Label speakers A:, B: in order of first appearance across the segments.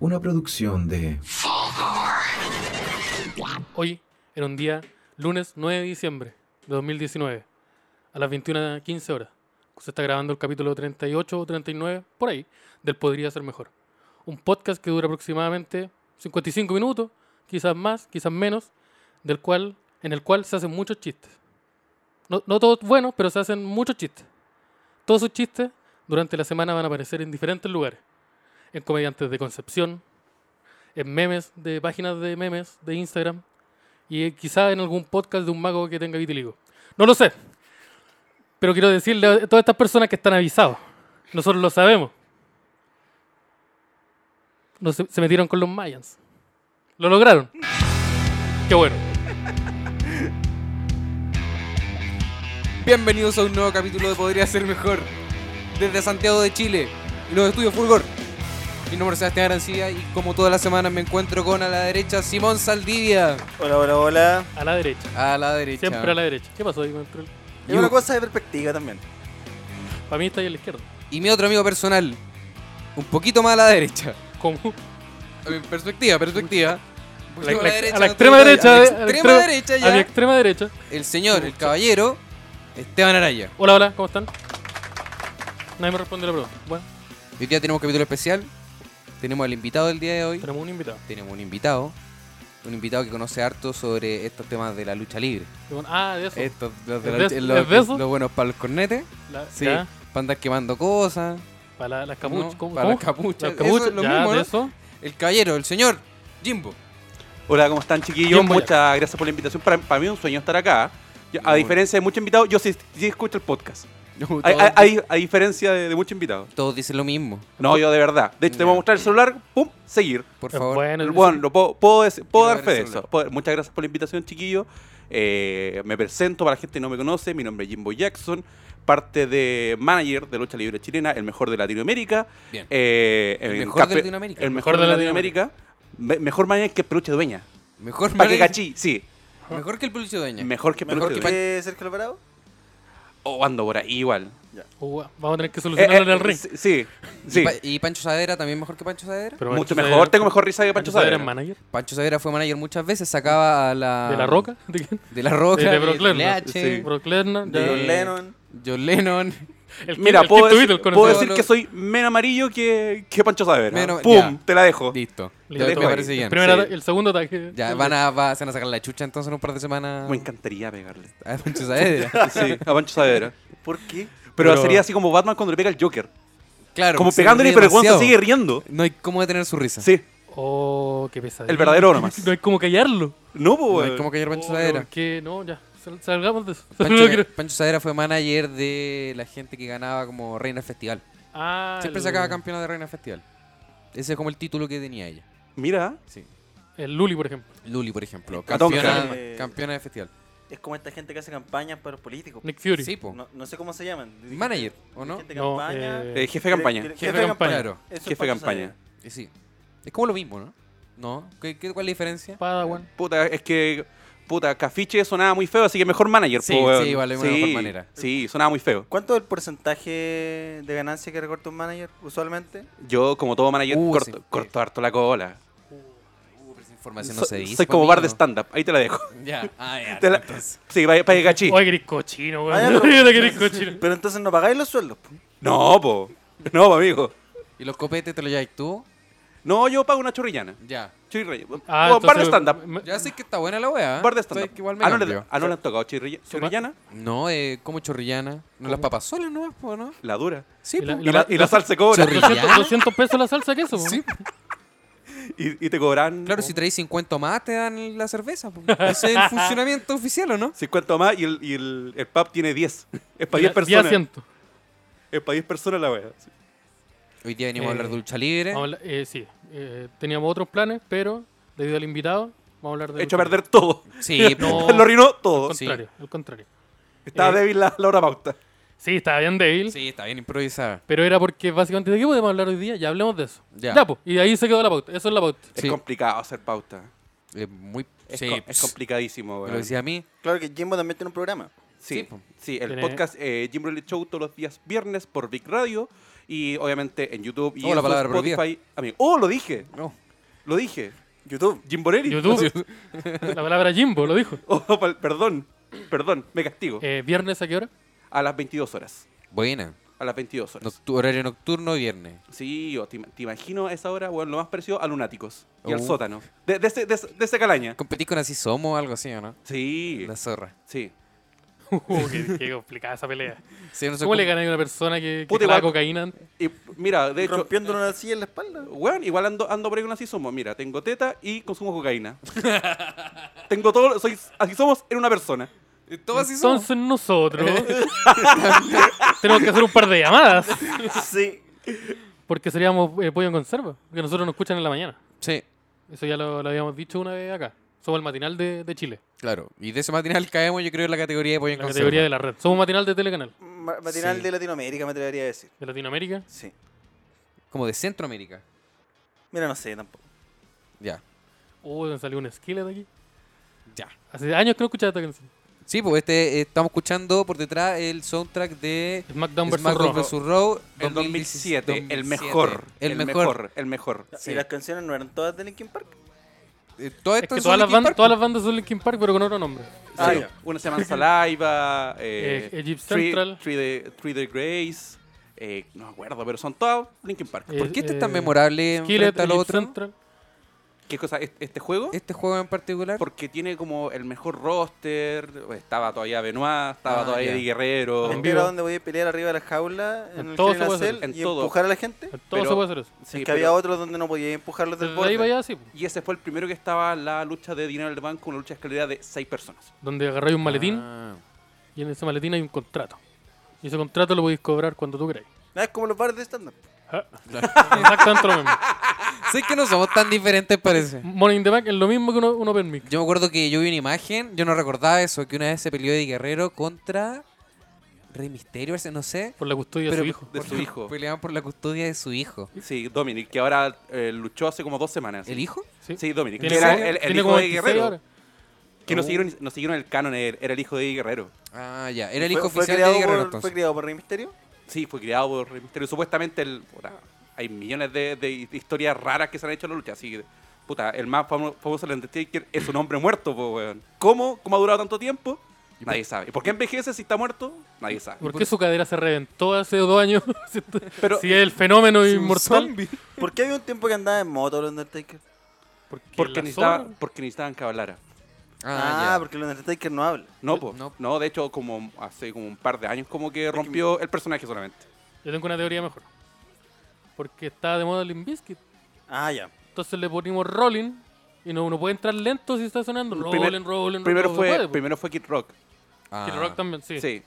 A: Una producción de
B: Hoy, en un día, lunes 9 de diciembre de 2019, a las 21.15 horas, se está grabando el capítulo 38 o 39, por ahí, del Podría Ser Mejor. Un podcast que dura aproximadamente 55 minutos, quizás más, quizás menos, del cual, en el cual se hacen muchos chistes. No, no todos buenos, pero se hacen muchos chistes. Todos esos chistes durante la semana van a aparecer en diferentes lugares. En comediantes de Concepción, en memes de páginas de memes de Instagram y eh, quizá en algún podcast de un mago que tenga vitiligo. No lo sé. Pero quiero decirle a todas estas personas que están avisados. Nosotros lo sabemos. No se, se metieron con los mayans. Lo lograron. Qué bueno.
C: Bienvenidos a un nuevo capítulo de Podría Ser Mejor. Desde Santiago de Chile y los estudios Fulgor. Mi nombre es Sebastián Arancía y como todas las semanas me encuentro con a la derecha Simón Saldivia.
D: Hola, hola, hola.
B: A la derecha.
C: A la derecha.
B: Siempre a la derecha. ¿Qué pasó ahí con el troll?
D: Es una cosa de perspectiva también.
B: Para mí está ahí a la izquierda.
C: Y mi otro amigo personal, un poquito más a la derecha.
B: ¿Cómo?
C: A mi Perspectiva, perspectiva. Un
B: La-
C: poquito
B: la-
C: más
B: a la
C: no
B: extrema
C: estoy-
B: derecha.
C: A la
B: a la
C: extrema derecha
B: A la
C: ya.
B: extrema derecha.
C: El señor, el caballero, Esteban Araya.
B: Hola, hola, ¿cómo están? Nadie me responde la pregunta. Bueno,
C: Y Hoy día tenemos capítulo especial. Tenemos al invitado del día de hoy.
B: tenemos un invitado.
C: Tenemos un invitado. Un invitado que conoce harto sobre estos temas de la lucha libre.
B: Ah, de eso.
C: Estos, los, de
B: ¿Es
C: la
B: de
C: lucha-
B: eso?
C: los-
B: ¿Es de eso?
C: los buenos para los cornetes.
B: La-
C: Sí.
B: ya.
C: Para andar quemando cosas.
B: Para la- las capuchas.
C: ¿no?
B: ¿cómo-
C: Para las
B: cómo?
C: capuchas.
B: Las capuchas,
C: Eso es lo
B: ya,
C: mismo,
B: de
C: ¿no?
B: eso.
C: El caballero, el señor Jimbo.
D: Hola, ¿cómo están, chiquillos?
B: Bien,
C: pues
B: voy a-
D: Muchas gracias por la invitación. Para, para mí es un sueño estar acá. Yo- a
C: Muy
D: diferencia de muchos invitados, yo sí, sí escucho el podcast.
C: No,
D: A,
C: todos,
D: a- a- a diferencia de, de muchos invitados.
C: todos dicen lo mismo.
D: No, yo de verdad. De hecho, te
C: Ya.
D: voy a mostrar el celular, pum, seguir.
C: Por
B: Es
C: favor.
B: bueno, es-
D: Bueno, lo puedo, puedo, dec-
C: Quiero
D: puedo dar
C: ver
D: fe de
C: el
D: eso.
C: celular.
D: Puedo- muchas gracias por la invitación, chiquillos. Eh, me presento para la gente que no me conoce. Mi nombre es Jimbo Jackson, parte de manager de lucha libre chilena, el mejor de Latinoamérica.
C: Bien.
D: Eh,
C: El
D: en
C: mejor de
D: campe-
C: Latinoamérica.
D: El mejor de Latinoamérica. Me- Mejor manager que Peluche Dueña.
C: Mejor,
D: Para que
C: manera-
D: cachí, sí.
C: mejor que el peluche dueña.
D: Mejor que
C: Mejor que
D: Peluche Dueña.
C: pa-
E: ¿De Sergio Alvarado?
D: O ando por ahí igual.
B: Uh, guau, vamos a tener que
D: Eh,
B: solucionarlo
D: eh,
B: en el ring.
D: sí, Sí,
C: Y
D: sí.
C: Pa- Y, Pancho Sadera también mejor que Pancho Sadera.
B: Pero
D: Mucho
B: Pancho
D: mejor.
B: Saavedra-
D: Tengo mejor risa que
B: Pancho
D: Pancho
B: Saavedra
D: Saavedra.
B: es manager.
C: Pancho Sadera fue manager muchas veces. Sacaba a la.
B: ¿De la Roca? ¿De quién?
C: De la Roca.
B: De- de Brock
C: del
B: Lesnar.
C: LH,
D: Sí.
B: Brock Lesnar.
C: De-
B: ya-
E: John Lennon.
C: John Lennon.
B: el Kid-
D: Mira,
B: el Kid
D: puedo, decir,
B: Tweedle con
D: puedo
B: el-
C: eso.
D: decir que soy menos amarillo que, que Pancho Saavedra.
C: Menos-
D: Pum,
C: ya.
D: te la dejo.
C: Listo.
B: Listo,
C: Ya, me
D: listo.
C: parece bien.
B: el, primer
D: sí.
B: ata- el segundo ataque.
C: Ya van a, va- se van a sacar la chucha entonces en un par de semanas. Ah,
D: Me encantaría pegarle.
C: A Pancho Saavedra.
D: Sí, a Pancho Saavedra.
E: ¿Por qué?
D: Pero,
C: Pero-
D: sería así como Batman cuando le pega el Joker.
C: Claro.
D: Como
C: se
D: pegándole,
C: ríe
D: pero el Juan se
C: demasiado.
D: sigue riendo.
C: No hay cómo detener su risa.
D: Sí.
B: Oh, qué pesadilla.
D: El verdadero nomás.
B: No hay como callarlo.
D: No,
C: No
D: pues.
C: hay cómo callar a Pancho
B: Oh,
C: Sadera.
B: ¿Por qué? No, ya. sal- Salgamos de eso. No
C: Pancho,
B: quiero-
C: Pancho Sadera fue manager de la gente que ganaba como Reina Festival.
B: Ah,
C: Siempre
B: el-
C: sacaba campeona de Reina Festival. Ese es como el título que tenía ella.
D: Mira.
C: Sí.
B: El Luli, por ejemplo.
C: Luli, por ejemplo.
D: Atómica.
C: Campeona,
E: Eh,
C: campeona de festival.
E: Es como esta gente que hace campañas para los políticos.
B: Nick Fury.
C: Sí, po.
E: No, no sé cómo se llaman.
C: Manager, ¿o no?
E: Gente de
B: No,
E: campaña.
B: eh,
D: Eh, jefe de campaña.
E: Dire- dire-
B: Jefe de campaña.
C: Claro.
E: Eso es
D: Jefe de
E: Pancho
D: campaña.
E: Saavedra.
C: Y sí. Es como lo mismo, ¿no? ¿No? ¿Qué, qué- ¿Cuál es la diferencia?
B: Padawan.
D: Puta, es que. Puta, Cafiche sonaba muy feo, así que mejor manager.
C: Sí,
D: po,
C: sí,
D: weón.
C: vale, una mejor manera.
D: Sí, sonaba muy feo.
E: ¿Cuánto es el porcentaje de ganancia que recorta un manager usualmente?
D: Yo, como todo manager,
C: Uh,
D: corto,
C: sí.
D: corto harto la cola.
C: Uh, pero esa información no
D: So-
C: se dice.
D: Pues, soy
C: pa'
D: como
C: mí,
D: bar de
C: ¿no?
D: stand-up. Ahí te la dejo.
C: Ya, ah, ya.
D: Te la-
C: entonces.
D: Sí, para que cachí.
B: Oye, gris cochino,
E: Ah, ya,
B: weón.
E: pero-
B: Oye, gris cochino.
E: Pero entonces no pagáis los sueldos. po.
D: No, po. No, po, amigo.
C: ¿Y los copetes te los llevas tú?
D: No, yo pago una chorrillana.
C: Ya.
D: Chirrilla. Bueno,
B: Ah,
D: bar de
B: entonces-
D: stand-up.
B: me-
C: Ya sé que está buena la wea. ¿eh?
D: Bar de
C: Estoy que igual
D: stand-up.
C: me
D: Ah, no le,
C: cambio.
D: ah, no le han tocado chirri- chorrillana.
C: No, eh, como chorrillana. No, las papas solas nomás, po, ¿no?
D: La dura.
C: Sí,
B: Y la-
C: po.
D: Y la, y la sal se cobra.
C: Chorri-
B: 200, 200 pesos la salsa, ¿qué es eso?
C: Sí,
D: Y, y te cobran
C: Claro, si traes 50 más te dan la cerveza. po. Ese es el funcionamiento oficial, ¿o no?
D: 50 más y el, y el, el pub tiene 10. Es para
B: Día-
D: 10
B: día
D: personas.
B: 100.
D: Es para 10 personas la wea. Sí.
C: Hoy día venimos
B: Eh,
C: a hablar de lucha libre.
B: Vamos a hablar- eh, sí, eh, teníamos otros planes, pero debido al invitado, vamos a hablar de.
D: He hecho a
B: lucha
D: perder todo.
C: Sí,
B: No.
C: po.
D: Lo arruinó
B: libre.
D: todo.
B: Al contrario, al contrario.
D: Estaba
B: Eh.
D: débil la, la hora pauta.
B: Sí, estaba bien débil,
C: sí, está bien improvisada.
B: pero era porque básicamente de qué podemos hablar hoy día, ya hablemos de eso.
C: Ya.
B: pues, y ahí se quedó la pauta, eso es la pauta.
C: Sí.
D: Es complicado hacer pauta.
C: Es muy.
D: Es,
C: sí,
D: co- es
C: pss,
D: complicadísimo,
C: Me
D: weón.
C: lo decía a mí.
E: Claro que Jimbo también tiene un programa.
C: Sí,
D: Sí,
C: po.
D: sí, el
B: Tiene-
D: podcast eh, Jim Broly Show todos los días viernes por Big Radio Y obviamente en YouTube y
F: Oh,
D: en
F: la
D: su
F: palabra
D: Spotify.
F: prohibida.
D: Amigo. ¡Oh, lo dije!
E: No.
D: Lo dije.
E: YouTube.
D: Jim Borelli.
B: YouTube. La palabra Jimbo lo dijo.
D: Oh, pal- perdón. Perdón. Me castigo.
B: Eh, ¿Viernes a qué hora?
D: A las 22 horas.
F: Buena.
D: A las 22 horas.
F: Noctu- horario nocturno, viernes.
D: Sí, yo te, te imagino a esa hora, bueno, lo más parecido a Lunáticos y al
F: Uh.
D: sótano. De, de, ese, de, ese- de esa calaña.
F: Competís con Así Somos o algo así, ¿o no?
D: Sí,
F: La zorra.
D: sí.
B: Uh, qué, qué complicada esa pelea.
F: Sí, no sé
B: ¿Cómo le
F: cómo-
B: ganáis a una persona que, que
D: Puta,
B: clava
D: igual-
B: cocaína?
D: Y mira, de hecho, eh,
E: Rompiéndole una silla en la espalda.
D: weón, igual ando, ando por ahí con así somos. Mira, tengo teta y consumo cocaína. tengo todo, soy, así somos en una persona.
F: Todo Así Somos.
B: Entonces nosotros tenemos que hacer un par de llamadas
E: Sí.
B: porque seríamos eh, pollo en conserva, porque nosotros nos escuchan en la mañana.
F: Sí,
B: Eso ya lo, lo habíamos dicho una vez acá. Somos el matinal de, de Chile,
F: claro. Y de ese matinal caemos, yo creo, en la categoría de pollo en
B: la
F: conserva.
B: categoría de la red. Somos matinal de Telecanal,
E: Ma- Matinal
F: Sí.
E: de Latinoamérica, me atrevería a decir.
B: de Latinoamérica.
E: Sí.
F: Como de Centroamérica.
E: Mira, no sé tampoco.
F: Ya,
B: Uy, me Uh, salió un skillet aquí.
F: ya.
B: Hace años que no escuchaba esta canción.
F: Sí, pues este, eh, estamos escuchando por detrás el soundtrack de
B: SmackDown vs.
F: SmackDown
B: Raw.
F: vs. Raw
D: En
F: 2017,
D: 2007, el
F: 2007.
D: mejor.
F: El, mejor.
D: El mejor.
F: Sí.
E: ¿Y las canciones no eran todas de Linkin Park?
F: Eh, todas
B: Es
F: estas
B: que
F: son
B: todas las,
F: Linkin
B: bandas,
F: Park.
B: todas las bandas son Linkin Park, pero con otro nombre.
E: Ah,
D: Sí,
E: ya.
D: Una se llama Saliva, eh,
B: Eh, Egypt
D: Three-
B: Central.
D: Three Day- Three Day Grace. eh, no me acuerdo, pero son todas Linkin Park.
B: Eh,
F: ¿Por qué este es tan
B: eh,
F: memorable
B: Skillet,
F: enfrente al
B: Egypt
F: otro?
B: Central.
D: ¿Qué cosa? ¿Este este juego?
F: Este juego en particular.
D: Porque tiene como el mejor roster. Estaba todavía Benoit, estaba
F: Ah,
D: todavía
F: ya.
D: Eddie Guerrero.
E: ¿En
B: vivo.
E: era donde voy a pelear arriba de la jaula?
B: En
E: En, el
B: todo
E: Hell in
B: se
E: a
B: puede hacer,
E: Cell,
D: en
E: y
D: todo.
E: empujar a la gente.
B: Todo
D: Pero-
B: se puede hacer eso.
D: Sí,
E: es que
D: pero-
E: había otros donde no podía empujarlos del
B: Desde ahí
E: borde.
B: para allá, sí.
D: Y ese fue el primero que estaba la lucha de Dinero del Banco, una lucha escalera de seis personas.
B: Donde agarráis un maletín
F: Ah.
B: y en ese maletín hay un contrato. Y ese contrato lo podéis cobrar cuando tú queráis.
E: Ah, es como los bares de stand-up.
B: Ah. Exactamente lo mismo.
F: Sé que no somos tan diferentes, parece.
B: Money in the Bank es lo mismo que uno, un Open Mic.
F: Yo me acuerdo que yo vi una imagen, yo no recordaba eso, que una vez se peleó Eddie Guerrero contra Rey Misterio, parece, no sé.
B: Por la custodia de
F: Pero-
B: su hijo.
D: De su hijo.
F: Peleaban por la custodia de su hijo.
D: Sí, Dominic, que ahora eh, luchó hace como dos semanas.
F: ¿El hijo?
B: Sí.
D: Sí, Dominic.
B: Tiene
D: Que era
B: como-
D: el, el
B: tiene
D: hijo
B: como
D: de
B: 26
D: Guerrero.
B: ahora. Oh.
D: Que nos siguieron, nos siguieron el canon, era era el hijo de Eddie Guerrero.
F: Ah, ya. Era el
E: Fue-
F: hijo
E: fue,
F: oficial de
E: creado
F: Eddie Guerrero,
E: por,
F: entonces.
E: Fue creado por Rey Misterio.
D: Sí, fue creado por Rey Misterio. Supuestamente el, puta, hay millones de, de historias raras que se han hecho en la lucha. Así que, puta, el más famo- famoso del Undertaker es un hombre muerto, po, weón. ¿Cómo? ¿Cómo ha durado tanto tiempo? Nadie sabe. ¿Y por qué envejece si está muerto? Nadie sabe.
B: ¿Por qué su cadera se reventó hace dos años? si esto-
D: Pero-
B: si es el fenómeno
F: Es un
B: inmortal.
F: zombie.
E: ¿Por qué había un tiempo que andaba en moto el Undertaker?
B: Porque,
D: Porque,
B: la
D: necesitaba-
B: zorra-
D: porque necesitaban que hablara.
F: Ah,
E: Ah,
F: ya.
E: porque el Undertaker no habla.
D: No, po.
F: No.
D: no, de hecho, como hace como un par de años como que rompió el personaje solamente.
B: Yo tengo una teoría mejor. Porque está de moda el Limbiskit.
E: Ah, ya.
B: Entonces le ponimos rolling y no uno puede entrar lento si está sonando. Rolling,
D: Primer-
B: rolling, rolling.
D: Primero
B: se
D: fue,
B: puede, po.
D: primero fue Kid Rock.
F: Ah.
B: Kid Rock también, sí.
D: Sí.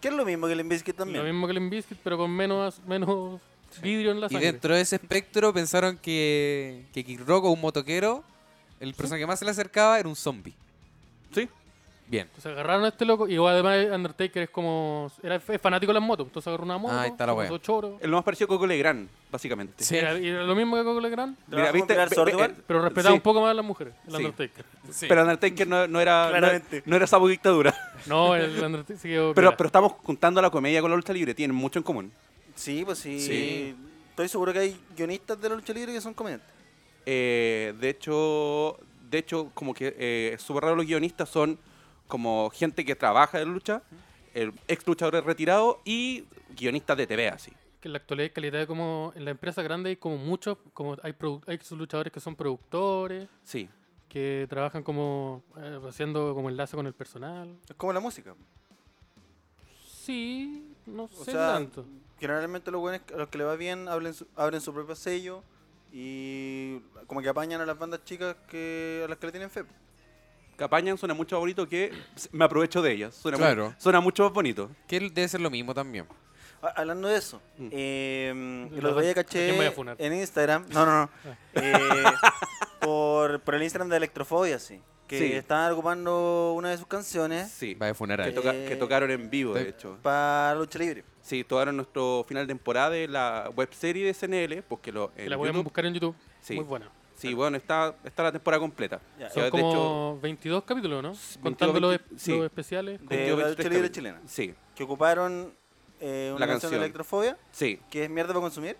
E: Que es lo mismo que el Inviskit
B: Lo
E: también.
B: mismo que el Limbiskit, pero con menos, menos vidrio en la
F: Y
B: sangre.
F: dentro de ese espectro pensaron que, que Kid Rock o un motoquero, el personaje que más se le acercaba era un zombie.
D: Sí.
F: Bien.
B: Entonces agarraron a este loco y luego además Undertaker es como. Era, es fanático de las motos. Entonces agarró una moto.
F: Ahí está la
B: se
F: wea.
B: puso choro.
D: El más parecido a Coco Legrand, básicamente.
F: Sí.
B: Era, era lo mismo que Coco Legrand,
E: ¿Trabajó con Pilar
D: Ve- ve-
E: Sordo
D: eh,
E: igual?
B: pero respetaba
D: sí,
B: un poco más a las mujeres. El
D: Sí.
B: Undertaker.
D: Pero Undertaker no, no era no,
E: Claramente.
D: no era esa dictadura.
B: No, el Undertaker se quedó.
D: Pero,
B: piola.
D: pero estamos juntando la comedia con la lucha libre, tienen mucho en común.
E: Sí, pues sí.
D: Sí.
E: Estoy seguro que hay guionistas de la lucha libre que son comediantes.
D: Eh, de hecho, de hecho, como que eh, súper raro los guionistas son como gente que trabaja en lucha, el ex luchadores retirados y guionistas de TV así.
B: que en la actualidad hay calidad de como. En la empresa grande hay como muchos. Como hay, produ- hay luchadores que son productores,
D: Sí.
B: que trabajan como. eh, haciendo como enlace con el personal.
E: Es como la música.
B: Sí, no
E: O
B: sé
E: sea,
B: tanto.
E: Generalmente los buenos, a los que le va bien hablen su- abren su propio sello y como que apañan a las bandas chicas que a las que le tienen fe.
D: Capañan suena mucho más bonito que me aprovecho de ellas. Suena, mu-
F: Claro.
D: suena mucho más bonito.
F: Que él debe ser lo mismo también.
E: Ah, Hablando de eso,
D: Mm.
E: eh,
B: No,
E: el otro
B: ¿a
E: día
B: quién voy
E: caché
B: a funar?
E: en Instagram, no, no, no,
B: Ah.
E: eh, por, por el Instagram de Electrofobia, sí, que
D: Sí.
E: estaban ocupando una de sus canciones
D: Sí.
F: Va de
D: Que,
F: funeral.
D: toca-
E: Eh,
D: que tocaron en vivo, de
F: de-
D: hecho.
E: para lucha libre.
D: Sí, tocaron nuestro final de temporada de la webserie de CNL, porque pues, lo
B: Que
D: en
B: la pueden
D: YouTube-
B: buscar en YouTube.
D: Sí.
B: Muy buena.
D: Sí, bueno, está, está la temporada completa.
E: Ya.
D: Sí,
B: Son
D: de
B: como
D: hecho,
B: 22 capítulos, ¿no?
D: 22,
B: Contando los,
D: 20, sí. Mm.
B: los especiales.
E: De la
D: 22,
E: lucha libre
D: 23
E: chilena.
D: Sí,
E: Que ocuparon eh, una
D: La
E: canción, de
D: canción.
E: Electrofobia,
D: Sí,
E: que es mierda para consumir.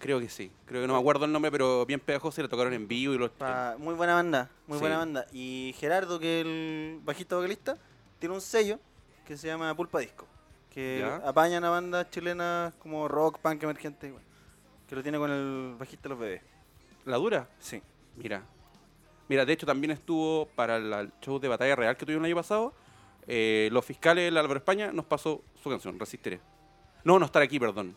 D: creo que sí. Creo que no me acuerdo el nombre, pero bien pegajoso y lo tocaron en vivo y lo...
E: Pa- muy buena banda, muy
D: Sí.
E: buena banda. Y Gerardo, que es el bajista vocalista, tiene un sello que se llama Pulpa Disco, que
D: Ya.
E: apañan a bandas chilenas como rock, punk, emergente, igual, que lo tiene con el bajista de los bebés.
D: ¿La dura?
E: Sí.
D: Mira. Mira, de hecho también estuvo para la- el show de Batalla Real que tuvimos el año pasado. eh, los fiscales del Álvaro España nos pasó su canción, Resistiré. No, no estar aquí, perdón.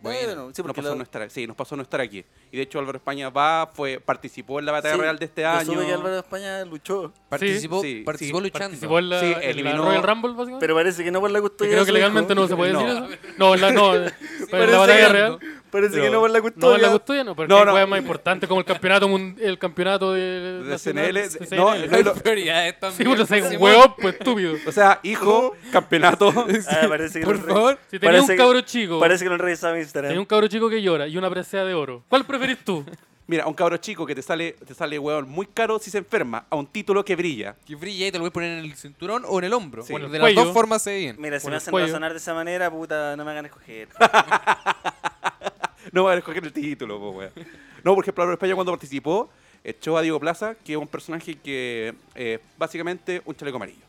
E: Bueno, sí,
D: nos
E: porque
D: pasó
E: lo-
D: no estar, sí, nos pasó no estar aquí. Y de hecho Álvaro España va, fue, participó en la Batalla
E: Sí,
D: Real de este
E: yo
D: año.
E: supe que Álvaro de España luchó,
B: Participó-
C: Participó,
D: sí,
C: participó luchando.
B: Participó en la,
D: Sí,
B: en la
D: eliminó-
B: Royal Rumble, básicamente.
E: pero parece que no por la
B: Que
E: custodia
B: creo
E: de
B: que
E: su hijo.
B: legalmente no se puede
D: No.
B: decir eso. No, en la, no, en
E: Parece
B: la batalla
E: que-
B: real.
E: Parece que
D: Pero-
E: no por la
B: No,
E: custodia.
B: en la custodia no, pero
D: No,
B: no,
D: no.
B: más importante como el campeonato, mun- el campeonato de,
D: De
B: nacional,
D: CNL,
B: de
D: de- no,
B: CNL.
D: no,
C: Hay
D: lo-
C: prioridades también.
B: Sí, uno se
C: Simón.
B: hueón, pues estúpido.
D: O sea, hijo, campeonato.
E: Ah, parece que
C: Por
E: no-
C: favor.
B: Si tenés
E: Parece
B: un
E: que-
B: cabro chico,
E: Parece que no revisaba mi Instagram.
B: tenés un cabro chico que llora y una presea de oro. ¿Cuál preferís tú?
D: Mira, a un cabro chico que te sale, te sale weón muy caro si se enferma, a un título que brilla.
C: Que brilla y te lo voy a poner en el cinturón o en el hombro.
D: Sí.
C: Bueno,
B: En
C: de
B: el
C: las
B: cuello.
C: dos formas se bien.
E: Mira, si
B: Por
E: me
B: el
E: hacen
B: cuello.
E: razonar de esa manera, puta, no me hagan escoger.
D: No van a escoger el título, po, weón. No, por ejemplo, Álvaro España cuando participó, echó a Diego Plaza, que es un personaje que eh, básicamente un chaleco amarillo.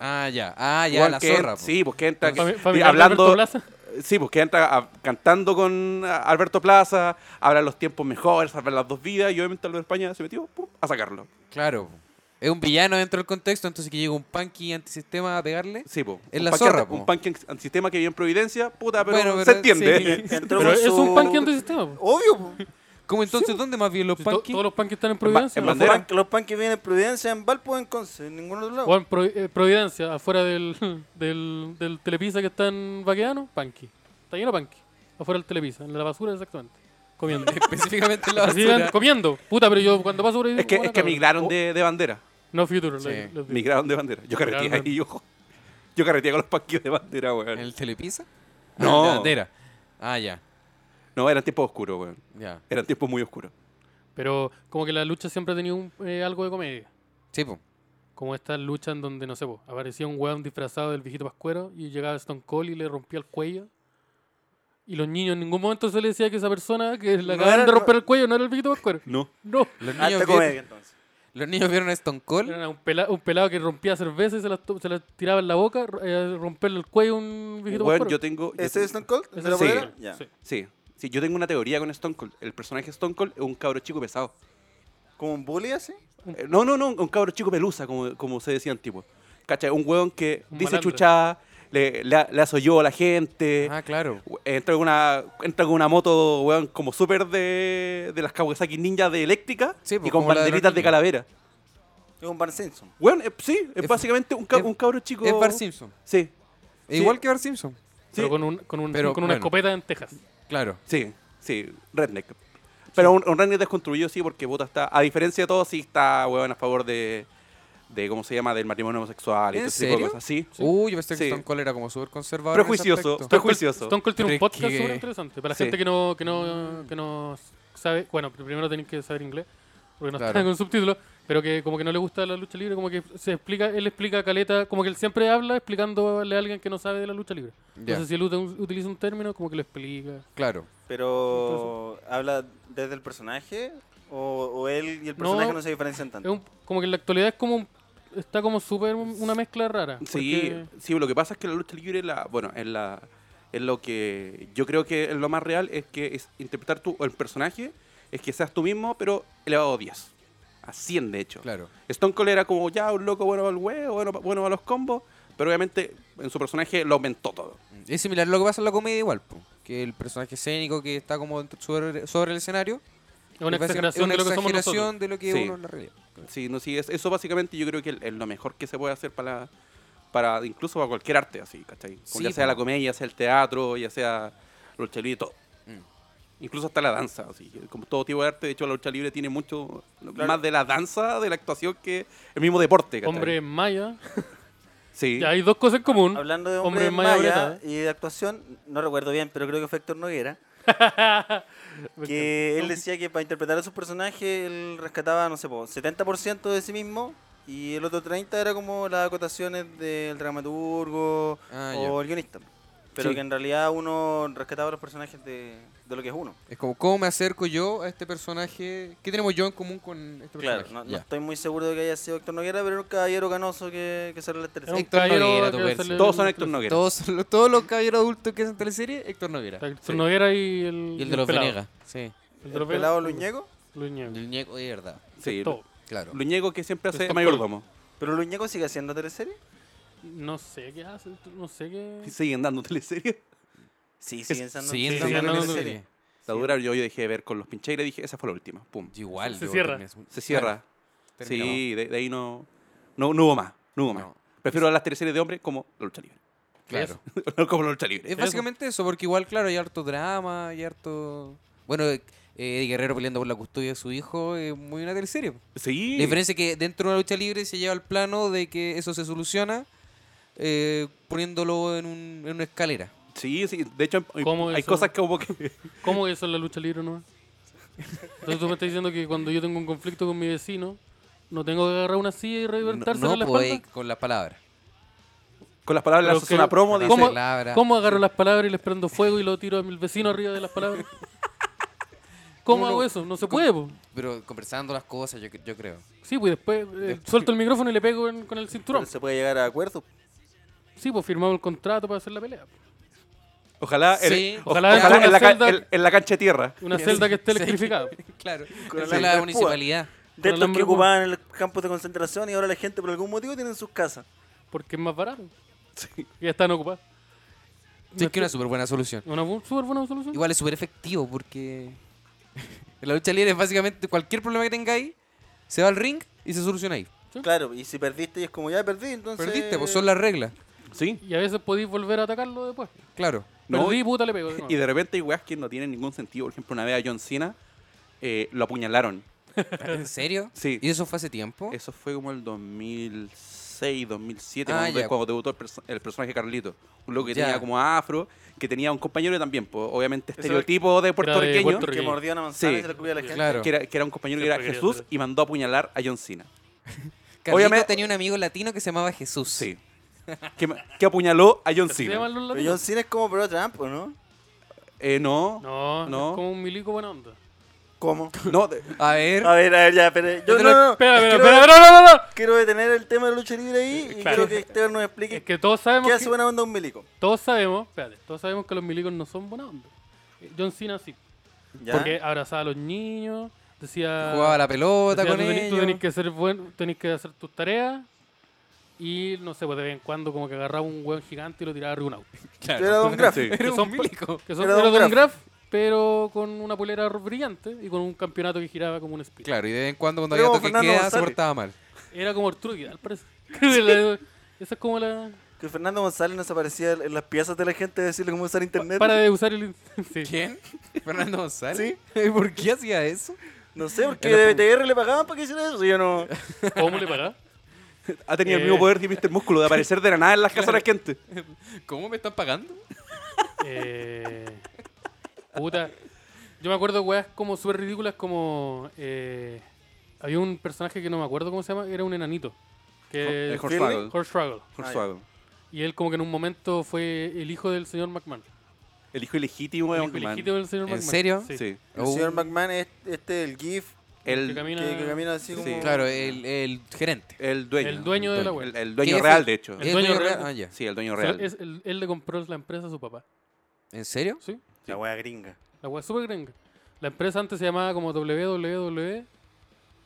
C: Ah, ya. Ah, ya,
D: Igual
C: la
D: que
C: zorra.
D: en-
C: po.
D: Sí, pues que entra
B: Fami-
D: y
B: familiar de Alberto
D: hablando.
B: Plaza.
D: Sí, pues que entra a- cantando con a- Alberto Plaza, habla de los tiempos mejores, habla de las dos vidas, y obviamente Álvaro España se metió pum, a sacarlo.
C: Claro. po. Es un villano dentro del contexto, entonces que llega un punky antisistema a pegarle.
D: Sí, pues.
C: Es
D: un
C: la
D: punk
C: zorra,
D: anti-
C: po.
D: Un punk anti- antisistema que vive en Providencia, puta, pero,
C: Bueno,
D: se
C: pero-
D: entiende.
B: Pero es un punk antisistema. po.
E: Obvio, po.
C: ¿Cómo
B: pues,
C: entonces? ¿Dónde más bien los
B: Si to-
C: punky?
B: todos los punkies están en
D: ba-
B: Providencia.
D: en
B: ¿no?
E: Los
D: Bandera.
E: punk- Los punk que vienen en Providencia, en Valpo, en Conce, en ningún otro lado.
B: O en Pro- eh, Providencia, afuera del, del, del Telepisa que está en Baqueano, Panqui. Está lleno de Panqui. Afuera del Telepisa, en la basura exactamente. Comiendo.
C: Específicamente en la
B: Así van
C: basura.
B: comiendo. Puta, pero yo cuando paso por ahí.
D: es que,
B: "Hola,
D: es que
B: cabrón".
D: migraron de, de bandera.
B: No Future.
C: Sí.
B: les- les digo.
D: Migraron de bandera. Yo carreteé
B: Migraron de-
D: ahí, ojo. Yo carreteé con los punkies de bandera, weón.
C: ¿En el telepisa?
D: No.
C: Ah, La bandera. Ah, ya.
D: No, eran tiempos oscuros, weón.
C: Ya.
D: Eran tiempos muy oscuros.
B: Pero como que la lucha siempre ha tenido un- eh, algo de comedia.
C: Sí, pues, po.
B: Como esta lucha en donde, no sé, po, aparecía un weón disfrazado del viejito pascuero y llegaba Stone Cold y le rompía el cuello. Y los niños en ningún momento se le decía que esa persona que le
E: No
B: acababan
E: era-
B: de romper el cuello no era el viejito pascuero.
D: No.
B: No.
C: Los
D: Ah,
C: niños,
E: Alta
C: vieron,
E: comedia, Ah, entonces.
C: los niños vieron a Stone Cold.
B: Era un, pela- un pelado que rompía cerveza y se la, to- se la tiraba en la boca, ro- eh, romperle el cuello a un viejito
D: Weón,
B: pascuero.
D: yo tengo. yo
E: ¿Ese es
D: tengo-
E: Stone Cold?
B: Ese
E: ¿De la
D: sí.
E: polera? Ya.
B: ¿Este Sí.
D: Sí. Sí, yo tengo una teoría con Stone Cold. El personaje Stone Cold es un cabro chico pesado.
E: ¿Como un bully así?
D: Eh, No, no, no, un cabro chico pelusa, como, como se decía antiguo. ¿Cachai? Un weón que
B: Un
D: dice
B: malandro.
D: chuchada, le, le, le hace yo a la gente.
C: Ah, claro.
D: Entra con una, entra con una moto, weón, como súper de, de las Kawasaki Ninja de eléctrica
C: Sí, pues,
D: y con
C: como la de los
D: banderitas de,
C: niños.
D: calavera.
E: Es un Bart Simpson.
D: Weón, eh, sí, es,
C: Es-
D: básicamente un, ca-
C: es-
D: un cabro chico.
C: Es Bart Simpson.
D: Sí,
C: Igual que Bart Simpson.
B: Pero
D: sí.
B: con, un, con, un-
C: Pero,
B: con una
C: bueno.
B: escopeta en Texas.
C: Claro.
D: Sí, sí, redneck. Pero un, un redneck desconstruido sí, porque puta está, a diferencia de todo, sí está, weón, a favor de, de ¿cómo se llama?, del matrimonio homosexual y
C: ¿En
D: todo ese tipo de
C: serio?
D: cosas. Sí.
C: Uy, yo pensé que
D: Sí.
C: Stone Cold era como súper conservador. en ese
D: Prejuicioso,
C: aspecto.
D: prejuicioso.
B: Stone Cold tiene un
C: Pero es
B: podcast
C: que-
B: súper interesante. Para la
D: Sí.
B: gente que no, que, no, que no sabe, bueno, pero primero tenéis que saber inglés, porque no
C: Claro.
B: están con subtítulos, pero que como que no le gusta la lucha libre, como que se explica, él explica caleta, como que él siempre habla explicándole a alguien que no sabe de la lucha libre.
C: Ya.
B: Entonces si él ut- utiliza un término, como que lo explica.
C: Claro.
E: Pero, ¿habla desde el personaje? ¿O, o él y el
B: No.
E: personaje no, se diferencian
B: Es
E: tanto?
B: un- como que en la actualidad es como un- está como súper un- una mezcla rara.
D: Sí,
B: porque-
D: sí, lo que pasa es que la lucha libre, la, bueno, es la, es lo que yo creo que es lo más real, es que es interpretar tú el personaje, es que seas tú mismo, pero elevado a 10. A 100, de hecho.
C: Claro.
D: Stone Cold era como ya un loco bueno al huevo, bueno, bueno a los combos, pero obviamente en su personaje lo aumentó todo.
C: Es similar a lo que pasa en la comedia igual, po. que el personaje escénico que está como dentro- sobre, sobre el escenario
B: Es una
C: me parece-
B: exageración
C: es
B: de
C: una
B: lo que somos
C: exageración
B: nosotros.
C: de lo que
D: Sí.
C: uno en la realidad.
D: Sí, no, sí, es- eso básicamente yo creo que es lo mejor que se puede hacer para, para incluso para cualquier arte, así, ¿cachai? Como
C: Sí,
D: ya sea
C: po.
D: la comedia, ya sea el teatro, ya sea la lucha libre, todo.
B: Mm.
D: Incluso hasta la danza, así, que como todo tipo de arte, de hecho la lucha libre tiene mucho más de la danza, de la actuación que el mismo deporte, ¿cachai?
B: Hombre en maya.
D: sí.
B: Ya, hay dos cosas en común.
E: Hablando de
B: Hombre
E: hombre,
B: en
E: en
B: malla
E: malla
B: apretada.
E: y de actuación, no recuerdo bien, pero creo que fue Héctor Noguera,
B: Me
E: que
B: encanta.
E: él decía que para interpretar a sus personajes él rescataba, no sé, po, 70% de sí mismo y el otro 30% era como las acotaciones del dramaturgo
C: Ah,
E: o el guionista. Pero
C: Sí.
E: que en realidad uno rescataba a los personajes de, de lo que es uno.
C: Es como, ¿cómo me acerco yo a este personaje? ¿Qué tenemos yo en común con este
E: Claro,
C: personaje?
E: no, no
C: Ya.
E: estoy muy seguro de que haya sido Héctor Noguera, pero era un caballero ganoso que, que sale la
B: Era un
E: tercera.
C: Héctor
B: caballero
C: Noguera, tu
B: que
C: verso.
B: sale
D: Todos
B: en-
D: son Héctor Noguera.
C: Todos, los- todos los caballeros adultos que hacen teleserie, Héctor Noguera.
B: Héctor Noguera y el.
C: Y el de los
B: pelado.
C: Venegas. Sí.
B: El de
E: El
B: los
E: pelado
B: Venegas.
E: Luñeco.
B: Luis Ñeco.
C: El ñeco, de verdad.
D: Sí,
B: Todo.
C: Claro.
D: Luñego que siempre hace
B: Stop
D: mayordomo.
E: Pero Luñeco sigue haciendo teleserie.
B: No sé qué hace, no sé qué.
D: Y siguen dando teleseries.
E: Sí, siguen siendo
C: Siguen
B: sí,
C: dando
B: sí,
C: teleserie.
B: teleserie.
D: La dura yo, yo dejé de ver con los pincheiros y dije, esa fue la última. Pum.
C: Igual.
B: Se
C: yo
B: cierra.
C: terminé-
D: Se cierra.
C: Claro,
D: sí, de, de ahí no, no. No hubo más. No hubo más.
C: No.
D: Prefiero las teleseries de hombres como la lucha libre.
C: Claro.
D: No como la lucha libre.
C: Es básicamente eso, porque igual, claro, hay harto drama, hay harto... Bueno, eh, Eddie Guerrero peleando por la custodia de su hijo, es muy una teleserie.
D: Sí.
C: La diferencia es que dentro de una lucha libre se lleva al plano de que eso se soluciona eh, poniéndolo en, un- en una escalera.
D: Sí, sí. De hecho, hay-
B: ¿Cómo
D: hay
B: eso?
D: cosas como que.
B: ¿Cómo que eso es la lucha libre no? Entonces tú me estás diciendo que cuando yo tengo un conflicto con mi vecino, no tengo que agarrar una silla y revertirse
C: no pues,
B: en la
C: podéis
B: espalda.
C: con las palabras.
D: Con las palabras
B: Pero
D: las hace
B: que-
D: una promo.
C: Con las
D: Dice,
B: ¿Cómo,
C: palabras.
B: cómo agarro las palabras y les prendo fuego y lo tiro a mi vecino arriba de las palabras? ¿Cómo
C: No, no.
B: hago eso? No se
C: ¿Cómo?
B: puede, po.
C: Pero conversando las cosas, yo, cre- yo creo.
B: Sí, pues después eh, suelto el micrófono y le pego en- con el
E: Pero
B: cinturón.
E: se puede llegar a acuerdos.
B: Sí, pues firmamos el contrato para hacer la pelea.
D: Ojalá, en-
C: Sí.
D: o-
B: Ojalá
D: ojalá,
B: dentro de
D: en,
B: una
D: la ca-
B: celda-
D: en- en la cancha de tierra.
B: Una
C: Sí.
B: celda que esté
C: Sí.
B: electrificada.
C: Claro.
E: Con
C: Esa
E: la
C: es la
E: púa.
C: municipalidad.
B: Con
E: De estos
B: alambre
E: que
B: de púa.
E: ocupaban el campo de concentración y ahora la gente por algún motivo tiene en sus casas.
B: Porque es más barato. Y ya están ocupadas.
C: Sí, es que es una súper buena solución.
B: Una bu- súper buena solución.
C: Igual es súper efectivo porque en la lucha libre es básicamente cualquier problema que tengáis, se va al ring y se soluciona ahí.
E: Claro, y si perdiste y es como ya perdí, entonces.
C: Perdiste, pues son las reglas.
D: Sí.
B: Y a veces podéis volver a atacarlo después.
C: Claro.
D: No,
B: Perdí,
D: y-
B: puta, le pego. de nuevo.
D: Y de repente hay weas que no tienen ningún sentido. Por ejemplo, una vez a John Cena eh, lo apuñalaron.
C: ¿En serio?
D: Sí.
C: ¿Y eso fue hace tiempo?
D: Eso fue como el 2006, 2007,
C: Ah,
D: cuando,
C: ya.
D: cuando debutó el, perso- el personaje Carlito. Un loco que
C: Ya.
D: tenía como afro, que tenía un compañero también, pues, obviamente
B: Eso
D: estereotipo de puertorriqueño,
B: Puerto
E: Que
B: Rico.
E: mordía una manzana y
D: Sí.
E: se la comía a la gente.
C: Claro.
D: que, era, que era un compañero que era
B: Siempre quería
D: Jesús
B: hacer
D: y mandó a apuñalar a John Cena.
C: Obviamente
D: Obviamente-
C: tenía un amigo latino que se llamaba Jesús.
D: Sí. que, ma- que apuñaló a John
B: ¿Se
D: Cena.
B: llaman los
E: Pero
B: latinos?
E: John Cena es como Pro Trump, ¿o no?
D: Eh, no, no,
B: No,
D: No.
B: es como un milico buena onda.
E: ¿Cómo?
D: de-
C: A
D: Ah,
C: ver.
E: A ver, a ver, ya, espera. Yo,
C: te
E: no,
C: lo-
E: no, no.
B: Espera, espera,
E: quiero,
B: espera, no, no, no, no.
E: quiero detener el tema de la lucha libre ahí y
B: Claro.
E: quiero que Esteban nos explique
B: Es que todos sabemos
E: qué
B: que,
E: hace buena onda un milico.
B: todos sabemos, espérate, todos sabemos que los milicos no son buena onda. Eh, John Cena sí,
E: ¿Ya?
B: porque abrazaba a los niños, decía,
C: Jugaba la pelota
B: decía,
C: con
B: tú tenés- tú
C: ellos.
B: tenés que ser bueno, tenés que hacer tus tareas y no sé, pues de vez en cuando como que agarraba un hueón gigante y lo tiraba arriba de un auto.
E: Yo era Don Graff.
D: Sí.
C: Era
B: Que son-
C: un milico.
B: Que son
E: Era Don
B: era Don
E: Graff.
B: Graff, pero con una polera brillante y con un campeonato que giraba como un speed.
C: Claro, y de vez en cuando cuando
E: Era
C: había
E: como
C: toque de
E: Fernando
C: queda se
E: González.
C: portaba mal.
B: Era como Arturo Vidal, parece. La- Esa es como la...
E: Que Fernando González nos aparecía en las piezas de la gente a decirle cómo usar internet.
B: Para de usar el... Sí.
C: ¿Quién? ¿Fernando González? ¿Por qué hacía eso?
E: No sé, porque
C: Era
E: de BTR le pagaban para que hiciera eso, yo no.
B: ¿Cómo le pagaba?
D: ha tenido
B: Eh.
D: el mismo poder que Mr. Músculo de aparecer de la nada en las casas de la gente.
C: ¿Cómo me están pagando?
B: Eh, puta. Yo me acuerdo weas como súper ridículas como... eh, había un personaje que no me acuerdo cómo se llama, era un enanito. Que
D: El Hornswoggle.
B: Hornswoggle.
C: Ah,
D: Hornswoggle.
B: Y él como que en un momento fue el hijo del señor McMahon.
D: El hijo ilegítimo de
B: El
D: un
B: hijo legítimo del señor
C: ¿En
B: McMahon.
C: serio?
B: Sí.
D: Sí.
E: El
C: Uh,
E: señor McMahon es este, el GIF
B: Que
D: El,
B: camina-
E: que, que camina así
D: Sí.
E: como...
C: Claro, el, el gerente.
D: el dueño.
B: el dueño de la web.
D: El, el dueño
C: ¿Qué?
D: real, de hecho.
B: El dueño real.
C: Ah, ya.
D: Sí, el dueño
B: O sea,
D: real.
B: es el- él le compró la empresa a su papá.
C: ¿En serio?
B: ¿Sí?
E: La wea gringa.
B: La wea súper gringa. La empresa antes se llamaba como WWW.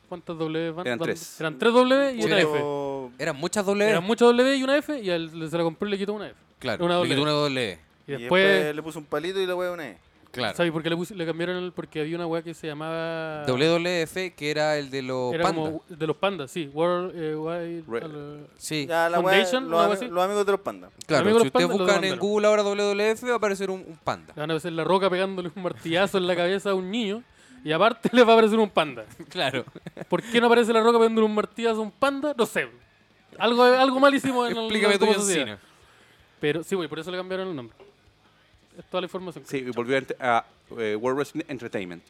B: ¿Cuántas W van?
D: Eran
B: van-
D: tres.
B: Eran tres W y una F.
E: Pero-
C: Eran muchas
D: E.
C: doble E.
B: Eran muchas W y una F y él se la compró y le quitó una F.
C: Claro,
B: una
C: le
B: doble. E.
C: quitó una doble. E,
B: Y después
E: le puso un palito y la wea una E.
C: Claro.
B: ¿Sabes por qué le, pus- le cambiaron el? Porque había una weá que se llamaba.
C: WWF, que era el de los
B: Era
C: panda.
B: como de los pandas, sí. World eh, Wide.
D: Re-
B: al-
C: Sí,
E: Ya, la wea, los,
B: Foundation, ¿no? Algo
E: ami-
B: así.
E: los amigos de los pandas.
C: claro.
B: amigos
C: Si
B: los pandas,
C: ustedes
B: los
C: buscan en
B: mandaron.
C: Google ahora WWF, va a aparecer un, un panda.
B: le van a hacer la roca pegándole un martillazo en la cabeza a un niño. Y aparte le va a aparecer un panda.
C: Claro.
B: ¿Por qué no aparece la roca pegándole un martillazo a un panda? No sé. Algo, algo mal hicimos en el
C: Explícame tu
B: como sociedad.
C: cine.
B: Pero sí, güey, por eso le cambiaron el nombre. Es toda la información.
D: Sí, y volvió a, ent- a, eh, World Wrestling Entertainment.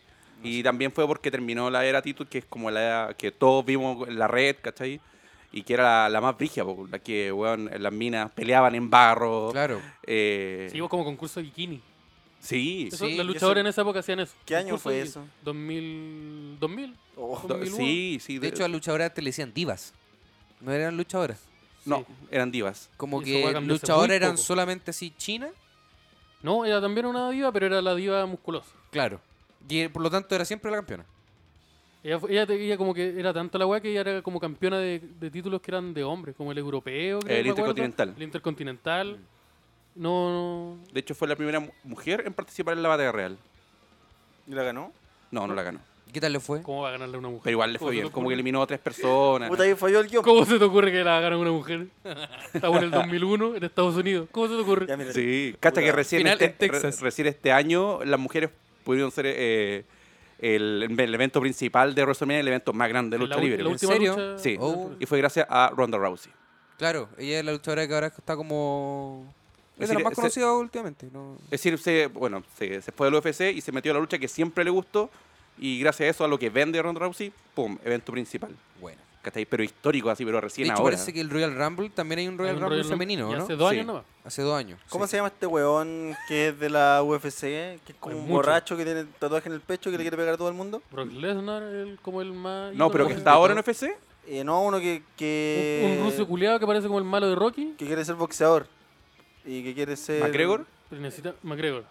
D: Y también fue porque terminó la era Attitude, que es como la era que todos vimos en la red, ¿cachai? y que era la, la más brigia, po, la que, weón, en las minas peleaban en barro.
C: Claro.
D: eh,
B: Seguimos como concurso de bikini.
D: sí,
B: Eso,
C: Sí,
B: los
C: yo
B: luchadores en esa época hacían eso.
E: ¿Qué año
B: Concurso
E: fue
B: de-
E: eso?
B: 2000. 2000.
E: Oh,
D: do-
B: 2001.
D: sí, sí.
C: De hecho, a las luchadoras te le decían divas. No eran luchadoras.
D: no,
B: sí.
D: eran divas.
C: Como
B: Y eso va a
C: que
B: cambiar hace
C: luchadoras
B: muy
C: eran
B: poco.
C: solamente así chinas.
B: No, era también una diva, pero era la diva musculosa.
C: Claro. Y eh, por lo tanto era siempre la campeona.
B: Ella, fue- ella, te- ella como que era tanto la weá que ella era como campeona de, de títulos que eran de hombres, como el europeo, creo,
D: El
B: me acuerdo.
D: intercontinental.
B: El intercontinental. No, no.
D: De hecho, fue la primera mu- mujer en participar en la batalla real.
E: ¿Y la ganó?
D: No, no la ganó.
C: ¿Y ¿Qué tal le fue?
B: ¿Cómo va a ganarle a una mujer?
D: Pero igual le fue
B: ¿Cómo se
D: bien.
B: te
D: Como que
B: ocurre?
D: eliminó a tres personas.
E: Puta, ahí falló el guión.
B: ¿Cómo se te ocurre que la gana una mujer? Estamos en el 2001 en Estados Unidos. ¿Cómo se te ocurre?
E: Ya, mira,
D: Sí, hasta que
E: Puta.
D: recién
C: Final
D: este,
C: en Texas.
D: re- recién este año las mujeres pudieron ser eh, el, el evento principal de WrestleMania, el evento más grande de
B: En la
D: lucha
B: ul-
D: libre.
B: la
C: ¿En
B: última
C: serio?
B: lucha-
D: Sí.
C: Oh.
D: Y fue gracias a Ronda Rousey.
C: Claro, ella es la luchadora que ahora está como. Es
D: Es
C: de las
D: decir,
C: más
D: ese-
C: conocidas últimamente. ¿no?
D: Es decir, se, bueno, se, se fue del UFC y se metió a la lucha que siempre le gustó. Y gracias a eso, a lo que vende Ronda Rousey, pum, evento principal.
C: Bueno.
D: ¿Cachai? Pero histórico así, pero
C: De
D: recién
C: hecho,
D: ahora.
C: parece que el Royal Rumble también hay un Royal
B: Hay un
C: Rumble
B: Royal
C: femenino,
B: y
C: ¿no?
B: Hace dos
D: Sí.
B: años nomás.
C: Hace dos años.
E: ¿Cómo
C: sí.
E: se llama este weón que es de la UFC? Que es como
B: Hay
E: un
B: muchos.
E: borracho que tiene tatuaje en el pecho que le quiere pegar a todo el mundo.
B: Brock Lesnar, el- como el más.
D: No,
B: ídolo
D: pero
B: de-
D: que está ahora en UFC.
E: Eh, no, uno que. que
B: Un, un ruso culiado que parece como el malo de Rocky.
E: que quiere ser boxeador. Y que quiere
C: Eh,
E: ser.
D: ¿McGregor?
B: Pero necesita. McGregor.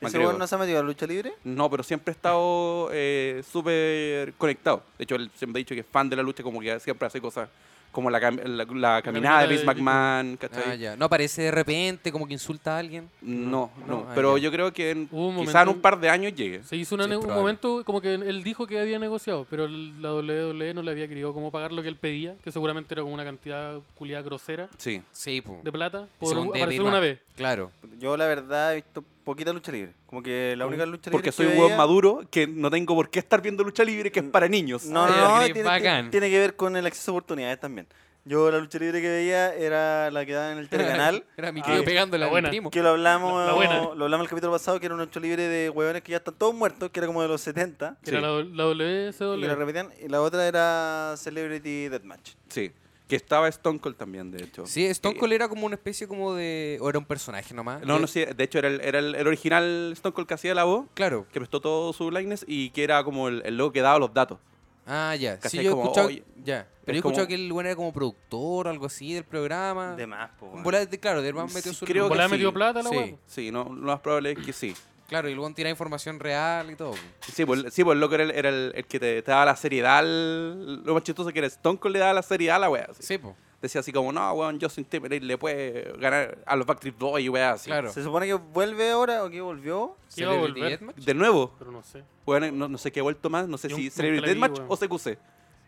E: ¿Ese
D: McGregor.
E: weón no se ha metido a la lucha libre?
D: No, pero siempre he estado eh, súper conectado. De hecho, él siempre ha dicho que es fan de la lucha, como que siempre hace cosas como la, cam- la- la caminada de Vince
B: caminata de-
D: McMahon,
C: Ah,
D: ¿cachai?
C: ya. No aparece de repente, como que insulta a alguien.
D: No, no,
C: No, ah,
D: pero
C: ya.
D: yo creo que en-
B: Hubo un
D: quizá en
B: momento-
D: un par de años llegue.
B: Se hizo una
C: Sí,
B: ne- un
C: probable.
B: momento como que él dijo que había negociado, pero el- la WWE no le había querido como pagar lo que él pedía, que seguramente era como una cantidad culiada grosera
D: Sí.
C: Sí, pues.
B: de plata, por
C: Según
B: un-
C: David
B: aparecer
C: Mack.
B: una vez.
C: Claro.
E: Yo, la verdad, he visto poquita lucha libre. Como que la única lucha libre.
D: Porque
E: que
D: soy un
E: veía-
D: hueón maduro que no tengo por qué estar viendo lucha libre, que es para niños.
E: No,
C: Ah,
E: no,
C: ya,
E: no,
C: ok,
E: tiene,
C: bacán.
E: tiene- tiene que ver con el acceso a oportunidades también. Yo la lucha libre que veía era la que daba en el telecanal,
C: Era mi
B: Ah,
C: querido
B: la
C: pegándole al
B: buena.
C: primo.
E: que lo hablamos,
B: La- la buena.
E: lo hablamos el capítulo pasado, que era una lucha libre de huevones que ya están todos muertos, que era como de los 70,
B: que Era la, la
E: y la
B: WCW.
E: repetían, y la otra era Celebrity Deathmatch.
D: Sí. Que estaba Stone Cold también, de hecho.
C: Sí, Stone Cold era como una especie como de. O era un personaje nomás.
D: No,
C: Que-
D: no sé. De hecho, era el, era el, el original Stone Cold que hacía la voz,
C: Claro.
D: que prestó todo su likeness y que era como el, el loco que daba los datos.
C: Ah, ya. Sí,
D: ¿Cachai?
C: yo he
D: Como,
C: escuchado.
D: oye,
C: Ya. Pero yo he
D: como-
C: escuchado que el bueno era como productor o algo así del programa.
E: De más, po,
C: Ah. Un
E: weón.
C: volá de- claro, de hermano metió
D: Sí,
C: su
D: creo
C: un
D: que
B: Volá
C: volá-
D: sí.
B: metió plata la
C: Sí.
B: weá.
D: Sí, no, lo más probable es que sí.
C: Claro, y luego tira información real y todo. po.
D: Sí, pues, el- sí, pues el loco era el, era el- el que te, te daba la seriedad. al- Lo más chistoso que era Stone Cold le daba la seriedad a la wea. así.
C: Sí, pues.
D: Decía así como, no, weón, Justin Timberlake le puede ganar a los Backstreet Boys y wea así.
C: Claro.
E: Se supone que vuelve ahora, o que volvió.
B: Que iba a
C: Celebrity
B: volver,
C: Deathmatch.
D: De nuevo,
B: pero no sé.
D: weón, no, no sé qué ha vuelto más, no sé
B: Yo
D: si
B: nunca
D: Celebrity
B: la vi,
D: Deathmatch
B: weón.
D: o CQC.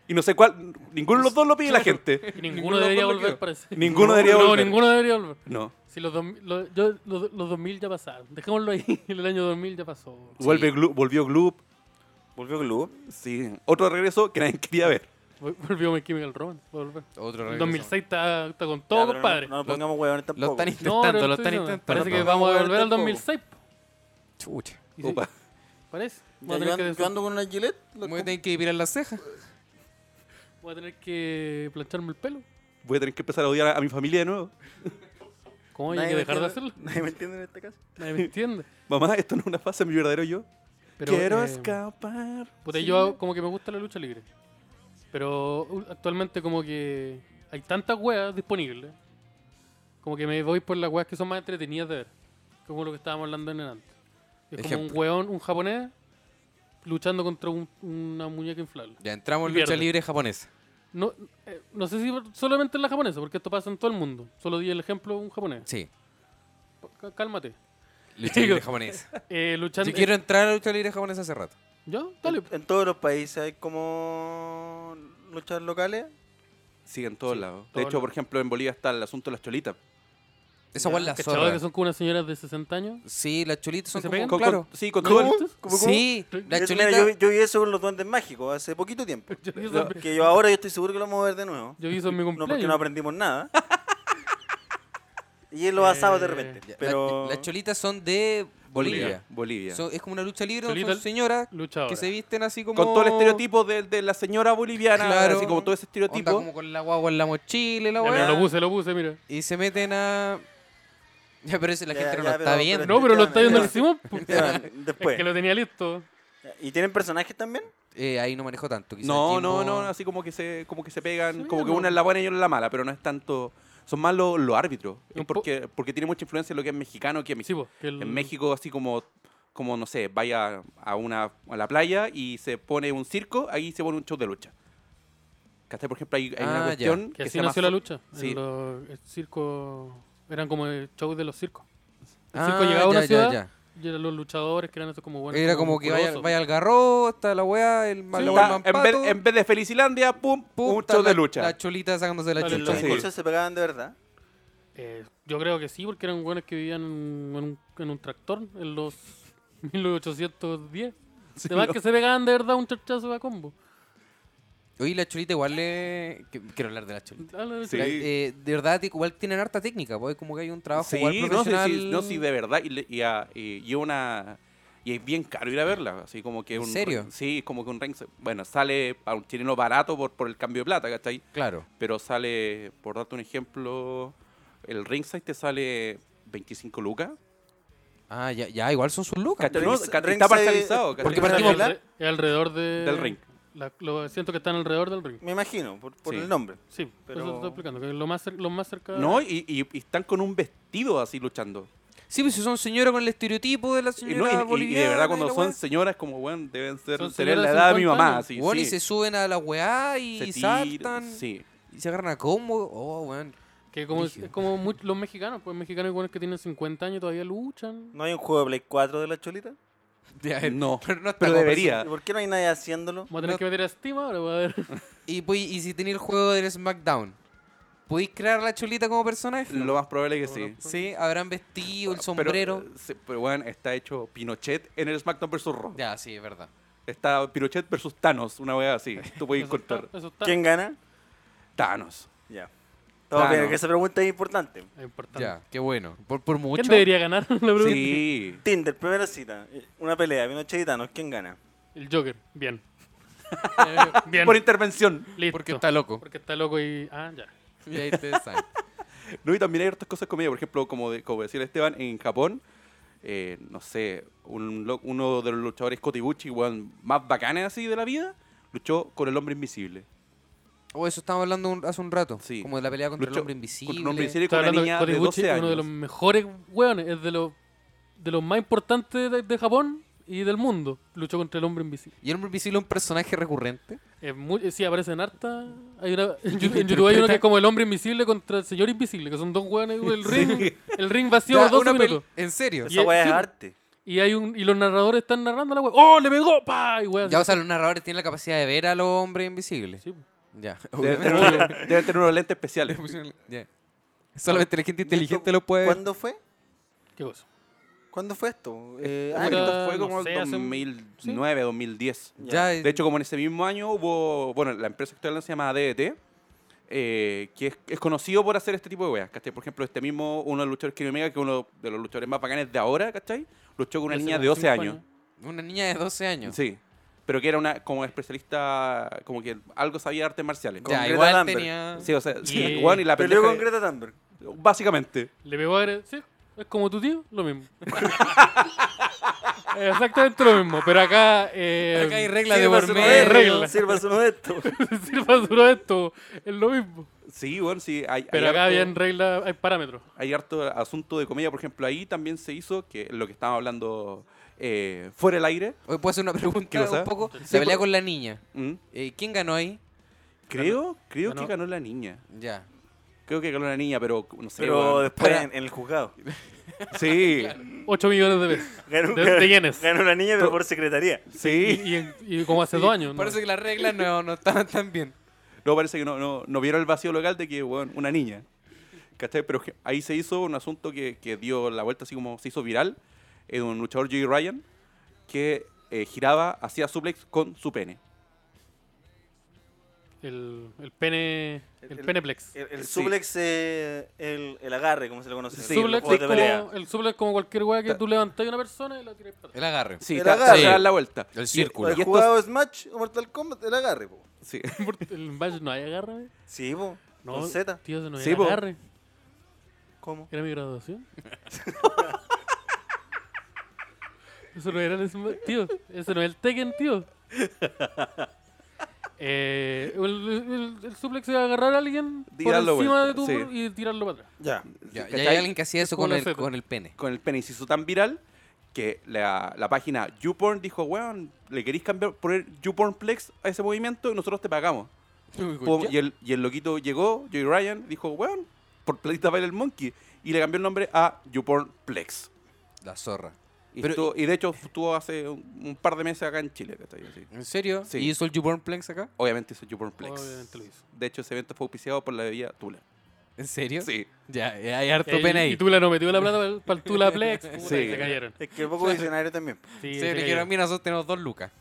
D: Y no sé cuál, ninguno de los dos lo pide la
B: Y
D: gente.
B: ninguno debería
D: dos lo
B: volver,
D: pide.
B: parece.
D: Ninguno debería
B: no,
D: volver.
B: ninguno debería volver.
D: No.
B: Si los, dos- los, yo- los, los 2000 ya pasaron. Dejémoslo ahí. El año 2000 ya pasó.
D: Vuelve Glu- volvió Gloop.
E: Volvió Club.
D: Sí. Otro regreso que nadie quería ver.
B: Vol- Volvió My Chemical Romance. va a volver.
C: Otro
B: El
C: regreso.
B: 2006 está, está con todo, compadre.
E: No, nos pongamos huevones
C: Lo
E: tampoco.
C: están
E: Los
C: intentando,
B: pero
C: lo
B: estoy
C: están
B: diciendo,
C: intentando.
B: Parece que
E: No,
B: vamos a
E: no,
B: volver al
E: tampoco.
B: 2006.
C: Chucha.
B: Y sí,
D: Opa.
B: Parece. Voy
E: yo,
B: a tener que
E: ando- yo
B: decir-
E: ando con una gilet.
C: Voy a tener que virar las cejas.
B: voy a tener que plancharme el pelo.
D: Voy a tener que empezar a odiar a, a mi familia de nuevo.
B: ¿Cómo hay que dejar de hacerlo?
E: Nadie me entiende en este esta casa.
B: Nadie me entiende.
D: Mamá, esto no es una fase, mi verdadero yo.
B: Pero,
D: Quiero
B: eh,
D: escapar.
B: puta,
D: Sí.
B: yo como que me gusta la lucha libre. Pero u- actualmente como que hay tantas weas disponibles. Como que me voy por las weas que son más entretenidas de ver. Como lo que estábamos hablando en el antes. Es como un
C: Ejemplo.
B: weón, un japonés, luchando contra un- una muñeca inflable.
C: Ya entramos en
B: Pierde.
C: lucha libre japonesa.
B: No, eh, no sé si solamente en la japonesa, porque esto pasa en todo el mundo. Solo di el ejemplo un japonés.
C: Sí.
B: Cá- Cálmate.
C: Lucha libre japonesa.
B: Eh, luchando.
C: Yo quiero entrar a la lucha libre japonesa hace rato.
B: ¿Yo? Dale. pues.
E: En, en todos los países hay como luchadores locales.
D: Sí, en todos lados. De
B: todos
D: hecho,
B: lados.
D: por ejemplo, en Bolivia está el asunto de las cholitas.
C: Esa guay es la
B: ¿Cachado que
C: zorra.
B: son como unas señoras de 60 años.
C: Sí, las cholitas son
B: ¿Se
C: como...
B: pegan?
D: Con-
C: claro.
D: con- sí, con
B: ¿Cómo?
D: todo el-
E: ¿Cómo, cómo?
C: Sí,
B: ¿Cómo?
C: las
E: Yo-
C: cholitas...
E: mira, yo, vi- yo vi eso con los duendes mágicos hace poquito tiempo.
B: Yo vi eso,
D: No.
E: Que yo ahora yo estoy seguro que lo vamos a ver de nuevo.
B: yo vi eso en mi
E: No porque no
B: cumpleaños.
E: aprendimos nada. y él lo asado de
B: Eh,
E: repente.
C: Ya, la-
E: Pero
C: Las cholitas son de... Bolivia.
D: Bolivia.
C: Son- es como una lucha libre,
B: Solita-
C: son señoras
B: Lucha
C: que se visten así como...
D: Con todo el estereotipo de, de la señora boliviana,
C: Claro.
D: así como todo ese
C: onda
D: estereotipo.
C: como con la guagua en la mochila y la weá.
B: lo puse, lo puse, mira.
C: Y se meten a... Ya, pero ese la
E: Ya,
C: gente no
E: ya,
C: lo
E: pero-
C: está
D: Pues,
C: viendo.
B: No, pero lo está viendo el
E: Ya.
B: Simón. po.
E: Esteban,
B: Es
E: Después.
B: que lo tenía listo.
E: ¿Y tienen personajes también?
C: Eh, ahí no manejo tanto. quizás
D: No,
C: Jimbo-
D: no, no, así como que se, como que se pegan,
B: Sí,
D: como que
B: no.
D: una es la buena y otra es la mala, pero no es tanto. Son más los, los árbitros,
B: Y un po-
D: porque, porque tiene mucha influencia lo que es mexicano, que en,
B: Sí, po, que el-
D: en México así como, como no sé, vaya a una a la playa y se pone un circo, ahí se pone un show de lucha. ¿Cachai? Por ejemplo, hay, hay
C: Ah, ya.
D: una cuestión
B: Que
D: se
B: así
D: llama
B: nació la
D: so-
B: lucha.
D: Sí.
B: En los- el circo. Eran como el show de los circos. El
C: Ah,
B: circo llegaba a
C: ya,
B: una
C: ya,
B: ciudad
C: ya.
B: y eran los luchadores que eran estos como buenos.
C: Era como que vaya,
B: musculosos.
C: vaya al garro, está la weá, el mal
D: Está-
C: la weá, el
D: en, vez,
C: mampato,
D: en vez de Felicilandia, pum,
C: pum,
D: un
C: está
D: show de
C: la-
D: lucha.
C: La cholita sacándose la
B: Dale,
C: chucha.
E: ¿Los
D: Sí.
E: concursos se pegaban de verdad?
B: Eh, yo creo que sí, porque eran buenos que vivían en un, en un tractor en los 1810. Además que se pegaban de verdad un chachazo a combo.
C: Oye, la cholita igual le... que- Quiero hablar de la cholita.
B: Habla de
D: Sí.
C: La- eh, de verdad, ti- igual tienen harta técnica, porque como que hay un trabajo
D: Sí,
C: igual
D: no, sí,
C: profesional.
D: sí, no, sí, de verdad. Y, le- y, a- y- y una. Y es bien caro ir a verla. Así como que
C: ¿En
D: un.
C: serio?
D: Sí, como que un ring. se- Bueno, sale a un chileno barato por, por el cambio de plata, ¿cachai?
C: Claro.
D: Pero sale, por darte un ejemplo, el ringside te sale 25 lucas.
C: Ah, ya, ya igual son sus lucas.
D: ¿Cachai? No,
E: Ringside-
D: ca-
E: ringside-
D: está parcializado, ¿cachai?
C: porque
B: Está
C: partimos-
B: alre- es alrededor de-
D: Del ring.
B: la- lo siento que están alrededor del ring.
E: Me imagino, por, por
D: Sí.
E: el nombre.
B: Sí,
E: Pero-
B: eso te estoy explicando. Que lo más, cer- lo más cerca.
D: No,
C: Ah.
D: y, y- y están con un vestido así luchando.
C: Sí, pues si son señoras con el estereotipo de la
D: Y,
C: señora
D: no, y- y- y
C: boliviana
D: de
C: y
D: verdad, cuando
C: la
D: son
C: weá.
D: señoras, como, bueno, deben ser
B: Son
D: tener la
B: señoras de
D: edad de mi
B: 50
D: mamá.
B: años.
D: Así,
C: Weón, y
D: sí.
C: se suben a la weá y
D: Se tira-
C: saltan
D: Sí.
C: y se agarran a combo. Oh, weón.
B: Que como,
C: Rígido.
B: es como muy- los mexicanos, pues mexicanos igual que tienen 50 años todavía luchan.
E: ¿No hay un juego de Play 4 de la cholita?
D: No,
C: pero no está
D: pero
C: como
D: debería.
E: ¿Y por qué no hay nadie haciéndolo?
B: Vamos a tener
C: No.
B: que meter a Steam ahora para ver.
C: Y, pues, y si tenéis el juego del SmackDown, ¿podéis crear la cholita como personaje?
D: Lo más probable es que sí.
C: Sí, habrán vestido, el
D: Pero,
C: sombrero.
D: eh, sí, pero, bueno, está hecho Pinochet en el SmackDown vs. Raw.
C: Ya, sí, es verdad.
D: Está Pinochet versus Thanos, una wea así. Tú puedes
B: Eso está-
D: encontrar
B: Eso está.
E: ¿Quién gana?
D: Thanos.
E: Ya. Estamos
D: Ah,
E: bien,
D: no.
E: que esa pregunta es importante.
B: Es importante.
C: Ya, qué bueno. Por, por mucho.
B: ¿Quién debería ganar? La pregunta.
D: Sí.
E: Tinder, primera cita. eh, Una pelea, Pinochet y Thanos, ¿quién gana?
B: El Joker. Bien. Eh, bien.
D: Por intervención.
B: Listo.
C: Porque está loco.
B: Porque está loco y. Ah, ya.
C: Y ahí ustedes saben.
D: No, y también hay otras cosas conmigo. Por ejemplo, como, de, como decía el Esteban, en Japón, eh, no sé, un lo- uno de los luchadores Kotibuchi, weón, más bacanes así de la vida, luchó con el hombre invisible.
C: Oh, eso estábamos hablando un- hace un rato.
D: Sí.
C: Como de la pelea contra el
D: Luchó
C: hombre invisible.
D: Contra un hombre invisible y
B: Está
D: con una
B: hablando de
D: niña de
B: Horiguchi,
D: 12 años.
B: uno de los mejores hueones. Es de los, de los más importantes de, de Japón y del mundo. Luchó contra el hombre invisible.
C: Y el hombre invisible es un personaje recurrente.
B: Es muy- sí, aparece en harta. Hay una- en, Yu- en YouTube hay uno que es como el hombre invisible contra el señor invisible, que son dos hueones. El ring, el ring vacío
C: Ya,
B: por 12
C: una peli-
B: minutos.
C: En serio.
E: Esa
B: eh,
E: weá
B: sí,
E: es
B: po.
E: arte.
B: Y hay un y los narradores están narrando la wea. ¡Oh, le pegó! ¡Pa! Y wea,
C: Ya, o sea, los narradores tienen la capacidad de ver a los hombres invisibles.
B: sí.
C: Ya.
D: Deben tener, unos- deben tener unos lentes especiales.
C: Ya. Solamente la gente inteligente lo puede ver.
E: ¿Cuándo fue?
B: ¿Qué cosa?
E: ¿Cuándo fue esto? Eh,
D: Fue-
E: ah,
B: Puta,
D: fue
B: no
D: como el
B: sé, hace un-
D: 2009, 2010.
C: Ya,
D: De hecho, como en ese mismo año hubo, bueno, la empresa actual se llama DDT, eh, que es, es conocido por hacer este tipo de weas, ¿cachai? Por ejemplo, este mismo, uno de los luchadores Kenny Omega, que es uno de los luchadores más bacanes de ahora, ¿cachai? Luchó con una
B: Hace
D: niña de
B: como
D: 12
B: cinco
D: años.
C: una niña de 12 años.
D: Sí. Pero que era una como especialista, como que algo sabía de artes marciales.
C: Ya,
E: Greta
C: igual
E: Thunberg.
C: tenía.
D: Sí, o sea, sí,
B: Yeah.
D: weón, y la
E: Peleó
D: pendeja-
E: con Greta Thunberg.
D: Básicamente.
B: Le pegó a Gre- Sí, es como tu tío, lo mismo. Exactamente lo mismo, pero acá. eh,
C: Acá hay reglas de
E: Sirva
C: por
E: su
B: medio.
C: medio.
B: regla.
E: modesto, Sirva su modesto.
B: Sirva duro esto, es lo mismo.
D: Sí, bueno, sí. Hay,
B: Pero
D: hay
B: acá
D: harto-
B: habían reglas, hay parámetros.
D: hay harto asunto de comedia. Por ejemplo, ahí también se hizo que lo que estábamos hablando eh, fuera del aire.
C: Hoy puedo hacer una
D: ¿Qué
C: pregunta
D: cosa?
C: un poco.
D: Sí,
C: La pelea
D: por-
C: con la niña.
D: ¿Mm?
C: Eh, ¿Quién ganó ahí?
D: Creo, creo
B: ganó-
D: que ganó la niña.
C: Ya.
D: Creo que ganó la niña, pero no sé.
E: Pero
D: weón.
E: después
C: Para-
E: en, en el juzgado.
D: Sí,
B: 8 millones de pesos.
E: Ganó,
B: De- de yenes.
E: ganó una niña, pero por secretaría.
D: sí.
B: Y, en- y como hace dos años. ¿no?
C: Parece que las reglas no, no estaban tan bien.
D: No, parece que no, no, no vieron el vacío local de que, weón, una niña. ¿Cachai? Pero que ahí se hizo un asunto que, que dio la vuelta, así como se hizo viral, en un luchador, Joey Ryan, que eh, giraba, hacía suplex con su pene.
B: el, el pene. El,
E: El- el-
B: peneplex.
E: El, el
D: Sí.
E: suplex, eh, el, el agarre, como se lo conoce.
D: Sí,
E: en los
B: suplex
E: juegos
B: es
E: de
B: como,
E: pelea.
B: el suplex es como cualquier weá que
D: Ta-
B: tú levantas a una persona y la tiras para atrás.
C: El agarre.
D: Sí,
E: El
D: te,
E: agarre.
D: te dan la vuelta.
C: El
D: Y-
C: círculo.
D: y
E: ¿Has
D: esto
E: jugado Smash o Mortal Kombat? El agarre, po.
D: es- sí.
B: El match no hay agarre.
E: Sí, po.
B: No,
E: Con Z.
B: Tío, eso no
D: Sí,
B: era
D: po.
B: agarre.
E: ¿Cómo?
B: Era mi graduación. eso no era el Sma- tío. Eso no es el Tekken, tío. Eh, el, el- el suplex es agarrar a alguien
D: Y
B: por
D: darlo
B: encima de
D: vuelta,
B: tu
D: sí.
B: y tirarlo para atrás.
E: Ya.
C: Ya, ya
D: ¿Cachai?
C: hay alguien que hacía eso
B: como
C: con
B: la
C: el,
B: Z.
C: con el pene.
D: Con el pene se hizo tan viral que la, la página YouPorn dijo, weón, ¿le queréis cambiar, poner YouPornplex a ese movimiento y nosotros te pagamos? Pum, y, el, y el loquito llegó, Joey Ryan, dijo, weón, por platita baila el monkey. Y le cambió el nombre a YouPornplex.
C: La zorra.
D: Y,
C: Pero-
D: estuvo- y de hecho estuvo hace un, un par de meses acá en Chile. ¿cachai? Así.
C: ¿En serio?
D: Sí.
C: ¿Y hizo el Juborn Planks acá?
D: Obviamente hizo YouPornplex.
B: Obviamente lo hizo.
D: De hecho, ese evento fue auspiciado por la bebida Tula.
C: ¿En serio?
D: Sí.
C: Ya, eh, hay harto
B: Y ahí-
C: pene ahí.
B: Y tú la no metió la plata para el- para el Tulaplex. puta,
D: Sí.
B: y Se cayeron.
E: Es que el poco diccionario también. po.
B: Sí,
C: Sí,
B: se
C: le dijeron,
B: cayeron.
C: mira, nosotros tenemos dos lucas.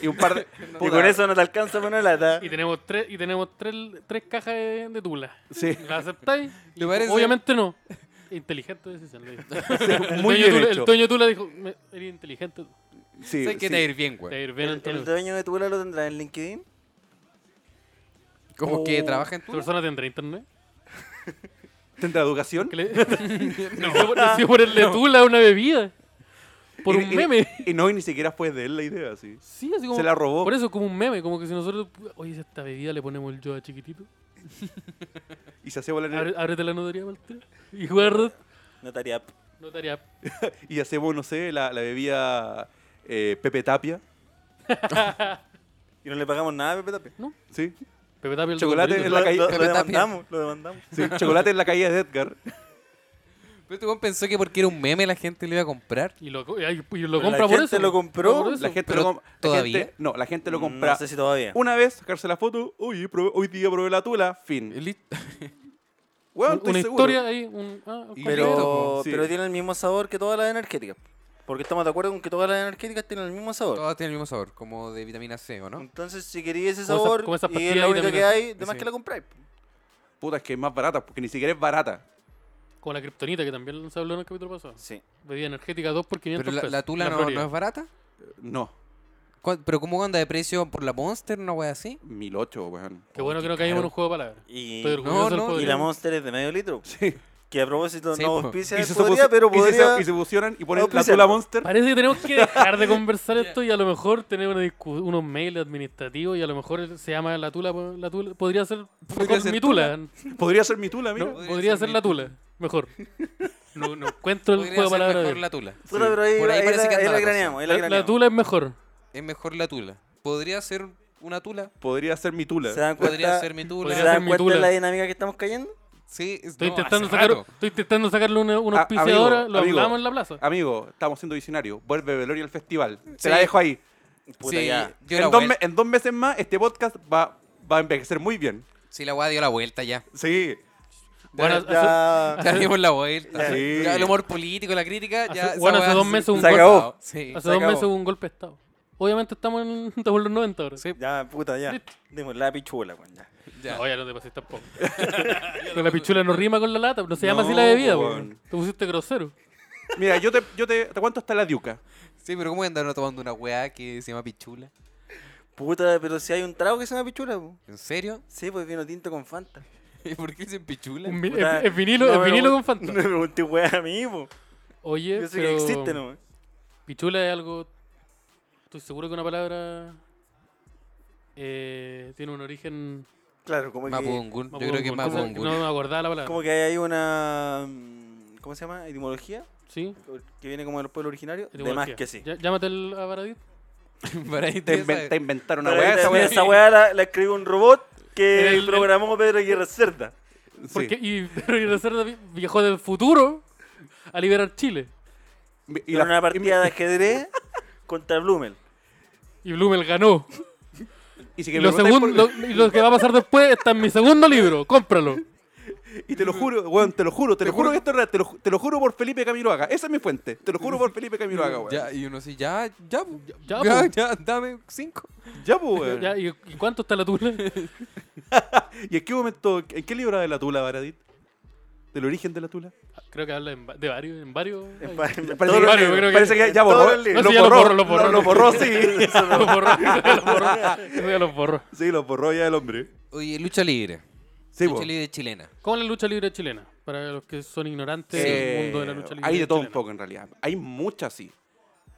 D: Y un par de...
E: Y con eso no te alcanza para una lata.
B: Y tenemos tres, y tenemos tres, tres cajas de, de tula.
D: Sí.
B: ¿La aceptáis?
C: ¿Le parece?
B: Obviamente no. Inteligente decisión. le dijo. El
D: Muy
B: dueño
D: bien
B: tula-
D: hecho.
B: El dueño tula dijo, "Me- eres inteligente. tú.
D: Sí,
C: Sé que
D: sí.
C: te va a ir bien,
B: Te va a
C: güey.
B: ir bien,
E: ¿El, el
B: Antonio.
E: dueño de tu bola lo tendrá en LinkedIn?
C: Como que
B: Oh.
C: trabaja en
B: ¿Tu
C: tu...
B: persona tendrá internet?
D: ¿Tendrá educación?
B: ¿Qué le... Decidió- decidió ponerle tula a una bebida. Por
D: Y-
B: un
D: y-
B: meme.
D: Y, no, y ni siquiera fue de él la idea, sí.
B: Sí, así como...
D: Se la robó.
B: Por eso, como un meme. Como que si nosotros... Oye, si a esta bebida le ponemos el yo a chiquitito.
D: Y se hace volar en el-
B: abre- Ábrete la notaría, Martín. Y guarda.
E: Notaría.
B: Notaría.
D: Y hacemos, no sé, la, la bebida eh, Pepe Tapia.
E: Y no le pagamos nada a Pepe Tapia.
D: Sí.
B: Pepe Tapia el
D: Chocolate
B: Don Dorito.
D: en la
E: Lo,
D: calle-
E: lo- lo
C: Pepe Tapia.
E: demandamos, lo demandamos.
D: Sí, chocolate en la caída de Edgar.
C: Pero este güey pensó que porque era un meme la gente lo iba a comprar.
B: Y lo, co- y ahí- y lo
E: Pero
B: compra
E: la
B: por
E: gente
B: eso.
E: lo compró.
B: Compra por eso.
D: La gente
C: pero
D: lo comp- la
C: ¿todavía?
D: gente- no, la gente lo compra
E: Mm, No sé si todavía.
D: una vez, sacarse la foto. Uy, probé- hoy día probé la tula. Fin.
C: Li-
D: Weón,
B: una
D: ah, estoy seguro.
B: historia ahí. Un, ah,
D: Y-
C: completo,
E: Pero,
D: po. Sí.
E: pero tiene el mismo sabor que todas las energéticas. Porque estamos de acuerdo con que todas las energéticas tienen el mismo sabor.
C: Todas tienen el mismo sabor, como de vitamina C, ¿o no?
E: Entonces, si queréis ese
B: Como esa-
E: sabor
B: como esa
E: y es
B: pastilla
E: la
B: de
E: única que
B: vitamina C.
E: hay, demás
C: Sí.
E: que la compráis. po.
D: Puta, es que es más barata, porque ni siquiera es barata.
B: Como la kriptonita que también se habló en el capítulo pasado.
E: Sí.
B: Bebida energética 2 por 500
C: Pero la,
B: pesos.
C: la tula no,
B: Florida.
C: no es barata.
D: No,
C: ¿Cuál- ¿Pero cómo anda de precio por la Monster, una wea así?
D: 1008, weón.
B: Qué bueno que no caímos en un juego de palabras.
E: Y,
B: Estoy orgulloso del
C: no,
E: y
B: poder.
E: la Monster es de medio litro.
D: Sí.
E: Que a propósito
C: Sí,
E: no
C: po.
E: auspicia
D: se
E: podría,
D: supos-
E: pero
D: y se-
E: podría.
D: y se fusionan y ponen la
E: auspiciar.
D: tula Monster.
B: Parece que tenemos que dejar de conversar esto y a lo mejor tener una discu- unos mails administrativos y a lo mejor el- se llama la tula, po- la tula- podría ser mejor
D: ser
B: mi tula, ¿no?
D: Podría ser mi tula, mira.
B: podría, ser la tula, mejor. No, no encuentro el
C: Podría
B: juego de
C: ser
B: palabras.
C: mejor
B: bien.
C: la tula.
E: Puta, pero ahí,
C: Por ahí
E: ahí
C: parece
E: la-
C: que
E: ahí
C: anda
E: la
C: la cosa.
E: graneamos, ahí la
B: La- la
E: graneamos.
B: tula es mejor.
C: Es mejor la tula. ¿Podría ser una tula?
D: Podría ser mi tula.
E: ¿Se dan cuenta,
C: ¿Podría ser mi
E: ¿se
C: tula?
B: Podría ser
E: dan
B: mi
E: cuenta
B: tula.
E: de la dinámica que estamos cayendo?
C: Sí, es-
B: Estoy,
C: no,
B: intentando
C: hace
B: sacar,
C: rato.
B: estoy intentando sacarle una, una
D: Ah,
B: auspiciadora,
D: amigo,
B: lo
D: amigo. Ah,
B: hablamos en la plaza.
D: Amigo, estamos siendo visionarios. Vuelve Velorio al festival.
C: Sí.
D: Te la dejo ahí.
E: Puta,
C: Sí,
E: ya.
C: dio la
D: En dos,
C: vuelta.
D: me- en dos meses más, este podcast va, va a envejecer muy bien.
C: Sí, la weá dio la vuelta ya.
D: Sí.
B: Bueno,
E: Ya- ya-
C: Ya dimos la vuelta.
D: Sí.
C: Ya el humor político, la crítica, ya.
B: Hace-
C: esa
B: bueno, hace
C: weá
B: dos
C: se-
B: meses un
E: Se acabó.
C: cortado. Sí.
B: Hace
E: se
B: dos meses
E: acabó.
B: hubo un golpe de Estado. Obviamente estamos en, estamos en los 90 ahora.
C: Sí.
E: Ya, puta, ya. Dimos la pichula, weón. ya.
C: Ya.
B: No, ya no te pases tampoco. Pero la pichula no rima con la lata, no se llama así la
D: No,
B: bebida,
D: po,
B: po.
D: weón.
B: Te pusiste grosero.
D: Mira, yo te, yo te, te cuento hasta la diuca.
C: Sí, pero ¿cómo andaron tomando una weá que se llama pichula?
E: Puta, pero si hay un trago que se llama pichula, po.
C: ¿En serio?
E: Sí, pues vino tinto con Fanta.
C: ¿Y por qué dicen pichula?
B: Un vi-
E: Puta,
B: es, es vinilo,
E: no
B: es
E: me
B: vinilo
E: pregun-
B: con Fanta.
E: No me pregunté, weón, a mí, po.
B: Oye,
E: Yo sé
B: pero
E: que existe, ¿no?
B: pichula es algo... Estoy seguro que una palabra eh, tiene un origen...
E: Claro, como que,
C: Mapudungun. Yo creo que es
B: mapudungun. No
C: Mapudungun.
B: me acordaba la palabra.
E: como que hay ahí una. mm, ¿Cómo se llama? Etimología.
B: Sí.
E: Que viene como de los pueblos originarios. De más que sí.
B: Ya- Llámate al, a Baradit.
C: Para ahí
D: Te,
C: te
D: inven-
C: sabe.
D: te inventaron
E: Pero
D: una weá.
E: esa
D: Esa
E: weá,
D: weá.
E: esa weá la, la escribió un robot que
B: El- el-
E: programó Pedro Aguirre Cerda.
D: Sí.
B: Porque, y, pero y la cerda vi- viajó del futuro a liberar Chile.
D: Y
E: En
D: la-
E: una partida de ajedrez contra Blumel.
B: Y Blumel ganó.
D: y si
B: Y
D: que me
B: lo,
D: preguntáis
B: segun- lo- y lo que va a pasar después está en mi segundo libro. Cómpralo.
D: por- Y te lo juro, weón, te lo juro, te, lo juro que esto es real, te lo, ju- te lo juro por Felipe Camiloaga. Esa es mi fuente. Te lo juro por Felipe Camiloaga, weón. pues.
C: Ya, y uno así, ya, ya,
B: ya,
C: ya, ya,
B: po.
C: dame cinco.
D: Ya, pues, weón.
B: Ya, ¿y, y cuánto está la tula?
D: ¿Y en qué momento, en qué libro habla de la tula, Baradit? ¿Del origen de la tula?
B: Creo que habla en va- de varios, en varios.
E: En
B: ay,
E: pa- en
D: Parece,
B: Todo
D: que,
B: el libro, creo que-
D: parece que ya
E: todo
D: borró.
E: el libro.
B: No, sí, ya lo borró, lo borró.
D: Lo, borró, sí.
B: Lo borró, lo borró, eso ya lo borró.
D: Sí, lo borró ya el hombre.
C: Oye, lucha libre.
D: Sí, pues.
C: lucha
D: po.
C: libre chilena.
B: ¿Cómo es la lucha libre chilena? Para los que son ignorantes
D: Eh,
B: del mundo de la lucha libre.
D: Hay de todo un
B: chilena.
D: poco en realidad. Hay muchas, sí.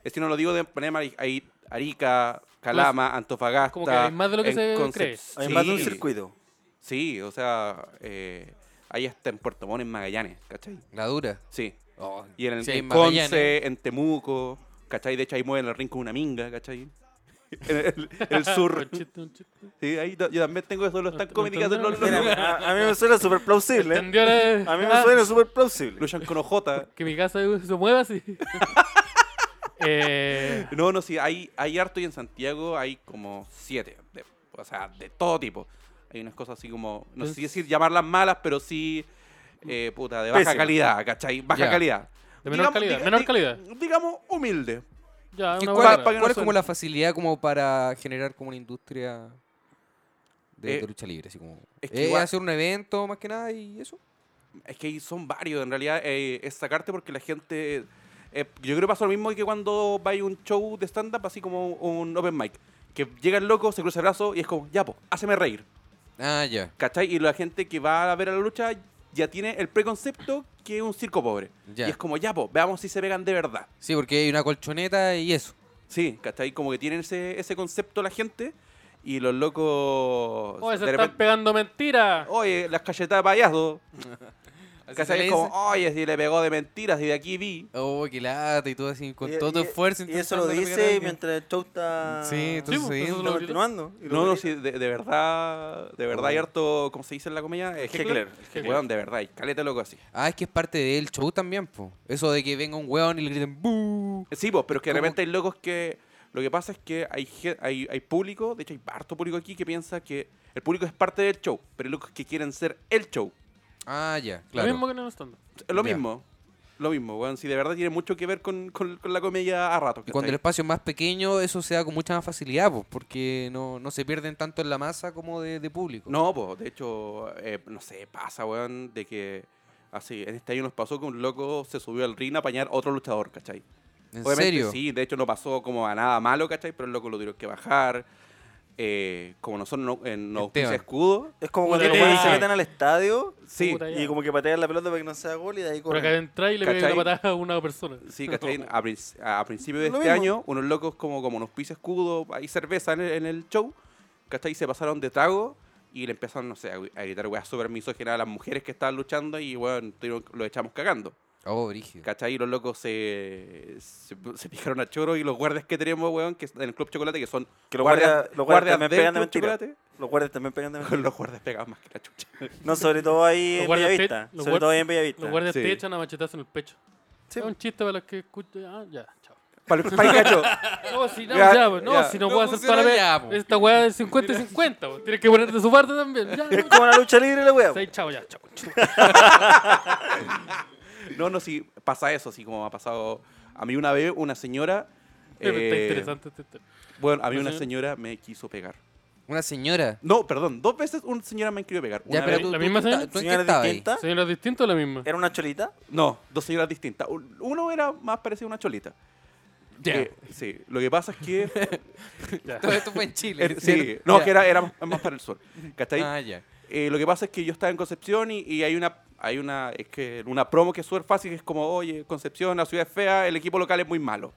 D: Es que no lo digo de manera mari- hay Arica, Calama, Antofagasta.
B: como que hay más de lo que
D: en
B: se
D: Concep-
B: cree.
E: Hay más de un
D: Sí.
E: circuito.
D: Sí, o sea, eh, hay hasta en Puerto Montt, en Magallanes, ¿cachai?
C: La dura.
D: Sí.
C: Oh,
D: Y en, el
C: sí,
D: en
C: en Magallanes.
D: Conce, en Temuco, ¿cachai? De hecho, ahí mueven el rincón una minga, ¿cachai? En el, en el sur.
B: Un chiste, un chiste.
D: Sí, ahí do- yo también tengo eso, los tan
B: No
D: comedy que hacen los
B: entendemos.
D: locos.
E: Mira, a, a mí me suena súper plausible. ¿eh?
B: Entendió la-
E: A mí
B: Ah,
E: me suena súper plausible.
D: Luchan con OJ.
B: Que mi casa se mueva así. eh,
D: No, no, sí, hay, hay harto y en Santiago hay como siete. de- o sea, de todo tipo. Hay unas cosas así como, no sé si decir llamarlas malas, pero sí, eh, puta, de baja
E: Pésimas.
D: calidad, ¿cachai? Baja
C: Ya.
D: calidad.
B: De menor calidad, menor calidad.
D: Digamos humilde.
B: ya,
C: ¿Qué-
B: una
C: ¿Cuál,
B: buena.
D: para que no
C: cuál es como
D: suene?
C: la facilidad como para generar como una industria de,
D: Eh,
C: de lucha libre? Así como,
D: es que
C: eh,
D: igual-
C: hacer un evento más que nada y eso.
D: Es que ahí son varios, en realidad eh, es sacarte porque la gente... eh, yo creo que pasa lo mismo que cuando va a un show de stand-up, así como un open mic. Que llega el loco, se cruza el brazo y es como, ya, po, háceme reír.
C: Ah, ya.
D: ¿Cachai? Y la gente que va a ver a la lucha ya tiene el preconcepto que es un circo pobre.
C: Ya.
D: Y es como, ya, po, veamos si se pegan de verdad.
C: Sí, porque hay una colchoneta y eso.
D: Sí, ¿cachai? Como que tienen ese, ese concepto la gente y los locos...
E: Oh,
B: Oye, se
D: de
B: están
D: repente-
B: Oh,
D: Oh,
B: pegando mentiras.
D: Oye, las cachetadas de payaso.
C: se
D: ¿Cachai?
C: le
D: Es como, oye, si le pegó de mentiras y de aquí vi.
C: Oh, qué lata y todo así, con
E: Y-
C: todo tu
E: y-
C: esfuerzo.
E: Y eso lo
C: intentando pegar a
E: dice
C: alguien.
E: mientras el show está,
C: Sí,
E: está
C: entonces
B: pues, eso
C: sí,
B: es lo-
E: continuando. y lo
D: No, no,
E: grita.
D: sí, de, de verdad, de verdad hay harto, ¿cómo se dice en la comedia? Eh,
E: Heckler.
B: Heckler.
D: Weón, de verdad, y caleta loco así.
C: Ah, es que es parte del show también, po. Eso de que venga un weón y le griten ¡Bú!
D: Sí, pues, pero es que de
C: ¿Cómo?
D: repente hay locos que. Lo que pasa es que hay, ge- hay, hay público, de hecho hay harto público aquí que piensa que el público es parte del show, pero hay locos que quieren ser el show.
C: Ah, ya,
B: Lo mismo
C: claro.
B: que no están.
D: Es lo
C: Ya.
D: mismo, lo mismo, weón. Si de verdad tiene mucho que ver con, con- con la comedia a rato.
C: Y cuando el
D: ¿cachai?
C: espacio es más pequeño, eso se da con mucha más facilidad, po, porque no, no se pierden tanto en la masa como de, de público.
D: No, pues, de hecho, eh, no sé, pasa, weón, de que. Así, en este año nos pasó que un loco se subió al ring a apañar otro luchador, ¿cachai?
C: ¿En
D: Obviamente,
C: serio?
D: sí, de hecho no pasó como a nada malo, ¿cachai? Pero el loco lo tuvieron que bajar. Eh, como nosotros no, en, no auspicia
C: Esteban.
D: escudo.
E: Es como
B: Puta,
E: cuando los
B: ya.
E: güeyes se meten al estadio
D: Sí,
B: Puta, ya.
E: y como que patean la pelota para que no sea gol y de ahí
B: Por
E: corren.
B: acá entra y le pega
D: ¿Cachai?
B: una patada a una persona.
D: Sí, ¿cachai? A, princ- a principios de
E: Lo
D: este
E: mismo.
D: año, unos locos como, como nos pisa escudo, hay cerveza en el, en el show, ¿cachai? Se pasaron de trago y le empezaron, no sé, a gri- a gritar weas súper misóginas a las mujeres que estaban luchando y, bueno, tuvieron- los echamos cagando,
C: Oh, brígido.
D: ¿cachai? Y los locos se, se, se picaron a choro y los guardias que tenemos, weón, que en el Club Chocolate, que son
E: Que los guardias, los guardias también pegan de
D: Club
E: mentira. Los guardias también pegan de mentira.
D: Chocolate, los guardias pegaban más que la chucha.
E: No, sobre todo ahí
B: Los
E: en
B: guardias te-
E: Bellavista.
B: los
E: Sobre
B: guar-
E: todo ahí en Bellavista.
B: Los guardias
D: Sí.
B: te echan a machetazo en el pecho.
E: Sí.
B: Es un chiste para los que escuchan. Ah, ya, chao.
D: Para el para el cacho.
B: No, si no,
D: Ya,
B: ya, pues, no,
D: ya.
B: si no,
C: No
B: puedo hacer
C: funciona
B: toda la vez.
C: ya, po.
B: Esta weá es 50 y 50, pues. Tienes que ponerte de su parte también. Ya,
E: Es
B: no,
E: como la lucha libre, la wea.
B: Seis, chao, ya, chao.
D: No, no, sí, pasa eso, así como ha pasado. A mí una vez una señora.
B: Está
D: eh,
B: interesante este tema.
D: Bueno, a mí
B: Una
D: una señora me quiso pegar.
C: Una señora.
D: No, perdón, dos veces una señora me han querido pegar.
C: Ya,
D: Una
C: pero
D: vez-
C: tú,
B: ¿La
C: tú-
B: misma
C: tú-
B: señora?
C: tú en qué
E: ¿Señora
C: estabas ahí?
E: distinta?
B: ¿Señora distinta o la misma?
E: ¿Era una cholita?
D: No, dos señoras distintas. Un- Uno era más parecido a una cholita.
C: Ya.
D: Eh, sí, lo que pasa es que.
B: Ya.
C: Todo esto fue en Chile.
D: er- sí, no,
C: Ya.
D: que era, era más- más para el sur. ¿Cachai?
C: Ah, ya.
D: Eh, lo que pasa es que yo estaba en Concepción y, y hay una hay una es que una promo que es súper fácil que es como oye Concepción la ciudad es fea el equipo local es muy malo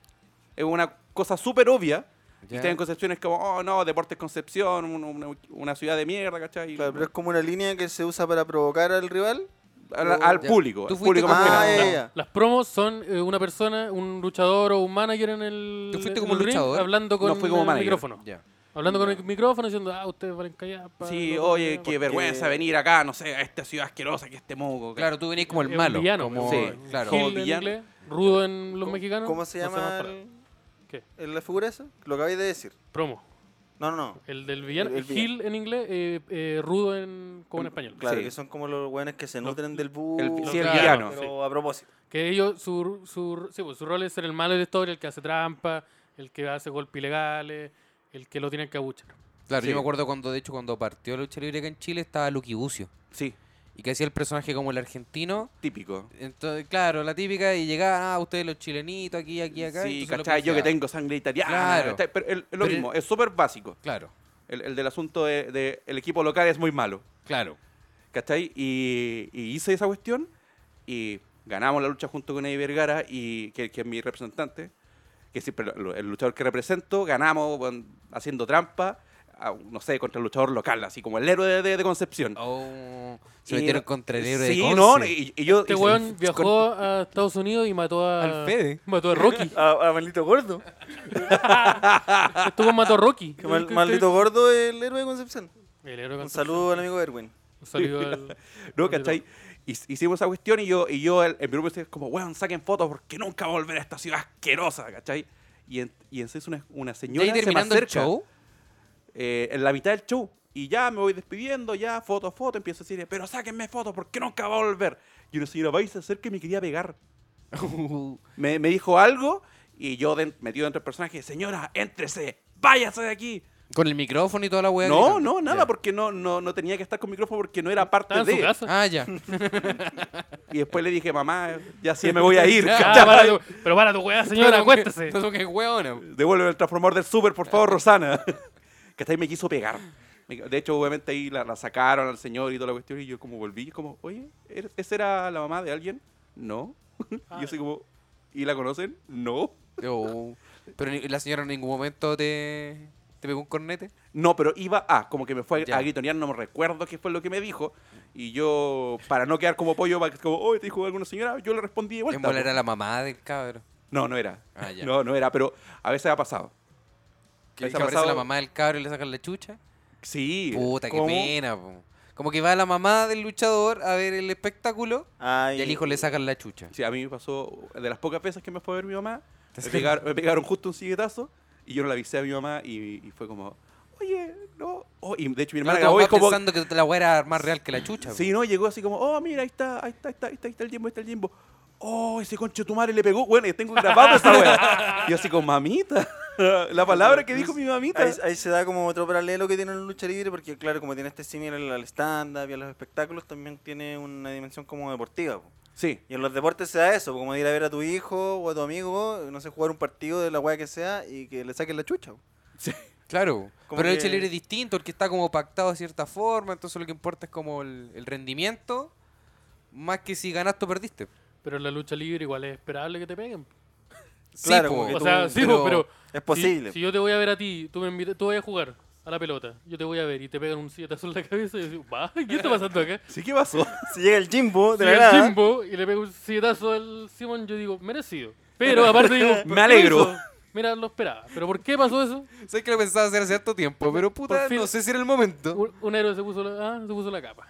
D: es una cosa súper obvia y
C: Ya.
D: estar en Concepción es como oh no Deportes Concepción un- una, una ciudad de mierda ¿cachai?
E: Claro, pero es como una línea que se usa para provocar al rival.
D: al, al
C: Ya.
D: público
C: Tú
D: al
C: fuiste
D: público
C: como-
D: más que
E: Ah,
D: nada.
E: ya, ya,
D: No.
E: ya.
B: Las promos son eh, una persona, un luchador o un manager en el.
C: ¿Tú fuiste
B: en
C: como
B: el ring
C: luchador?
B: Hablando con
D: No, fui como
B: el
D: manager.
B: micrófono.
C: Ya.
B: Hablando con el micrófono diciendo, ah, ustedes valen callar. pa,
D: sí
B: no,
D: oye
B: no,
D: qué vergüenza venir acá no sé a esta ciudad asquerosa que este moco
C: Claro, tú venís como el
B: Es un
C: malo.
B: villano,
C: como,
D: sí.
C: claro.
D: como
B: Gil en
D: villano.
B: inglés, rudo en los mexicanos.
E: ¿Cómo se
B: no sé más
E: llama
B: para-
E: el-
B: ¿Qué?
E: el- la figura esa? Lo acabáis de decir.
B: Promo.
E: No, no, no.
B: El del villano.
E: El- el
B: El Gil en inglés, eh, eh, rudo en, como en español.
E: Claro,
D: Sí.
E: que son como los weones que se
B: Los-
E: nutren del bus.
D: el-
B: sí, el villano,
E: Pero
B: sí.
E: a propósito.
B: Que ellos, su, su, sí, pues, su rol es ser el malo de la historia, el que hace trampa, el que hace golpes ilegales, el que lo tienen que abuchar.
C: Claro,
D: Sí.
C: yo me acuerdo cuando, de hecho, cuando partió la lucha libre acá en Chile estaba Lucky Bucio.
D: Sí,
C: Y que hacía el personaje como el argentino.
D: típico.
C: Entonces, claro, la típica, y llegaba, ah, ustedes los chilenitos, aquí, aquí, acá.
D: sí,
C: entonces lo
D: ¿cachai? Yo que
C: confiaba.
D: tengo sangre italiana.
C: Claro.
D: ¿cachai? Pero el- es lo
C: Pero-
D: mismo, es súper básico.
C: Claro,
D: El, el del asunto del de, el equipo local es muy malo.
C: claro.
D: ¿Cachai? Y, y hice esa cuestión y ganamos la lucha junto con Eddie Vergara, y, que, que es mi representante, que siempre lo- lo- el luchador que represento, ganamos weón, haciendo trampa, a, no sé, contra el luchador local, así como el héroe de, de- de Concepción.
C: Oh, se
D: Y-
C: metieron contra el héroe de
D: Sí,
C: Conce.
D: no, y, y yo...
B: Este
D: y-
B: weón
D: con-
B: viajó a Estados Unidos y mató a.
C: Al Fede.
B: Mató a Rocky.
E: A, a maldito gordo.
B: Este weón mató a Rocky.
E: Que mal- maldito gordo es el héroe de Concepción.
B: El héroe de
E: Un
B: Concepción.
E: saludo al amigo Erwin.
B: Un saludo al-
D: No, ¿cachai? Hic- Hicimos esa cuestión y yo, y yo el, el grupo decía como, weón, saquen fotos porque nunca voy a volver a esta ciudad asquerosa, ¿cachai? Y, en, y entonces una, una
C: ¿Ya
D: señora
C: ahí
D: se me
C: terminando el
D: acerca
C: show?
D: eh, en la mitad del show y ya me voy despidiendo, ya foto a foto, empiezo a decir, pero sáquenme fotos porque nunca voy a volver. Y una señora va y se acerca y me quería pegar. me, me dijo algo y yo den- metido dentro del personaje, señora, éntrese, váyase de aquí.
C: Con el micrófono y toda la weá.
D: No,
C: gritando.
D: no, nada,
C: Ya.
D: porque no, no, no tenía que estar con micrófono porque no era parte
B: Estaba en su
D: de...
B: casa.
C: Ah, ya.
D: Y después le dije, mamá, ya sí me voy a ir.
B: Ah,
D: ¿cachai?
B: para tu- pero para tu weá, señora, acuéstese.
C: Eso que es weona.
D: Devuelve el transformador del super, por favor, Rosana. Ah. que hasta ahí me quiso pegar. Me- De hecho, obviamente ahí la, la sacaron al señor y toda la cuestión. Y yo como volví, como, oye, ¿er- ¿esa era la mamá de alguien? No. y yo así como, ¿y la conocen? No.
C: Oh. Pero ni- la señora en ningún momento te, te pegó un cornete.
D: No, pero iba a, como que me fue a-
C: Ya.
D: a gritonear, no me recuerdo qué fue lo que me dijo. Y yo, para no quedar como pollo, para que- como, oye, te dijo alguna señora, yo le respondí de
C: En
D: vuelta.
C: volar era la mamá del cabro.
D: No, no era.
C: Ah, ya.
D: No, no era, pero a veces ha pasado.
C: Que
D: Eso
C: que
D: ha
C: aparece
D: pasado-
C: la mamá del cabro y le sacan la chucha.
D: Sí.
C: Puta, qué
D: ¿Cómo?
C: pena, po. Como que va la mamá del luchador a ver el espectáculo
E: Ay,
C: y al hijo le sacan la chucha.
D: Sí, a mí me pasó, de las pocas veces que me fue a ver mi mamá, me pegaron, me pegaron justo un siguetazo y yo no le avisé a mi mamá y, y fue como, oye, no. oh, y de hecho mi
C: Mi hermana
D: hermana grabó y como...
C: pensando que la weá era más real que la chucha. po.
D: Sí, no, llegó así como, oh, mira, ahí está, ahí está, ahí está, ahí está, ahí está el jimbo, ahí está el jimbo. Oh, ese concho de tu madre le pegó. Bueno, y tengo grabado esa wea. Y yo así como, mamita, la palabra que dijo mi mamita.
E: Ahí, ahí se da como otro paralelo que tiene la lucha libre, porque claro, como tiene este símil al stand-up y a los espectáculos, también tiene una dimensión como deportiva. po.
D: Sí,
E: Y en los deportes se da eso, pues, como ir a ver a tu hijo o a tu amigo, no sé, jugar un partido de la weá que sea y que le saquen la chucha. pues. po.
C: Claro.
E: Como
C: Pero el
E: que-
C: lucha libre es distinto, el que está como pactado de cierta forma, entonces lo que importa es como el, el rendimiento, más que si ganaste o perdiste.
B: Pero en la lucha libre igual es esperable que te peguen.
E: Claro,
C: po.
E: como que
B: O
E: tú-
B: sea, sí,
C: pero-
B: po, pero.
E: Es posible.
B: Si, si yo te voy a ver a ti, tú me invitas, tú vas a jugar a la pelota, yo te voy a ver y te pegan un silletazo en la cabeza y yo digo, va, ¿qué está pasando acá?
D: sí, ¿qué pasó?
E: Si llega el Jimbo de
B: Llega
E: la
B: el
E: grada,
B: Jimbo y le pego un silletazo al Simon, yo digo, merecido. Pero aparte digo, ¿por
D: Me
B: qué
D: alegro.
B: lo hizo? Mira, lo esperaba. ¿Pero por qué pasó eso?
C: Sé que lo pensaba hacer hace cierto tiempo, pero puta,
B: fin-
C: no sé si era el momento.
B: Un, un héroe se puso la, ah, se puso la capa.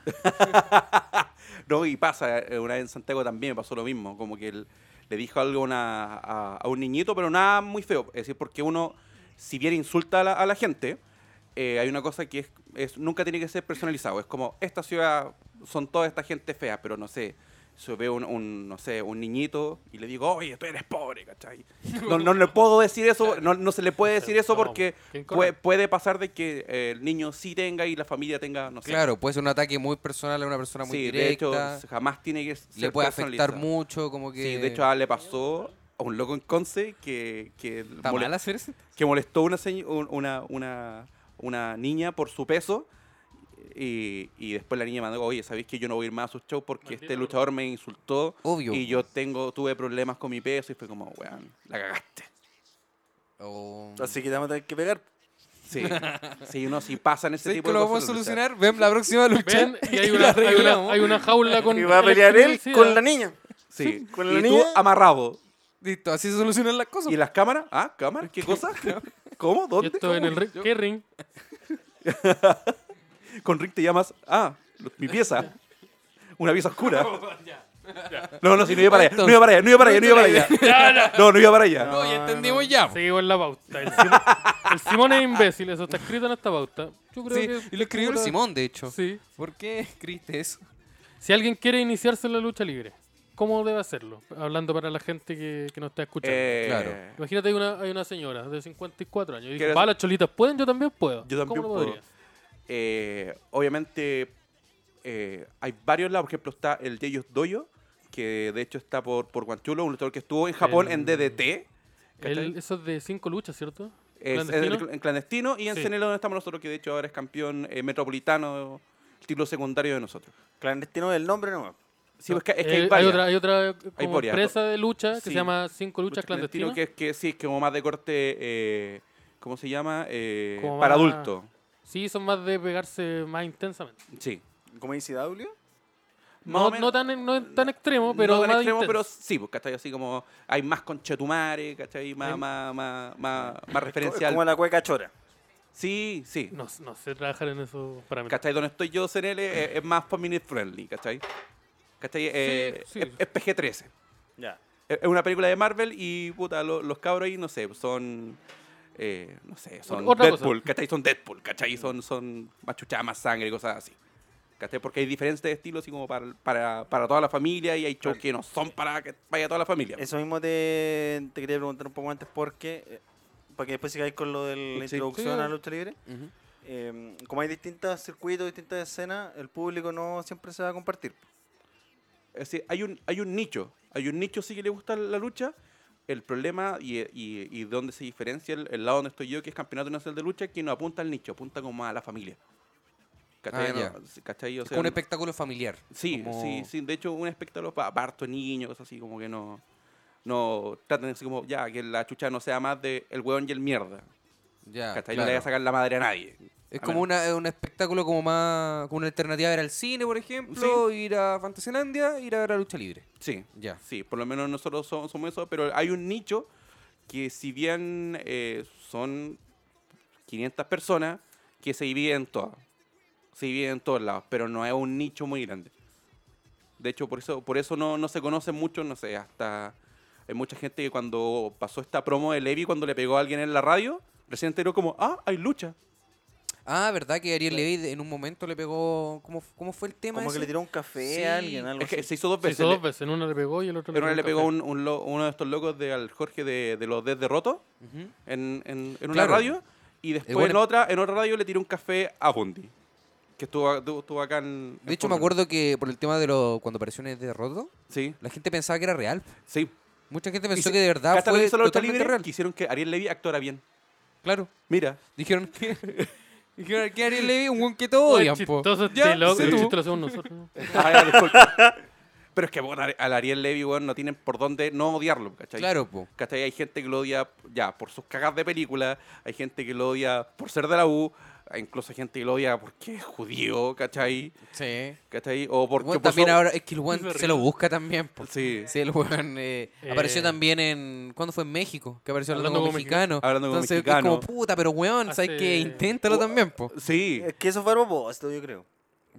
D: No, y pasa, eh, una vez en Santiago también me pasó lo mismo, como que él le dijo algo a una- a, a un niñito, pero nada muy feo. Es decir, porque uno, si bien insulta a la, a la gente, eh, hay una cosa que es, es- nunca tiene que ser personalizado. Es como, esta ciudad son toda esta gente fea, pero no sé. Yo veo un, un, no sé, un niñito y le digo, oye, tú eres pobre, ¿cachai? No, no le puedo decir eso, no, no se le puede decir eso
B: No,
D: porque
B: qué incorrecto.
D: puede, puede pasar de que eh, el niño sí tenga y la familia tenga, no sé.
C: Claro, puede ser un ataque muy personal a una persona muy
D: Sí, de
C: directa.
D: hecho, jamás tiene que ser
C: le puede afectar
D: personalizado.
C: mucho, como que.
D: Sí, de hecho, ah, le pasó a un loco en Conce que, que,
C: ¿Está
D: mole-
C: mal hacer eso?
D: que molestó una, señ- un- una, una, una niña por su peso. Y, y después la niña mandó, oye, ¿sabéis que yo no voy a ir más a sus shows porque este luchador me insultó?
C: Obvio. pues.
D: Y yo tengo tuve problemas con mi peso y fue como, weón, la cagaste.
C: O-
E: así que te vamos a tener que pegar.
D: Sí, sí uno si pasan ese
C: ¿Sabes
D: este tipo
C: que
D: de
C: lo
D: cosas.
C: vamos a
D: o sea,
C: solucionar? Ven la próxima lucha.
B: Ven, y hay
C: y
B: una,
C: la
B: hay una-
C: arreglamos.
B: hay una jaula con.
E: Y va a pelear él
B: electricidad.
E: con la niña.
D: Sí,
E: Con
D: y
E: la
D: tú
E: niña.
D: amarrado.
C: Listo, así se solucionan las cosas.
D: ¿Y las cámaras? ¿Ah, cámaras? ¿Qué cosa? ¿Cómo?
B: Yo
D: ¿Dónde?
B: estoy en el ring. ¿Qué ring?
D: Con Rick te llamas, ah, lo- mi pieza. Una pieza oscura. No, no, si no iba para allá. No iba para allá, no iba para allá, no iba para allá. No, no iba para allá.
F: No, ya entendimos ya. po.
B: Seguimos en la pauta. El Simón, el Simón es imbécil, eso está escrito en esta pauta. Yo creo
C: Sí,
B: que.
C: y lo escribió el
B: puta-
C: Simón, de hecho.
B: Sí.
C: ¿Por qué escribiste eso?
B: Si alguien quiere iniciarse en la lucha libre, ¿cómo debe hacerlo? Hablando para la gente que, que nos está escuchando.
D: Eh,
C: Claro.
B: Imagínate, hay una, hay una señora de 54 años y dice:
D: ¿Quieres-
B: Va, las cholitas pueden, yo también puedo.
D: Yo también
B: ¿Cómo lo
D: puedo.
B: podría?
D: eh, obviamente, eh, hay varios lados. Por ejemplo, está el Yeyos Doyo, que de hecho está por, por Guanchulo, un luchador que estuvo en Japón
B: El-
D: en DDT. ¿cachai?
B: Él- eso es de cinco luchas, ¿cierto?
D: Es- es el-
B: ¿Clandestino?
D: en clandestino y en
B: Sí.
D: CNL donde estamos nosotros, que de hecho ahora es campeón eh, metropolitano, el título secundario de nosotros.
E: Clandestino del nombre nomás.
D: Sí, pues que, es que
B: Eh,
D: hay
B: hay,
D: varias.
B: otra, hay otra como
D: Hay varias.
B: empresa de lucha que
D: Sí.
B: se llama Cinco Luchas
D: Lucha
B: Clandestinas.
D: clandestino que, que sí, es que como más de corte, eh, ¿cómo se llama? Eh,
B: Como
D: para
B: más-
D: adultos.
B: Sí, son más de pegarse más intensamente.
D: Sí.
E: ¿Cómo dice W?
D: Más o
B: No,
D: menos-
B: no tan, no es tan extremo, pero
D: no tan
B: más
D: extremo,
B: intenso.
D: pero sí, pues, ¿cachai? Así como hay más conchetumare, ¿cachai? Más,
B: Hay-
D: más, más, más, más referencial.
E: Como la cueca chora.
D: Sí, sí.
B: No, no sé trabajar en esos parámetros.
D: ¿Cachai? Donde estoy yo, CNL, es, es más family friendly, ¿cachai? ¿Cachai? Eh,
B: sí.
D: Es, es PG-13.
E: Ya.
D: Es es una película de Marvel y, puta, lo- los cabros ahí, no sé, son... eh, no sé, son
B: Otra cosa.
D: Deadpool, ¿cachai? Son Deadpool, ¿cachai? Son, son más chuchadas, más sangre y cosas así. ¿Cachai? Porque hay diferentes estilos así como para, para, para toda la familia y hay shows que no son para que vaya toda la familia.
E: Eso mismo te, te quería preguntar un poco antes porque, eh, para que después sigáis con lo de la
D: Sí.
E: introducción
B: Sí.
E: a la lucha libre. Eh, como hay distintos circuitos, distintas escenas, el público no siempre se va a compartir.
D: Es decir, hay un, hay un nicho. Hay un nicho sí que le gusta la lucha. El problema y, y, y donde se diferencia el, el lado donde estoy yo, que es Campeonato Nacional de Lucha, que no apunta al nicho, apunta como más a la familia. ¿Cachai?
C: Ah, ya.
D: No, ¿cachai? O
C: Es
D: sea,
C: como un espectáculo familiar.
D: sí,
C: como-
D: sí, sí. De hecho, un espectáculo para parto niños, cosas así, como que no. No, traten así como, ya, que la chucha no sea más de el hueón y el mierda.
C: Ya,
D: ¿Cachai? No
C: Ah, claro.
D: le vaya a sacar la madre a nadie.
C: Es
D: A
C: como
D: menos-
C: una, es un espectáculo como más... Como una alternativa a ver al cine, por ejemplo, ir a Fantasylandia, ir a ver a Lucha Libre.
D: Sí.
C: Ya.
D: Sí, por lo menos nosotros so- somos, eso, pero hay un nicho que si bien eh, son 500 personas, que se dividen todas. Se dividen en todos lados, pero no es un nicho muy grande. De hecho, por eso, por eso no, no se conocen mucho, no sé, hasta... Hay mucha gente que cuando pasó esta promo de Levi, cuando le pegó a alguien en la radio, recién enteró como, ah, hay lucha.
C: Ah, ¿verdad que Ariel Levy en un momento le pegó... ¿Cómo, cómo fue el tema
E: Como que
C: ese?
E: le tiró un café
C: Sí,
E: a alguien, algo
D: Es que
E: así.
D: se hizo dos
B: Se
D: veces.
B: hizo
D: le-
B: dos veces, en una le pegó y el otro
D: en una le pegó
B: un
D: un- un lo- uno de estos locos de al Jorge de, de los Desde Roto.
C: Ujú.
D: en, en- en una
C: Claro.
D: radio y después
C: bueno-
D: en otra en otra radio le tiró un café a Bondi que estuvo, estuvo- estuvo acá en en
C: De hecho, me
D: Puebla.
C: acuerdo que por el tema de lo, cuando apareció en de roto,
D: sí
C: la gente pensaba que era real.
D: sí
C: Mucha gente
D: Y
C: pensó
D: se-
C: que de verdad
D: Casta lo
C: fue
D: hizo la lucha
C: totalmente
D: libre,
C: real.
D: quisieron que Ariel Levy actuara bien
C: Claro.
D: mira
C: Dijeron que... Dijeron que Ariel Levy, un buen que todo odian, po.
B: chistoso este
C: Ya,
B: loco,
C: sé
B: el
C: tú.
B: chiste lo hacemos nosotros. ¿no?
D: Ah, ya, disculpa. pero es que bueno, al- al Ariel Levy bueno, no tienen por dónde no odiarlo ¿cachai?
C: Claro, po.
D: ¿Cachai? hay gente que lo odia ya por sus cagas de película hay gente que lo odia por ser de la U hay incluso gente que lo odia porque es judío ¿cachai?
C: Sí.
D: ¿cachai? o porque
C: Bueno,
D: por
C: también
D: su-
C: ahora es que el weón
B: Horrible.
C: se lo busca también. po.
D: sí
C: Sí, el weón eh,
B: Eh.
C: apareció también en. ¿Cuándo fue en México? Que apareció
B: Hablando
C: hablando como
B: como Ah,
C: mexicano.
D: Hablando como
C: Entonces, es
D: mexicano. Uh,
C: como puta, pero weón, ¿sabes
B: Hace-
C: qué? Inténtalo también, po.
D: sí
E: Es que eso fue propósito, yo creo.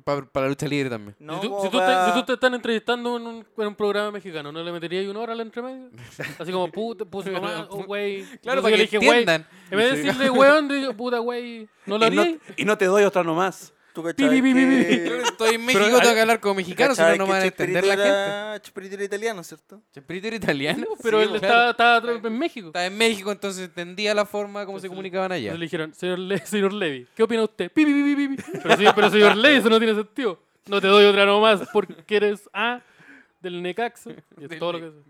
C: Pa- para la lucha libre también.
E: No,
B: si, tú,
E: como
B: si tú
E: para-
B: te, si tú te están entrevistando en un, en un programa mexicano, ¿no le meterías una hora al entremedio? Así como, puta, puse mamá, oh, güey.
C: Claro,
B: Entonces
C: para
B: yo
C: que
B: le dije, güey,
C: entiendan.
B: En vez de decirle, weón, le digo, puta, güey, ¿no lo
D: y, no,
B: haría?
D: y no te doy otra nomás.
E: ¿Tú cachabas
B: pi, pi, pi,
E: que-
C: Yo ahora estoy en México,
B: Pero hay-
C: tengo que hablar con mexicanos, si
E: cachabas
C: no, no
E: que
C: me van a
E: Chespirito
C: entender la gente.
E: era- Chespirito era italiano, ¿cierto?
C: Chespirito era italiano.
B: Pero
C: Sí,
B: él
C: po,
B: estaba,
C: claro.
B: estaba atrás en México.
C: Estaba en México, entonces entendía la forma como se
B: Entonces-
C: comunicaban allá.
B: Entonces le dijeron, señor, Le- señor Levy, ¿qué opina usted? Pi, pi, pi, pi, pi. Pero, señor, pero señor Levy, eso no tiene sentido. No te doy otra nomás porque eres A del Necaxa. Y es
C: Del
B: todo lo
C: Ne-
B: que...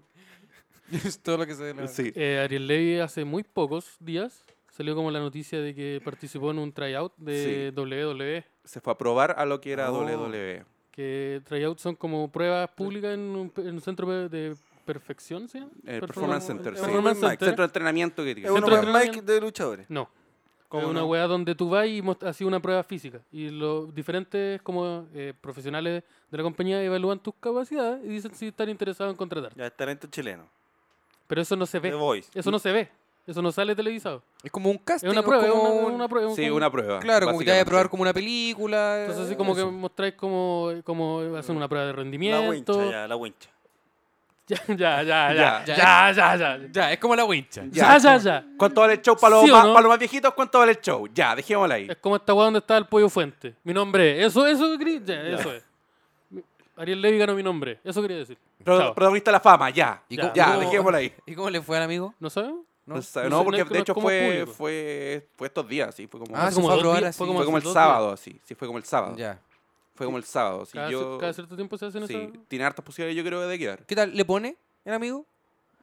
C: es todo lo que se ve.
D: Sí.
B: Eh, Ariel Levy hace muy pocos días salió como la noticia de que participó en un tryout de E. WWE.
D: Se fue a probar a lo que era E,
E: Oh.
D: WWE.
B: Que tryouts son como pruebas públicas en un, en un centro pe- de perfección, ¿sí?
D: El Eh, Performance Center. sí.
E: Performance Center.
D: Centro de entrenamiento que
E: Es
B: Centro
E: un
B: de
E: open mic
B: entrenamiento.
E: de luchadores.
B: No.
E: ¿Cómo
B: es una
E: no?
B: weá donde tú vas y mos- haces una prueba física. Y los diferentes como eh, profesionales de la compañía evalúan tus capacidades y dicen si están interesados en contratarte.
E: Ya, talento este chileno.
B: Pero eso no se
E: The
B: ve.
E: Voice.
B: Eso no se ve. Eso no sale televisado.
C: Es como un casting.
B: Es una
C: ¿no?
B: prueba, es
C: como
B: una,
C: un- Ah,
B: una prueba.
D: Sí,
B: un-
D: una prueba.
C: Claro, como que te vas a
D: básicamente.
C: probar como una película.
B: Entonces
C: eh,
B: así como que
C: eso.
B: mostráis como, como hacen una prueba de
E: La wincha,
B: rendimiento.
E: ya, la wincha.
B: Ya, ya, ya, ya,
D: Ya.
B: ya, ya, ya, ya,
C: Ya, es como la wincha.
B: ya,
D: Ya.
B: ya, ya.
D: ¿Cuánto vale el show para los,
B: ¿Sí o
D: más,
B: no?
D: para los más viejitos? ¿Cuánto vale el show? Ya, dejémosla ahí.
B: Es como esta weá donde está el pollo fuente. Mi nombre es. Eso, eso, quería- ya, eso es. Ariel Levy ganó mi nombre. Eso quería decir.
D: Pro-
B: Chao.
D: protagonista de la fama, ya.
C: ¿Y
B: Ya.
C: cómo-
D: Ya,
C: cómo-
D: dejémosla ahí.
C: ¿Y cómo le fue al amigo?
B: ¿No sabemos?
C: ¿No?
D: No, sabe-
B: No
D: no,
B: sé, no
D: porque
B: es que
D: de
B: no
D: hecho
B: es como
D: fue,
B: público.
D: fue, fue estos días, sí. Fue como,
C: Ah,
D: fue
C: se
B: como
C: fue a
B: dos
C: probar
B: días,
C: así.
B: fue
D: como el
B: hace dos
D: sábado, sí. Sí, fue como el sábado.
C: Ya.
D: Fue como el sábado. Sí,
B: Cada, cier-
D: yo,
B: cada cierto tiempo se hacen
D: sí,
B: esas-
D: tiene hartas posibilidades, yo creo, de quedar.
C: ¿Qué tal? ¿Le pone el amigo?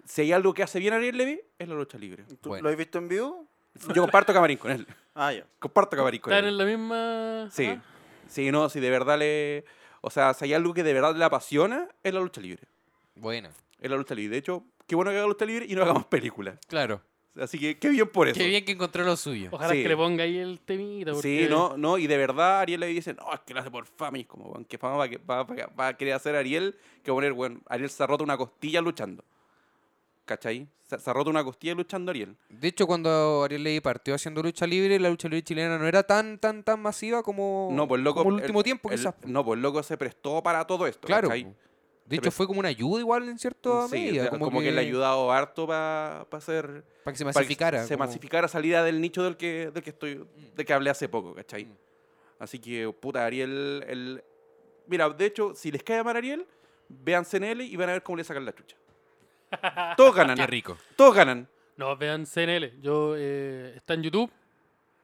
D: Si hay algo que hace bien a Ariel Levy, es la lucha libre.
E: ¿Tú
C: Bueno.
E: ¿Lo has visto en vivo?
D: Yo comparto camarín con él.
E: Ah, ya.
D: Comparto camarín con
B: Están
D: él.
B: en la misma.
D: Sí.
B: ah,
D: Sí, no, si de verdad le. O sea, si hay algo que de verdad le apasiona, es la lucha libre.
C: Buena.
D: Es la lucha libre. De hecho, qué bueno que haga lucha libre y no haga más películas.
C: Claro.
D: Así que qué bien por eso.
C: Qué bien que encontró lo suyo.
B: Ojalá
D: Sí.
B: que le ponga ahí el temita.
D: Sí,
B: porque-
D: no, no, y de verdad Ariel le dice, no, es que lo hace por fama, y es como, weón, ¿qué fama va, a que- va- va- va a querer hacer Ariel? Que poner, bueno, Ariel se ha roto una costilla luchando. ¿Cachai? Se, se ha roto una costilla luchando Ariel.
C: De hecho, cuando Ariel Levy partió haciendo lucha libre, la lucha libre chilena no era tan, tan, tan masiva como,
D: No, pues loco.
C: como el último tiempo,
D: el-
C: quizás.
D: no, pues loco se prestó para todo esto.
C: claro.
D: ¿cachai?
C: De hecho, fue como una ayuda igual en cierta
D: Sí, o
C: medida.
D: sea,
C: Como,
D: que... le ha ayudado harto para hacer.
C: Para que se
D: para que
C: masificara.
D: se
C: como-
D: masificara salida del nicho del que, del que estoy. de que hablé hace poco, ¿cachai?
C: Mm.
D: Así que, puta, Ariel. el- Mira, de hecho, si les cae mal Ariel, vean CNL y van a ver cómo le sacan la chucha. Todos ganan.
C: rico.
D: Todos ganan.
B: No, vean CNL. Yo, eh, está en YouTube.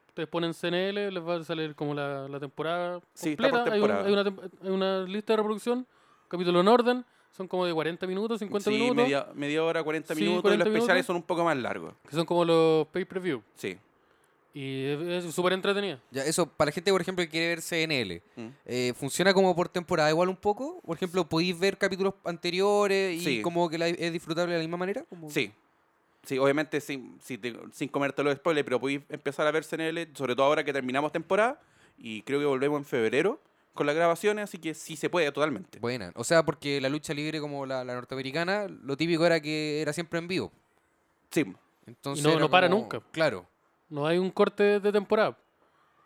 B: Ustedes ponen CNL, les va a salir como la, la temporada
D: Sí, está
B: completa.
D: por
B: Hay un-
D: temporada.
B: Hay, una, tem- hay una lista de reproducción, capítulo en orden. Son como de 40 minutos, 50
D: sí,
B: minutos.
D: media, media hora, 40
B: Sí,
D: minutos.
B: 40
D: y los especiales
B: minutos.
D: son un poco más largos.
B: Que son como los pay-per-view.
D: Sí.
B: Y es es súper entretenida.
C: Ya, eso, para la gente, por ejemplo, que quiere ver CNL,
D: Mm.
C: eh, funciona como por temporada igual un poco. Por ejemplo, podéis ver capítulos anteriores y
D: Sí.
C: como que la- es disfrutable de la misma manera.
B: Uh.
C: como-
D: Sí. Sí, obviamente sin, sin, te- sin comerte los spoilers, pero podéis empezar a ver CNL, sobre todo ahora que terminamos temporada y creo que volvemos en febrero con las grabaciones, así que sí se puede totalmente.
C: Buena. O sea, porque la lucha libre como la, la norteamericana, lo típico era que era siempre en vivo.
D: Sí,
C: Entonces
B: no-
C: era
B: no para
C: como-
B: nunca.
C: Claro.
B: No hay un corte de temporada.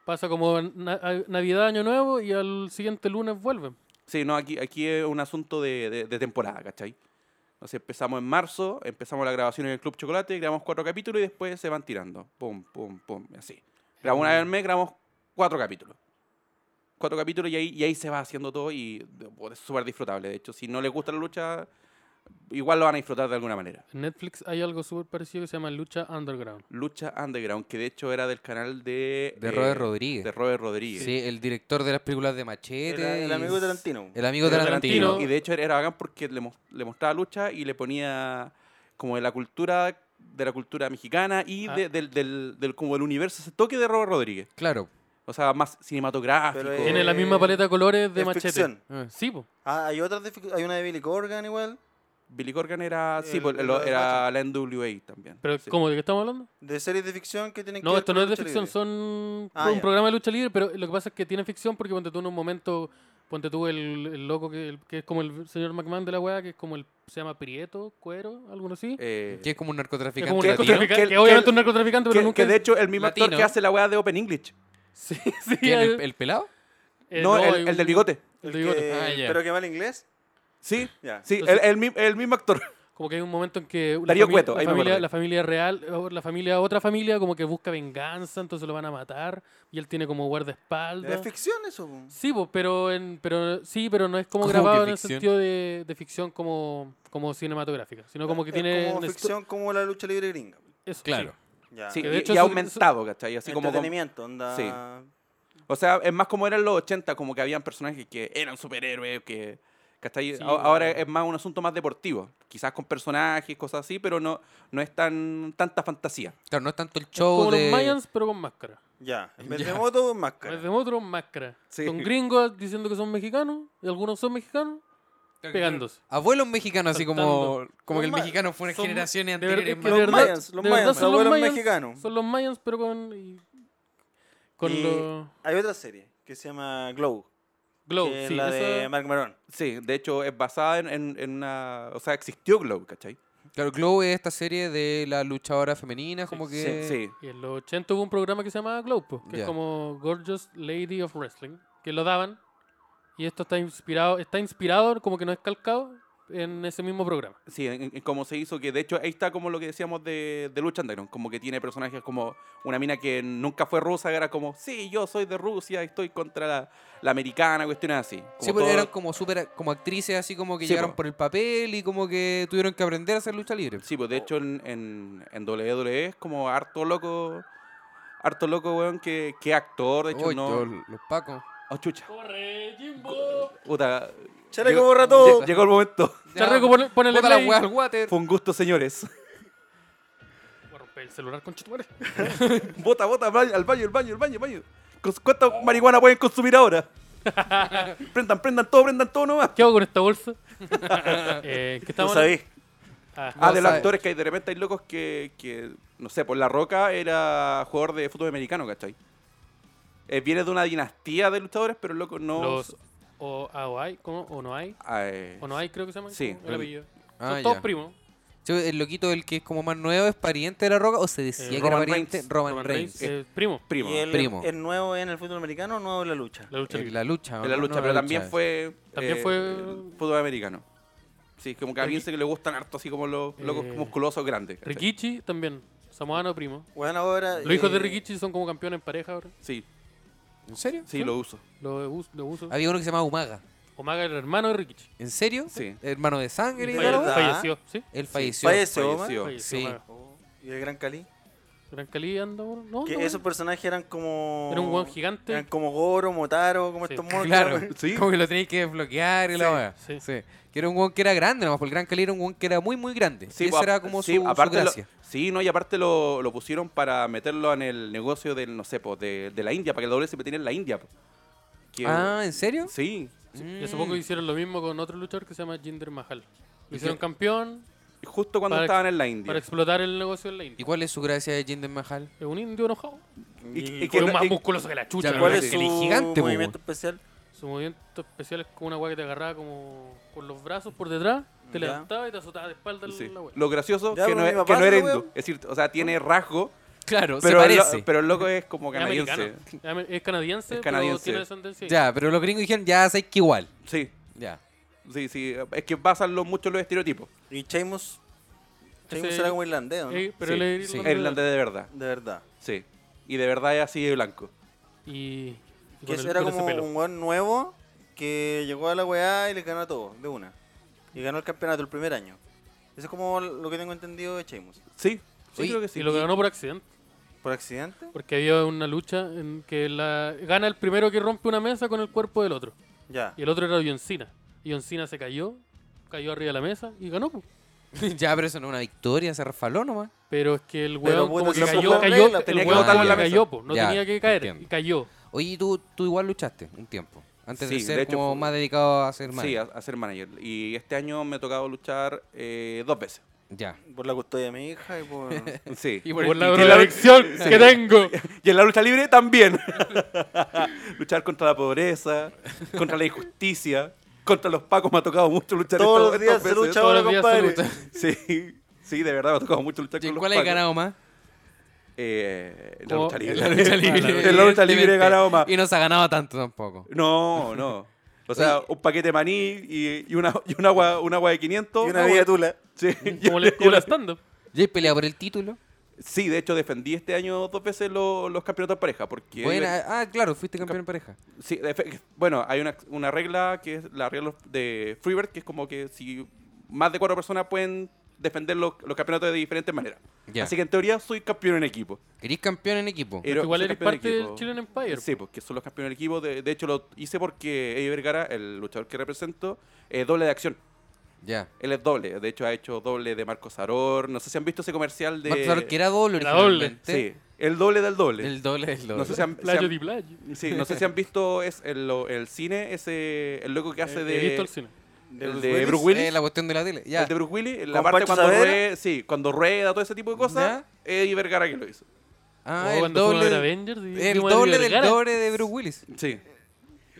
B: Pasa como na- a- Navidad, Año Nuevo y al siguiente lunes vuelven.
D: sí, no, aquí, aquí es un asunto de, de- de temporada, ¿cachai? Entonces empezamos en marzo, empezamos la grabación en el Club Chocolate, grabamos cuatro capítulos y después se van tirando. Pum, pum, pum, y así. Grabamos una vez al mes, grabamos cuatro capítulos. Cuatro capítulos y ahí, y ahí se va haciendo todo y de- puta, es súper disfrutable. De hecho, si no les gusta la lucha, igual lo van a disfrutar de alguna manera.
B: En Netflix hay algo súper parecido que se llama Lucha Underground.
D: Lucha Underground, que de hecho era del canal de...
C: De
D: eh,
C: Robert Rodríguez.
D: De Robert Rodríguez.
C: Sí, el director de las películas de Machete.
E: El, el
C: y-
E: amigo de Tarantino.
C: El amigo
D: Era
C: Tarantino.
D: Y de hecho era bacán porque le, mos- le mostraba lucha y le ponía como de la cultura de la cultura mexicana y
B: Ah.
D: de- del, del, del- como del universo, ese toque de Robert Rodríguez.
C: Claro.
D: O sea, más cinematográfico.
E: Pero, eh,
B: Tiene la misma paleta de colores de
E: Es
B: machete.
E: ficción.
C: Eh.
B: Sí, po.
E: Ah, hay otras de fic- hay una de Billy Corgan igual,
D: Billy Corgan era, sí,
E: El-
D: pues,
E: el-
D: lo-
E: el
D: era
E: macho.
D: la NWA también.
B: Pero
D: sí.
B: ¿cómo? ¿De qué estamos hablando?
E: de series de ficción que tienen que
B: No,
E: ver
B: esto
E: con
B: no
E: la
B: es de
E: lucha
B: ficción,
E: libre.
B: son
E: Ah,
B: un
E: ya.
B: programa de lucha libre, pero lo que pasa es que tiene ficción porque ponte tú en un momento, ponte tú el, el loco que, el- que es como el señor McMahon de la weá, que es como el, se llama Prieto, Cuero, alguno así.
D: Eh,
C: Que es como un
B: que es
C: narcotraficante.
B: como un
D: que-
C: latino.
B: narcotraficante, que,
D: que- que-
B: obviamente es
D: que-
B: un narcotraficante, pero
D: que,
B: nunca...
D: que de
B: es-
D: hecho el mismo actor que
C: Latino.
D: hace la weá de Open English.
B: Sí, sí.
C: ¿Quién?
B: hay-
C: ¿El, el pelado?
B: eh,
D: no,
B: hay
D: el, el
B: un-
D: del bigote.
B: el
E: El
B: de bigote.
E: que-
C: Ah, ya.
E: Pero que mal inglés.
D: Sí,
E: Ya.
D: sí, el,
B: Entonces-
D: el mi- el mismo actor.
B: Como que hay un momento en que la,
D: Darío
B: familia,
D: Cueto,
B: la,
D: ahí me
B: familia,
D: acordé.
B: la familia real, o la familia, otra familia como que busca venganza, entonces lo van a matar y él tiene como
E: Es
B: guardaespaldas.
E: ficción eso. po.
B: Sí, po, pero en, pero sí, pero no es como
C: ¿Cómo
B: grabado
C: que
B: en el
C: ficción?
B: sentido de, de ficción como, como cinematográfica, sino como que
E: Es
B: tiene
E: como
B: un estu-
E: ficción como la lucha libre gringa.
B: eso, sí.
C: Claro.
E: Ya.
D: Sí,
B: Que de
D: y-
B: hecho Ah,
D: y ha
B: eso-
D: aumentado, ¿cachai? Así como con-
E: entretenimiento, onda.
D: Sí. O sea, es más como eran los 80, como que habían personajes que eran superhéroes, que... ¿Cachai?
B: Sí,
D: A- Ahora
B: bueno.
D: es más un asunto más deportivo, quizás con personajes, cosas así, pero no, no es tan tanta fantasía.
C: Claro, no es tanto el
B: Es
C: show
B: como
C: de...
B: los Mayans, pero con máscara.
E: Ya. En vez
C: Ya.
E: de moto,
B: En vez
E: máscara.
B: de otros, máscara.
D: Sí.
B: Con gringos diciendo que son mexicanos, y algunos son mexicanos, pegándose.
C: Abuelos mexicanos, así como,
B: Saltando.
C: como que el
E: Son ma-
C: mexicano fue una
B: son-
C: generación
B: de ver-
C: anterior.
B: es que
E: Los
B: de verdad-
E: mayans, los
B: de verdad
E: mayans,
B: son los
E: abuelos
B: mayans.
E: mexicanos.
B: Son los Mayans, pero con... y- con
E: Y
B: los...
E: Hay otra serie que se llama Glow.
B: Glow,
E: que es
B: sí.
E: la
B: esa-
E: de Mark Maron.
D: Sí, de hecho es basada en, en- en una... O sea, existió Glow, ¿cachai?
C: Claro, Glow es esta serie de las luchadoras femeninas, como que.
D: Sí, sí.
B: Y en los 80 hubo un programa que se llamaba Glow, po, que
C: Ya.
B: es como Gorgeous Lady of Wrestling, que lo daban. Y esto está inspirado, está inspirado, como que no es calcado, en ese mismo programa.
D: Sí, en, en cómo se hizo, que de hecho ahí está como lo que decíamos de, de Lucha Underground, como que tiene personajes como una mina que nunca fue rusa, era como, sí, yo soy de Rusia, estoy contra la, la americana, cuestiones así. Como
C: Sí, pero
D: todo-
C: eran como super, como actrices así como que
D: Sí,
C: llegaron
D: po.
C: por el papel y como que tuvieron que aprender a hacer lucha libre.
D: Sí, pues de hecho en, en, en WWE es como harto loco, harto loco, weón, que, que actor, de hecho
C: Uy,
D: no...
C: yo- los pacos.
D: Oh, chucha,
B: ¡Corre, Jimbo!
D: puta,
E: Chaleco
D: Llegó-
E: borrato.
D: lle- llegó el momento.
B: Charreco, ponle, ponle
C: Bota la
B: play.
C: wea al water.
D: Fue un gusto, señores.
B: Voy a romper el celular con chetumare.
D: Bota, bota, al baño, al baño, al baño, al baño. al baño. Cons- ¿Cuánta marihuana pueden consumir ahora? prendan, prendan todo, prendan todo nomás.
B: ¿Qué hago con esta bolsa? eh, ¿Qué
D: No
B: estamos?
D: sabéis.
B: Ah,
D: Ah,
C: No
D: de los
C: sabe.
D: actores que hay, de repente hay locos que, que, no sé, por La Roca era jugador de fútbol americano, ¿cachai? Eh, viene de una dinastía de luchadores, pero el loco no...
B: los o, ah, o hay, ¿cómo? O no hay.
D: Ah, eh,
B: O no hay, creo que se llama. ¿cómo?
D: Sí,
B: El
D: creo que-
B: apellido.
C: Ah,
B: Son todos
C: ya.
B: primos.
C: Sí, el loquito, el que es como más nuevo, es pariente de la roca, o se decía que
D: Eh, Roman
C: era pariente.
D: Reigns.
C: Roman,
B: Roman
C: Reigns.
B: Reigns, eh, primo.
D: primo.
E: ¿Y él
C: Primo.
E: es nuevo en el fútbol americano o nuevo en la lucha?
B: La lucha
C: En
B: libre.
C: la lucha.
D: En la
C: Ah, ¿no?
D: lucha,
C: No,
D: pero
C: la
D: también
C: lucha.
D: fue...
B: También
D: eh,
B: fue-
D: Fútbol americano. Sí, como que a alguien se que le gustan harto, así como los locos
B: Eh,
D: musculosos grandes. ¿cachai?
B: Rikichi también. Samoano, primo.
E: Bueno, ahora.
B: Los hijos de
E: eh,
B: Rikichi son como campeones en pareja ahora.
D: Sí,
C: ¿En serio?
D: sí, lo uso.
B: Lo uso. Lo uso.
C: Había uno que se llamaba Umaga.
B: Omaga era el hermano de Rikichi.
C: ¿En serio?
D: Sí.
C: Hermano de sangre y
B: Falle-
C: toda la
E: ¿Verdad?
C: wea.
B: falleció, ¿sí?
C: Él falleció.
E: Falleció, Omar. Oh,
D: Falleció.
B: Falleció
C: Sí.
B: Omaga.
E: ¿Y el Gran Cali?
B: Gran Cali anda, Oh, bueno, no,
E: Que
B: no,
E: esos personajes eran como.
B: Era un weón gigante.
E: Eran como Goro, Motaro, como
B: Sí.
E: estos monos.
C: Claro,
E: que-
D: Sí.
C: como que lo tenéis que desbloquear y la wea.
B: sí.
C: Sí. Que era un guan que era grande, nomás, porque el Gran Cali era un guan que era muy, muy grande. y esa
D: pues,
C: era como
D: sí,
C: su, su
D: aparte lo-
C: gracia.
D: sí, no, y aparte lo, lo pusieron para meterlo en el negocio del, no sé, pues, de, de la India, para que el WSP tiene en la India. pues. Que-
C: Ah, ¿en serio?
D: Sí,
B: Y hace poco
C: Mm.
B: hicieron lo mismo con otro luchador que se llama Jinder Mahal. Lo hicieron campeón
D: justo cuando
B: Para ex-
D: estaban en la
B: para
D: India.
B: explotar el negocio en la
C: ¿Y
B: India.
C: cuál es su gracia de Jinder Mahal?
B: Es un indio enojado.
D: Y- y
E: ¿Y
D: que
B: Es
D: no-
B: más
D: y-
B: musculoso que la chucha.
C: Ya,
E: cuál
B: ¿no?
E: es su
C: El gigante, po,
E: movimiento especial?
B: Su movimiento especial es como una weá que te agarraba como con los brazos por detrás, te
E: Ya.
B: levantaba y te azotaba de espalda
D: sí.
B: la weá.
D: Lo gracioso
E: Ya,
D: que
E: pero
D: no,
E: mi
D: es,
E: papá
D: que no
E: hace
D: era
E: la
D: hindú.
E: wea.
D: Es decir, o sea, tiene rasgo,
C: Claro,
D: pero,
C: se
D: el lo-
C: parece.
D: pero el loco es como
B: Es
D: canadiense.
B: americano. Es amer- Es canadiense,
D: Es
B: pero
D: canadiense.
B: tiene descendencia.
C: Ya, pero los gringos dijeron, ya, sabes que igual.
D: Sí,
C: Ya.
D: sí, sí. Es que basan lo- mucho los estereotipos.
E: ¿Y Sheamus? Sheamus
B: Ese-
E: era como irlandés, ¿o ¿no?
B: Eh, pero
D: Sí,
B: él es
C: sí.
B: irlandés.
D: Irlandés de verdad,
E: De verdad.
D: sí. Y de verdad es así de blanco.
B: Y, y
E: Que
B: con,
E: ese
B: el,
E: era
B: con ese
E: como
B: pelo.
E: un weón nuevo que llegó a la weá y le ganó a todos, de una. Y ganó el campeonato el primer año. Eso es como lo que tengo entendido de Sheamus.
D: Sí, sí,
C: Oye,
D: creo que sí.
B: Y lo ganó por accidente.
E: ¿Por accidente?
B: Porque había una lucha en que la gana el primero que rompe una mesa con el cuerpo del otro.
E: Ya.
B: Y el otro era Yoncina. Yoncina se cayó, cayó arriba de la mesa y ganó. po.
C: ya, pero eso no es una victoria, se rafaló nomás.
B: Pero es que el
E: Pero,
B: weón
E: puta,
B: como que
E: se
B: cayó,
E: fue
B: cayó,
E: regla,
B: el
D: tenía que
B: weón
D: botarlo en la
B: cayó,
D: mesa.
B: po, no
C: Ya,
B: tenía que caer,
C: entiendo.
B: y cayó.
C: Oye, ¿y tú, tú igual luchaste un tiempo. Antes de
D: Sí,
C: ser
D: de hecho,
C: como
D: fue-
C: más dedicado a ser más.
D: Sí, a, a ser manager. Y este año me ha tocado luchar eh, dos veces.
C: Ya.
E: Por la custodia de mi hija y por...
D: Sí.
B: por,
C: el
B: la
C: título.
B: drogadicción que tengo.
D: Y en la lucha libre también. luchar contra la pobreza, contra la injusticia, contra los pacos me ha tocado mucho luchar
E: Todos los
D: estos-
E: días
D: estos
E: se
D: meses.
E: lucha
B: Todos
E: ahora,
B: los días se
E: compadre.
B: lucha.
D: Sí, sí, de verdad me ha tocado mucho luchar
C: ¿Y
D: con
C: en
D: los
C: cuál has
D: pacos.
C: ganado más?
D: Eh, en la
B: Como-
D: lucha libre.
B: en la lucha libre.
D: En la lucha libre he ganado más.
C: Y no se ha ganado tanto tampoco.
D: No, no. O sea,
C: Oye.
D: un paquete de maní y, y una, y un, agua, un agua de 500.
E: Y una vida tula.
D: Sí,
B: Como le como el stand-up.
C: Yo he peleado por el título.
D: Sí, de hecho defendí este año dos veces lo- los campeonatos de pareja. Porque
C: Buena. Ah, claro, fuiste campeón en pareja.
D: Sí, de fe- bueno, hay una, una regla que es la regla de Freebird, que es como que si más de cuatro personas pueden defender los, los campeonatos de diferentes maneras.
C: Ya. Oh.
D: Así que en teoría soy campeón en equipo.
C: ¿Querís campeón en equipo?
D: Pero
B: igual
D: soy
B: eres
D: campeón en
B: parte del
D: equipo.
B: Chilean Empire,
D: Sí, porque son los campeones en equipo. De, de hecho, lo hice porque Eddie Vergara, el luchador que represento, es doble de acción.
C: Ya.
D: Él es doble. De hecho, ha hecho doble de Marco Saror. No sé si han visto ese comercial de...
C: Más claro que era doble
B: Era doble.
C: originalmente.
D: Sí, el doble del doble.
C: El doble del doble.
D: No sé si han, si
B: Playo
D: han-
B: de playo.
D: sí, no sé si han visto es el, lo- el cine, ese, el loco que hace de...
B: Eh, He visto el cine.
D: El
E: Bruce
D: de
E: Willis.
D: Bruce Willis.
C: Eh, la cuestión de la tele. Ya.
D: El de Bruce Willis,
E: ¿Con
D: la parte
E: Pancho
D: cuando
E: Saavedra?
D: rueda, sí, cuando rueda, todo ese tipo de cosas, Eddie Vergara que lo hizo.
C: Ah,
B: Oh,
C: el
B: cuando fuimos a
C: doble.
B: ver Avengers y
C: el
B: vimos a
C: doble
B: Eddie
C: del
B: Vergara.
C: doble de Bruce Willis.
D: Sí.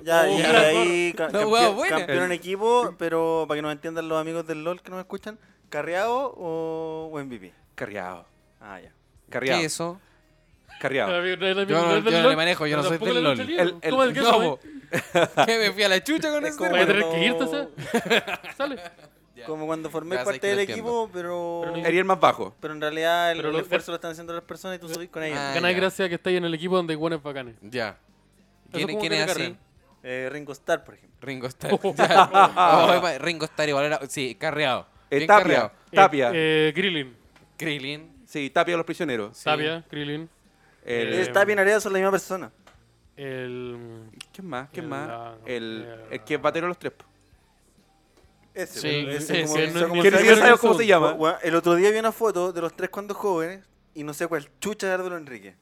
E: Ya,
B: Oh,
E: y
B: ya.
E: ahí ca-
C: No,
E: campe-
C: weón, buena.
E: campeón en equipo, pero para que nos entiendan los amigos del LOL que nos escuchan, ¿Carreado o, o MVP?
D: Carriado.
E: Ah, ya.
D: Carriado.
C: ¿Qué eso?
D: Carriado.
C: Yo no- yo no le manejo, yo no soy del LOL.
D: El- el-
B: ¿Cómo es que
C: no,
B: no,
C: po. ¿Qué me fui a la chucha con este?
B: Voy a
C: hermano?
B: tener que irte,
E: cuando-
B: ¿sabes? Sale.
C: Ah,
E: Como cuando formé
C: Ya sé
E: parte
C: que lo
E: del
C: entiendo.
E: equipo, pero...
B: Pero no-
D: Sería el más bajo.
E: Pero en realidad el,
B: Pero
E: el
B: lo-
E: esfuerzo lo están haciendo las personas y tú subís con ellos.
C: Ah,
B: Ganáis
C: ya.
B: gracias a que estáis en el equipo donde hay buenos bacanes.
C: Ya.
B: Eso
C: ¿Quién,
B: como
C: quién
B: que
C: es
B: me
C: así?
B: carrean.
E: Eh, Ringo Starr, por ejemplo.
C: Ringo Starr. Ya. Oh, pa- Ringo Starr igual era. Sí, carreado.
D: Eh,
C: Bien
D: tapia.
C: carreado.
D: Tapia.
B: Eh, eh, Krillin.
C: Krillin.
D: Sí, Tapia de los prisioneros.
C: Sí.
B: Tapia, Krillin.
D: El-
B: Eh,
E: Está bien área son la misma persona.
B: El.
D: ¿Quién más? ¿Quién
B: el-
D: más?
B: la-
D: El,
B: el-
D: el que es batero de los tres. po.
E: Ese,
B: Sí,
E: pero
B: ese,
E: como-
B: no
E: ese
B: es
E: como
B: ni
E: se
D: Que ni
B: el
E: llama.
D: siquiera sabemos cómo se llama.
E: Bueno, el otro día vi una foto de los tres cuando jóvenes y no sé cuál chucha de Ardolo Enrique.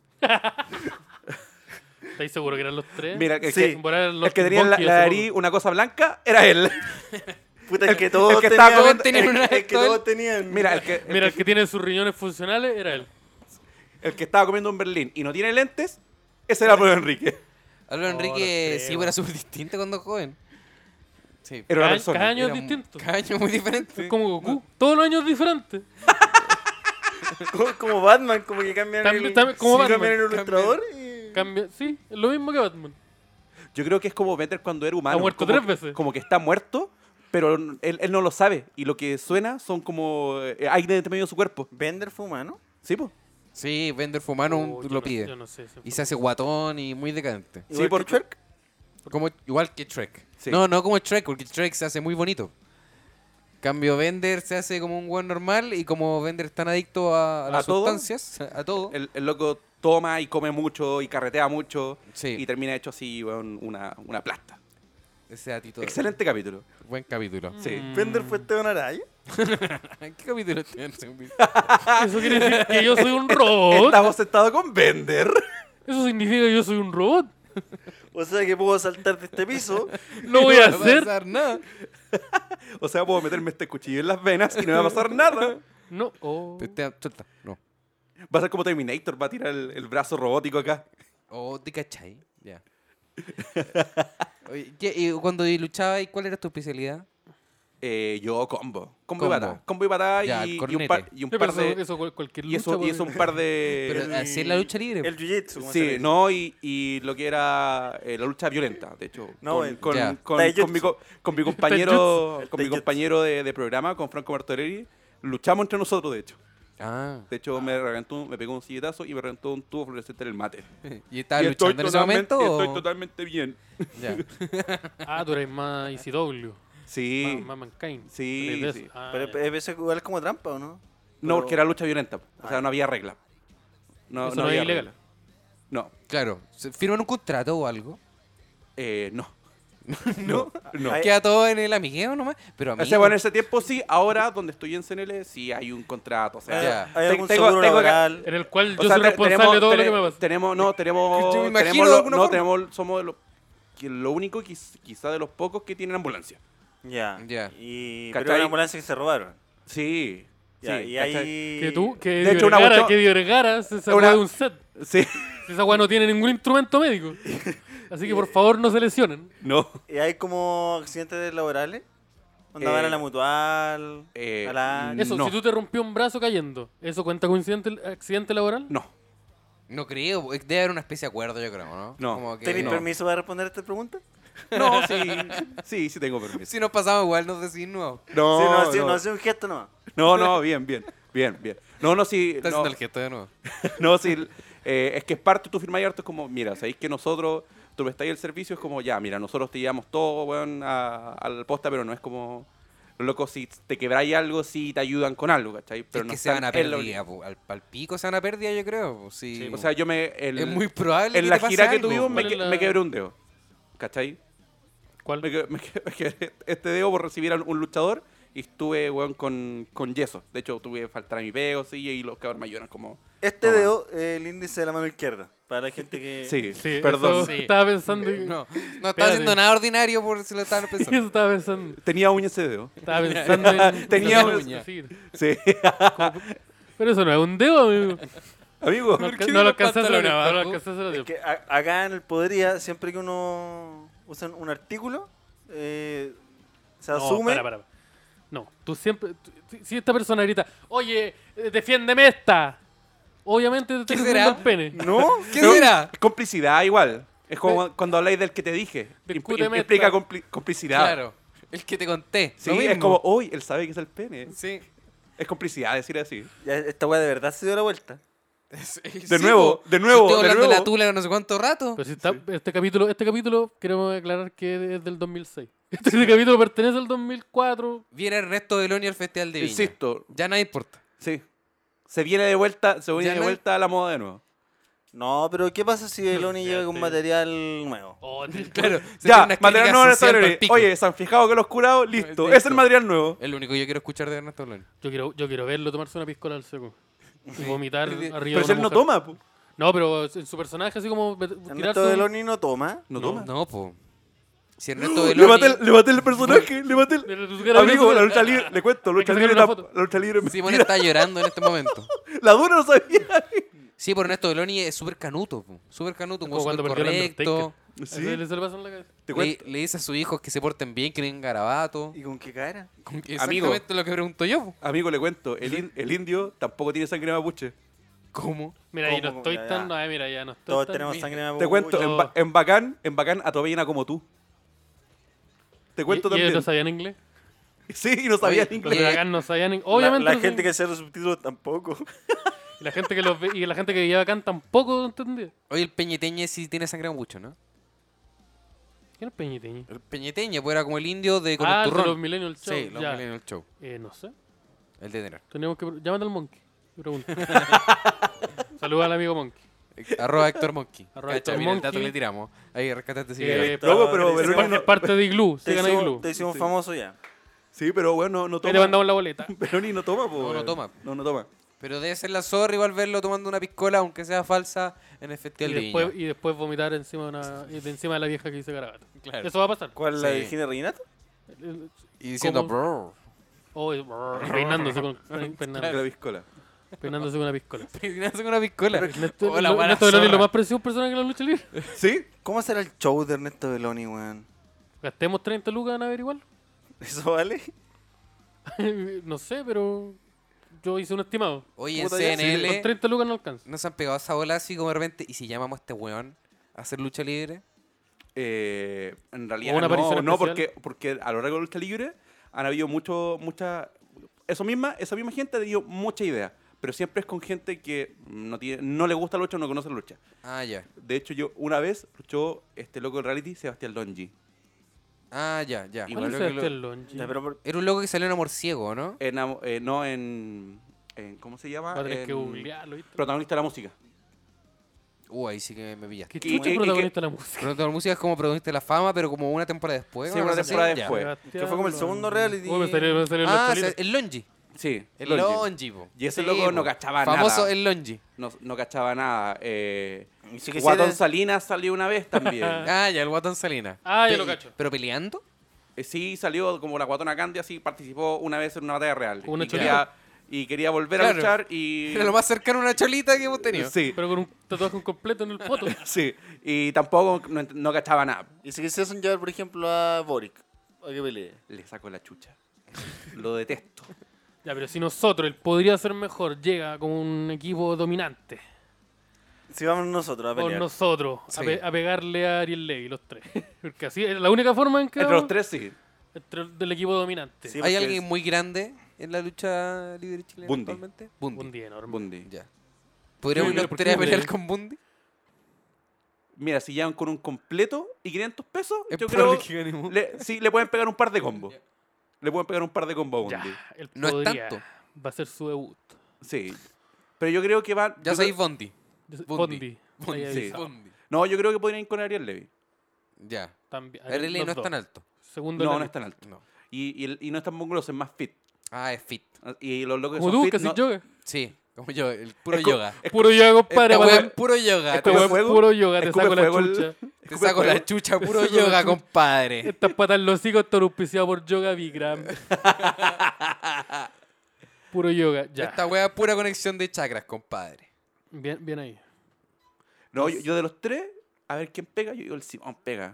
B: ¿Estáis seguros que eran los tres?
D: Mira, el
E: Sí.
D: que,
B: Temporada de los
D: el ¿Eh? que tenía en la,
B: Monkey,
D: la
B: hace
D: nariz una cosa blanca era él.
E: Puta, el, que todos
D: el que
E: tenían.
D: estaba
C: comiendo- tenían una
E: el, el que
C: Ardolo.
E: todos tenían.
D: Mira, el que,
B: poco.
D: el
B: Mira, el
D: que,
B: que tiene sus riñones funcionales era él.
D: el que estaba comiendo un Berlín y no tiene lentes, ese era Pablo Enrique.
C: Hablo
B: Oh,
C: Enrique
B: los tres,
C: sí, pero
B: bueno.
C: era súper distinto cuando joven. Sí.
D: Era una
B: Cada-
D: persona.
B: cada año es
C: Era un-
B: distinto.
C: Cada año muy diferente.
B: Es como Goku. Todos los años es diferente.
E: como, como Batman, como que cambian
B: También-
E: el,
B: también- como
E: sí,
B: Batman.
E: cambian el ilustrador. y-
B: Cambia. Sí, es lo mismo que Batman.
D: Yo creo que es como Bender cuando era humano.
B: Ha muerto
D: como,
B: tres veces.
D: Como que está muerto, pero él, él no lo sabe. Y lo que suena son como eh, aire entre medio de su cuerpo.
E: Bender fue humano.
D: ¿Sí, po?
C: Sí, Bender Fumano
B: Oh,
C: un-
B: yo
C: lo
B: no-
C: pide.
B: yo no sé, esa
C: Y se hace guatón y muy decadente.
D: Sí,
E: Igual que
D: porque-
E: Shrek.
C: Como, igual que Trek.
D: Sí.
C: No, no como Trek, porque Trek se hace muy bonito. Cambio Bender se hace como un weón normal y como Bender es tan adicto a, a
D: ¿A
C: las
D: todo?
C: sustancias, a todo.
D: El, el loco toma y come mucho y carretea mucho.
C: Sí.
D: Y termina hecho así, weón, una, una plasta.
C: Ese datito.
D: Excelente capítulo.
C: Buen capítulo.
B: Mm.
D: Sí.
E: Bender fue Esteban Araya.
C: ¿Qué capítulo tiene?
B: forma. Eso quiere decir que yo soy un robot.
D: Estamos sentados con Bender.
B: Eso significa que yo soy un robot.
E: O sea que puedo saltar de este piso.
B: No voy a hacer.
C: pasar nada.
D: O sea, puedo meterme este cuchillo en las venas y no me va a pasar nada.
B: No. Oh.
C: Te- te- suelta, No.
D: Va a ser como Terminator, va a tirar el, el brazo robótico acá.
C: Oh, te cachai. Ya. Oye, ¿qué- y cuando luchaba, ¿y cuál era tu especialidad?
D: Eh, yo combo. Combo
C: Combo.
D: y batalla. Combo y batalla
C: Ya,
D: y, y un
C: cornete.
D: par, y un
B: Yo
D: par
B: pienso que
D: de...
B: eso cual- cualquier
D: Y
B: lucha.
D: eso, y
B: puede-
D: eso un par de...
C: Pero hacer la lucha libre.
E: El jiu-jitsu. como eh, se
D: Sí,
E: dice.
D: no, y, y lo que era eh, la lucha violenta, de hecho.
E: No,
D: con,
E: el-
D: con-
C: Ya.
D: con-
E: Taijutsu.
D: con mi, co- con mi compañero,
E: El
D: con mi
E: taijutsu.
D: compañero de, de programa, con Franco Martorelli, luchamos entre nosotros, de hecho.
C: Ah.
D: De hecho, me, reventó, me pegó un silletazo y me reventó un tubo fluorescente en el mate.
C: ¿Y estaba
D: Y
C: luchando en ese
D: totalmente-
C: momento?
D: y estoy
C: o-
D: totalmente bien.
C: Ya.
B: Ah, tú eres más ICW.
D: Sí.
B: Más, más Mankind.
D: Sí,
B: Eres de
D: sí.
B: eso. Ah,
E: Pero
B: ya.
E: pero a veces igual es como trampa, ¿o no?
D: No,
E: Pero-
D: porque era lucha violenta. O sea, no había regla. No,
B: Eso
D: no
B: no es
D: había
B: ilegal.
D: regla. No,
C: Claro. ¿se ¿Firman un contrato o algo?
D: eh, no. no, no.
E: Ay,
C: Queda todo en el amigueo nomás. Pero
D: O
C: amigo,
D: sea, bueno, en ese tiempo sí, ahora donde estoy en CNL sí hay un contrato. O sea,
C: Ya.
E: Hay
D: te-
E: algún
D: tengo-
E: seguro
D: tengo que-
E: laboral.
B: En el cual
D: o
B: yo
D: sea,
B: soy
D: te-
B: responsable de todo lo que me
D: tenemos-
B: pasa.
D: Tenemos, no, tenemos.
C: Yo me imagino
D: tenemos
C: de
D: lo-
C: alguna
D: no,
C: forma.
D: tenemos, somos de lo, que lo único quiz- quizá de los pocos que tienen ambulancia.
E: Ya.
C: Ya.
E: Y
D: ¿Cachai?
E: pero era una ambulancia que se robaron.
D: Sí.
E: Ya,
D: sí,
E: y
D: ¿cachai?
E: ahí
B: Que tú, que
D: De hecho, una
B: Vergara,
D: cuestión-
B: que Di Vergara se sacó
D: Una-
B: de un set.
D: Sí,
B: Si esa weá no tiene ningún instrumento médico. Así que por favor no se lesionen.
D: no.
E: ¿Y hay como accidentes laborales? Cuando
D: Eh,
E: van a la mutual,
D: eh,
E: a la...
D: n-
B: Eso,
D: No.
B: si tú te rompió un brazo cayendo, ¿eso cuenta como incidente, accidente laboral?
D: No.
C: No creo. es- Debe haber una especie de acuerdo, yo creo, ¿no?
D: No.
C: Como que-
E: ¿Tenés
C: no.
E: permiso para responder esta pregunta?
D: No, sí. Sí, sí tengo permiso.
C: Si nos pasamos igual, nos decís nuevo.
E: sí,
D: No,
E: no,
D: no,
E: sí, no, hace un gesto nomás.
D: no, no, bien, bien, bien, bien. No, no, sí,
C: Está
D: no,
C: haciendo el gesto de nuevo.
D: no, sí, eh, es que es parte, tú firmáis harto, es como, mira, sabéis que nosotros, tú prestáis el servicio, es como, ya, mira, nosotros te llevamos todo, weón, a, a la posta, pero no es como, loco, si te quebráis algo, sí te ayudan con algo, ¿cachai? Pero
C: es
D: no
C: que se van
D: están
C: a
D: en la
C: pérdida, po. al, al pico se van a pérdida, yo creo. po. Sí,
D: obligación.
C: po.
D: O sea, yo me, el-
C: es muy probable
D: en
C: que
D: la
C: te pase
D: gira que
C: algo,
D: tuvimos
C: po.
D: me,
B: ¿Cuál
D: que-
B: es la-
D: me quebré un dedo, ¿cachai?
B: ¿Cuál?
D: Me, que- me que- me quebré este dedo por recibir a un luchador y estuve, weón, con, con yeso. De hecho, tuve que faltar a mi peo, sí, y los cabros me ayudan como...
E: Este
D: Toma.
E: dedo, eh, el índice de la mano izquierda, para la gente que...
D: Sí,
B: Sí,
D: perdón.
B: eso Estaba pensando. y-
C: No, no estaba haciendo
B: Espérate.
C: nada ordinario por si lo estaban
B: Eso
C: pensando.
B: estaba pensando.
D: Tenía uña ese dedo.
B: Estaba pensando en.
D: Tenía
B: en-
C: uña.
B: sí.
D: Sí.
B: Pero eso no es un dedo, amigo.
D: Amigo,
B: No, alca-
C: qué
B: no lo
C: los
B: alcanzas a hacer,
C: pantalones
B: no lo
C: abajo?
B: alcanzas a hacer.
E: Que a- acá en el Podría, siempre que uno usa un artículo, eh, se
B: No,
E: asume...
B: para, para. No, tú siempre. tú- si- si esta persona grita, oye, eh, defiéndeme esta. Obviamente te estoy
C: será?
B: diciendo el pene.
E: ¿No?
C: ¿Qué
D: Pero
C: será?
D: Es complicidad igual. Es como cuando habláis del que te dije. Impl-
B: Discúteme
D: Implica
B: esta.
D: compli- complicidad.
C: Claro. El que te conté.
D: Sí,
C: lo
D: es
C: mismo.
D: como, hoy él sabe que es el pene.
C: Sí.
D: Es complicidad decir así.
E: Ya, esta weá de verdad se dio la vuelta.
D: De nuevo,
C: po.
D: de nuevo,
C: Estoy
D: de
C: hablando de la
D: nuevo.
C: tula no sé cuánto rato.
B: Pero si está, este capítulo, este capítulo queremos aclarar que es del 2006. Este, capítulo pertenece al 2004.
C: Viene Ernesto Deloni al Festival de Viña.
D: Insisto,
C: Ya nada importa.
D: sí. Se viene de vuelta, se viene
C: Ya
D: de
C: no hay-
D: vuelta a la moda de nuevo.
E: No, pero ¿qué pasa si Beloni llega con material nuevo?
B: Oh, te-
C: Claro. se tiene
D: Ya,
C: una
D: material
C: crítica
D: nuevo en
C: social
D: esta
C: pa'l
D: teoría.
C: pico.
D: Oye, se han fijado que los curados, listo.
C: Listo.
D: Es el material nuevo.
C: Es lo único que yo quiero escuchar de Ernesto Deloni.
B: Yo quiero, yo quiero verlo tomarse una piscola al seco. Y vomitar arriba de
D: Pero si
B: una
D: él no
B: mujer.
D: toma, po.
B: No, pero en su personaje así como met- tirarse
E: Ernesto
B: un-
E: Beloni no toma.
D: No toma.
C: No, po. Si Ernesto
D: Le maté,
C: Deloni.
D: el- le maté el personaje, le maté el...
B: Pero tú quieres
D: Amigo,
B: ver-
D: la lucha libre, le cuento,
B: Hay que
D: lucha
B: sacarle
D: libre, la,
B: una foto.
D: la lucha libre,
C: Simón
D: mentira.
C: está llorando en este momento.
D: la dura no sabía.
C: Sí, pero Ernesto Deloni es súper canuto, po. Súper canuto, un
B: Como
C: súper
B: cuando perdió el
C: correcto.
B: Undertaker.
D: Sí.
B: Eso le- se le pasa en la cabeza.
D: Te
C: Le,
D: cuento.
C: le dice a sus hijos que se porten bien, que no den garabato.
E: ¿Y con qué cara?
C: Exactamente lo que pregunto yo, po.
D: Amigo, le cuento, el, in- el indio tampoco tiene sangre mapuche.
C: ¿Cómo?
B: Mira, ahí
E: ¿Cómo?
B: no estoy
E: Ya,
B: tan.
E: ya.
B: Ay, mira, ya no estoy
E: Todos
B: tan-
E: tenemos
B: mira.
E: sangre en la
D: Te cuento,
E: boca.
D: en, Ba- en Bacán, en Bacán a tu avellana como tú. Te cuento
B: ¿Y- y ellos
D: también.
B: no sabían inglés?
D: Sí, y no sabía
C: Oye,
D: ni
B: Los
D: inglés.
C: Eh,
B: de acá no sabían inglés.
E: La-
B: Obviamente.
E: La,
B: no
E: gente
B: sabían-
E: que hace los subtítulos tampoco.
B: y la gente que los ve y la gente que veía acá tampoco entendía.
C: Oye, el Peñeteñe sí tiene sangre mucho, ¿no?
B: ¿Quién es Peñiteño?
C: El Peñeteñe, pues era como el indio de con
B: Ah,
C: el
B: el de
C: turrón.
B: los Millennial Show.
C: Sí, los
B: ya.
C: Millennial Show.
B: Eh, no sé.
C: El de tener.
B: Tenemos que. Llámate al Monkey. y pregunta. Saluda al amigo Monkey.
C: Arroba Héctor Monkey.
B: Arroba
C: Cacha,
B: Héctor
C: mira el
B: Monkey.
C: dato que le tiramos. Ahí, rescatate si
B: Eh,
D: Loco, pero
E: Te
D: Beloni
B: Es
E: hicimos-
D: no-
B: parte de Igloo.
E: Te
B: Se gana Igloo.
E: hicimos, te hicimos famoso ya.
D: Sí, pero bueno, no, no
B: Ahí le
D: toma.
B: mandamos la boleta.
D: Beloni no toma, po.
C: No, no
D: weón.
C: toma.
D: No, no toma.
C: Pero debe ser la zorra igual verlo tomando una piscola, aunque sea falsa, en el
B: Y
C: Festival de Viña.
B: después, y después vomitar encima de, una, de encima de la vieja que hizo garabato.
C: Claro.
B: Eso va a pasar.
E: ¿Cuál? ¿La
C: Sí.
E: Virginia Reinato?
B: El- el-
C: Y diciendo, brr.
B: oh, y- y peinándose con, peinando-
D: La piscola.
B: peinándose con una piscola.
C: Peinándose con una piscola.
B: Ernesto
C: Hola,
B: Ernesto
C: buena
B: Beloni, lo
C: zorra.
B: más precioso personaje de la lucha libre.
D: ¿Sí?
E: ¿Cómo será el show de Ernesto Beloni, weón?
B: Gastemos 30 lucas en averiguarlo.
E: ¿Eso vale?
B: no sé, pero yo hice un estimado.
C: Oye, en
E: Puta, ya, sí,
B: Con
C: CNL
B: 30 lucas no alcanza.
C: nos han pegado esa ola así como de repente. ¿Y si llamamos a este weón a hacer lucha libre?
D: Eh, en realidad
B: ¿O una
D: no,
B: aparición
D: no
B: especial?
D: porque, porque a lo largo de Lucha Libre han habido mucho, mucha... Eso misma, esa misma gente ha tenido mucha idea, pero siempre es con gente que no, tiene, no le gusta la lucha o no conoce la lucha.
C: Ah, ya.
D: De hecho, yo una vez luchó este loco del reality, Sebastián Longi.
C: Ah, ya, ya.
B: ¿Cuál
D: Igual
B: es
D: creo que lo-
B: este longe?
E: Ya, pero por-
C: Era un loco que salió en Amor Ciego, ¿no?
D: En am- eh, no en, en- ¿Cómo se llama?
B: Va a tener
D: En
B: que googlearlo, ¿viste?
D: Protagonista de la música.
C: Uh, ahí sí que me pillaste.
B: Que
D: y-
B: chucha
D: y- y-
B: protagonista de la música.
C: Protagonista de la música es como protagonista de la fama, pero como una temporada después.
D: Sí,
C: ¿no?
D: una
C: Algo así.
D: temporada
C: Ya.
D: después.
E: que fue como el segundo reality.
B: Uy, me salió, me salió
C: Ah,
B: el
C: o sea, el Longi.
D: Sí,
C: El
D: Longi.
C: Longi, po.
D: Y ese
C: Sí,
D: loco no
C: po.
D: cachaba
C: Famoso
D: nada.
C: el Longi.
D: No, no cachaba nada. Eh,
E: Y si quisiera-
D: Guatón Salinas salió una vez también.
C: Ah, ya, el Guatón Salina.
B: Ah, ya
C: Pe-
B: lo cacho.
C: ¿Pero peleando?
D: Eh, Sí, salió como la guatona Candy, así participó una vez en una batalla real.
B: Una
D: y, quería, y quería volver a
C: Claro.
D: luchar y...
C: Era lo más cercano a una cholita que hemos tenido.
D: Sí,
B: Pero con un tatuaje completo en el poto.
D: sí. Y tampoco no, ent- no cachaba nada.
E: Y si quisiesen llevar, por ejemplo, a Boric, a que pelee.
D: Le saco la chucha. Lo detesto.
B: ya, pero si nosotros, él podría ser mejor, llega con un equipo dominante.
E: Si vamos nosotros a
B: Con
E: pelear.
B: nosotros, a,
C: Sí.
B: pe- a pegarle a Ariel Levy, los tres. Porque así es la única forma en que.
D: Entre los
B: vamos-
D: tres, sí.
B: entre el- del equipo dominante.
E: Sí,
C: ¿Hay
E: porque
C: alguien
E: es-
C: muy grande en la lucha libre chilena
D: Bundy.
C: actualmente? Bundy.
B: Un día enorme.
D: Bundy.
C: Ya. ¿Podríamos
B: pero
C: los
B: ¿por
C: tres
B: qué
C: a pelear
B: Bundy?
C: con Bundy?
D: Mira, si llegan con un completo y 500 pesos,
C: Es
D: yo creo
C: probable que ganemos.
D: le, sí, le pueden pegar un par de combos. Le pueden pegar un par de combos a Bundy.
B: Ya, él
C: No es
B: podría.
C: tanto.
B: Va a ser su debut.
D: Sí. Pero yo creo que va...
C: Ya
D: yo
C: sabéis
D: creo-
C: Bundy.
B: Yo sé-
C: Bundy.
B: Bundy.
C: Bundy,
B: Ahí
D: sí.
B: avisado.
C: Bundy.
D: No, yo creo que podrían ir con Ariel Levy.
C: Ya.
B: También-
C: Ariel Lee
B: los
C: no es
B: dos.
C: tan alto.
B: Segundo
D: No,
B: en
D: no
B: la
D: es tan alto.
C: No.
D: Y, y, y no es tan mongolos, es más fit.
C: Ah, es fit.
D: Y los
B: lista.
D: locos que
B: Como
D: son
B: tú,
D: fit
B: casi
D: no-
B: yoga.
C: Sí, como yo, el puro
D: Es co-
C: yoga.
D: es
B: Puro yoga, compadre.
C: Este
B: para-
C: weón, puro yoga.
B: Este
C: Te,
D: escupe
B: weón,
D: fuego,
B: puro yoga, te
D: escupe
B: saco la
D: fuego el-
B: chucha.
C: te saco la chucha, puro yoga, compadre.
B: Estas patas en los hijos están auspiciadas por Yoga Vigram. Puro yoga, ya.
C: Esta wea es pura conexión de chakras, compadre.
B: Bien, bien ahí.
D: No, yo, yo de los tres, a ver quién pega, yo digo el Simón pega.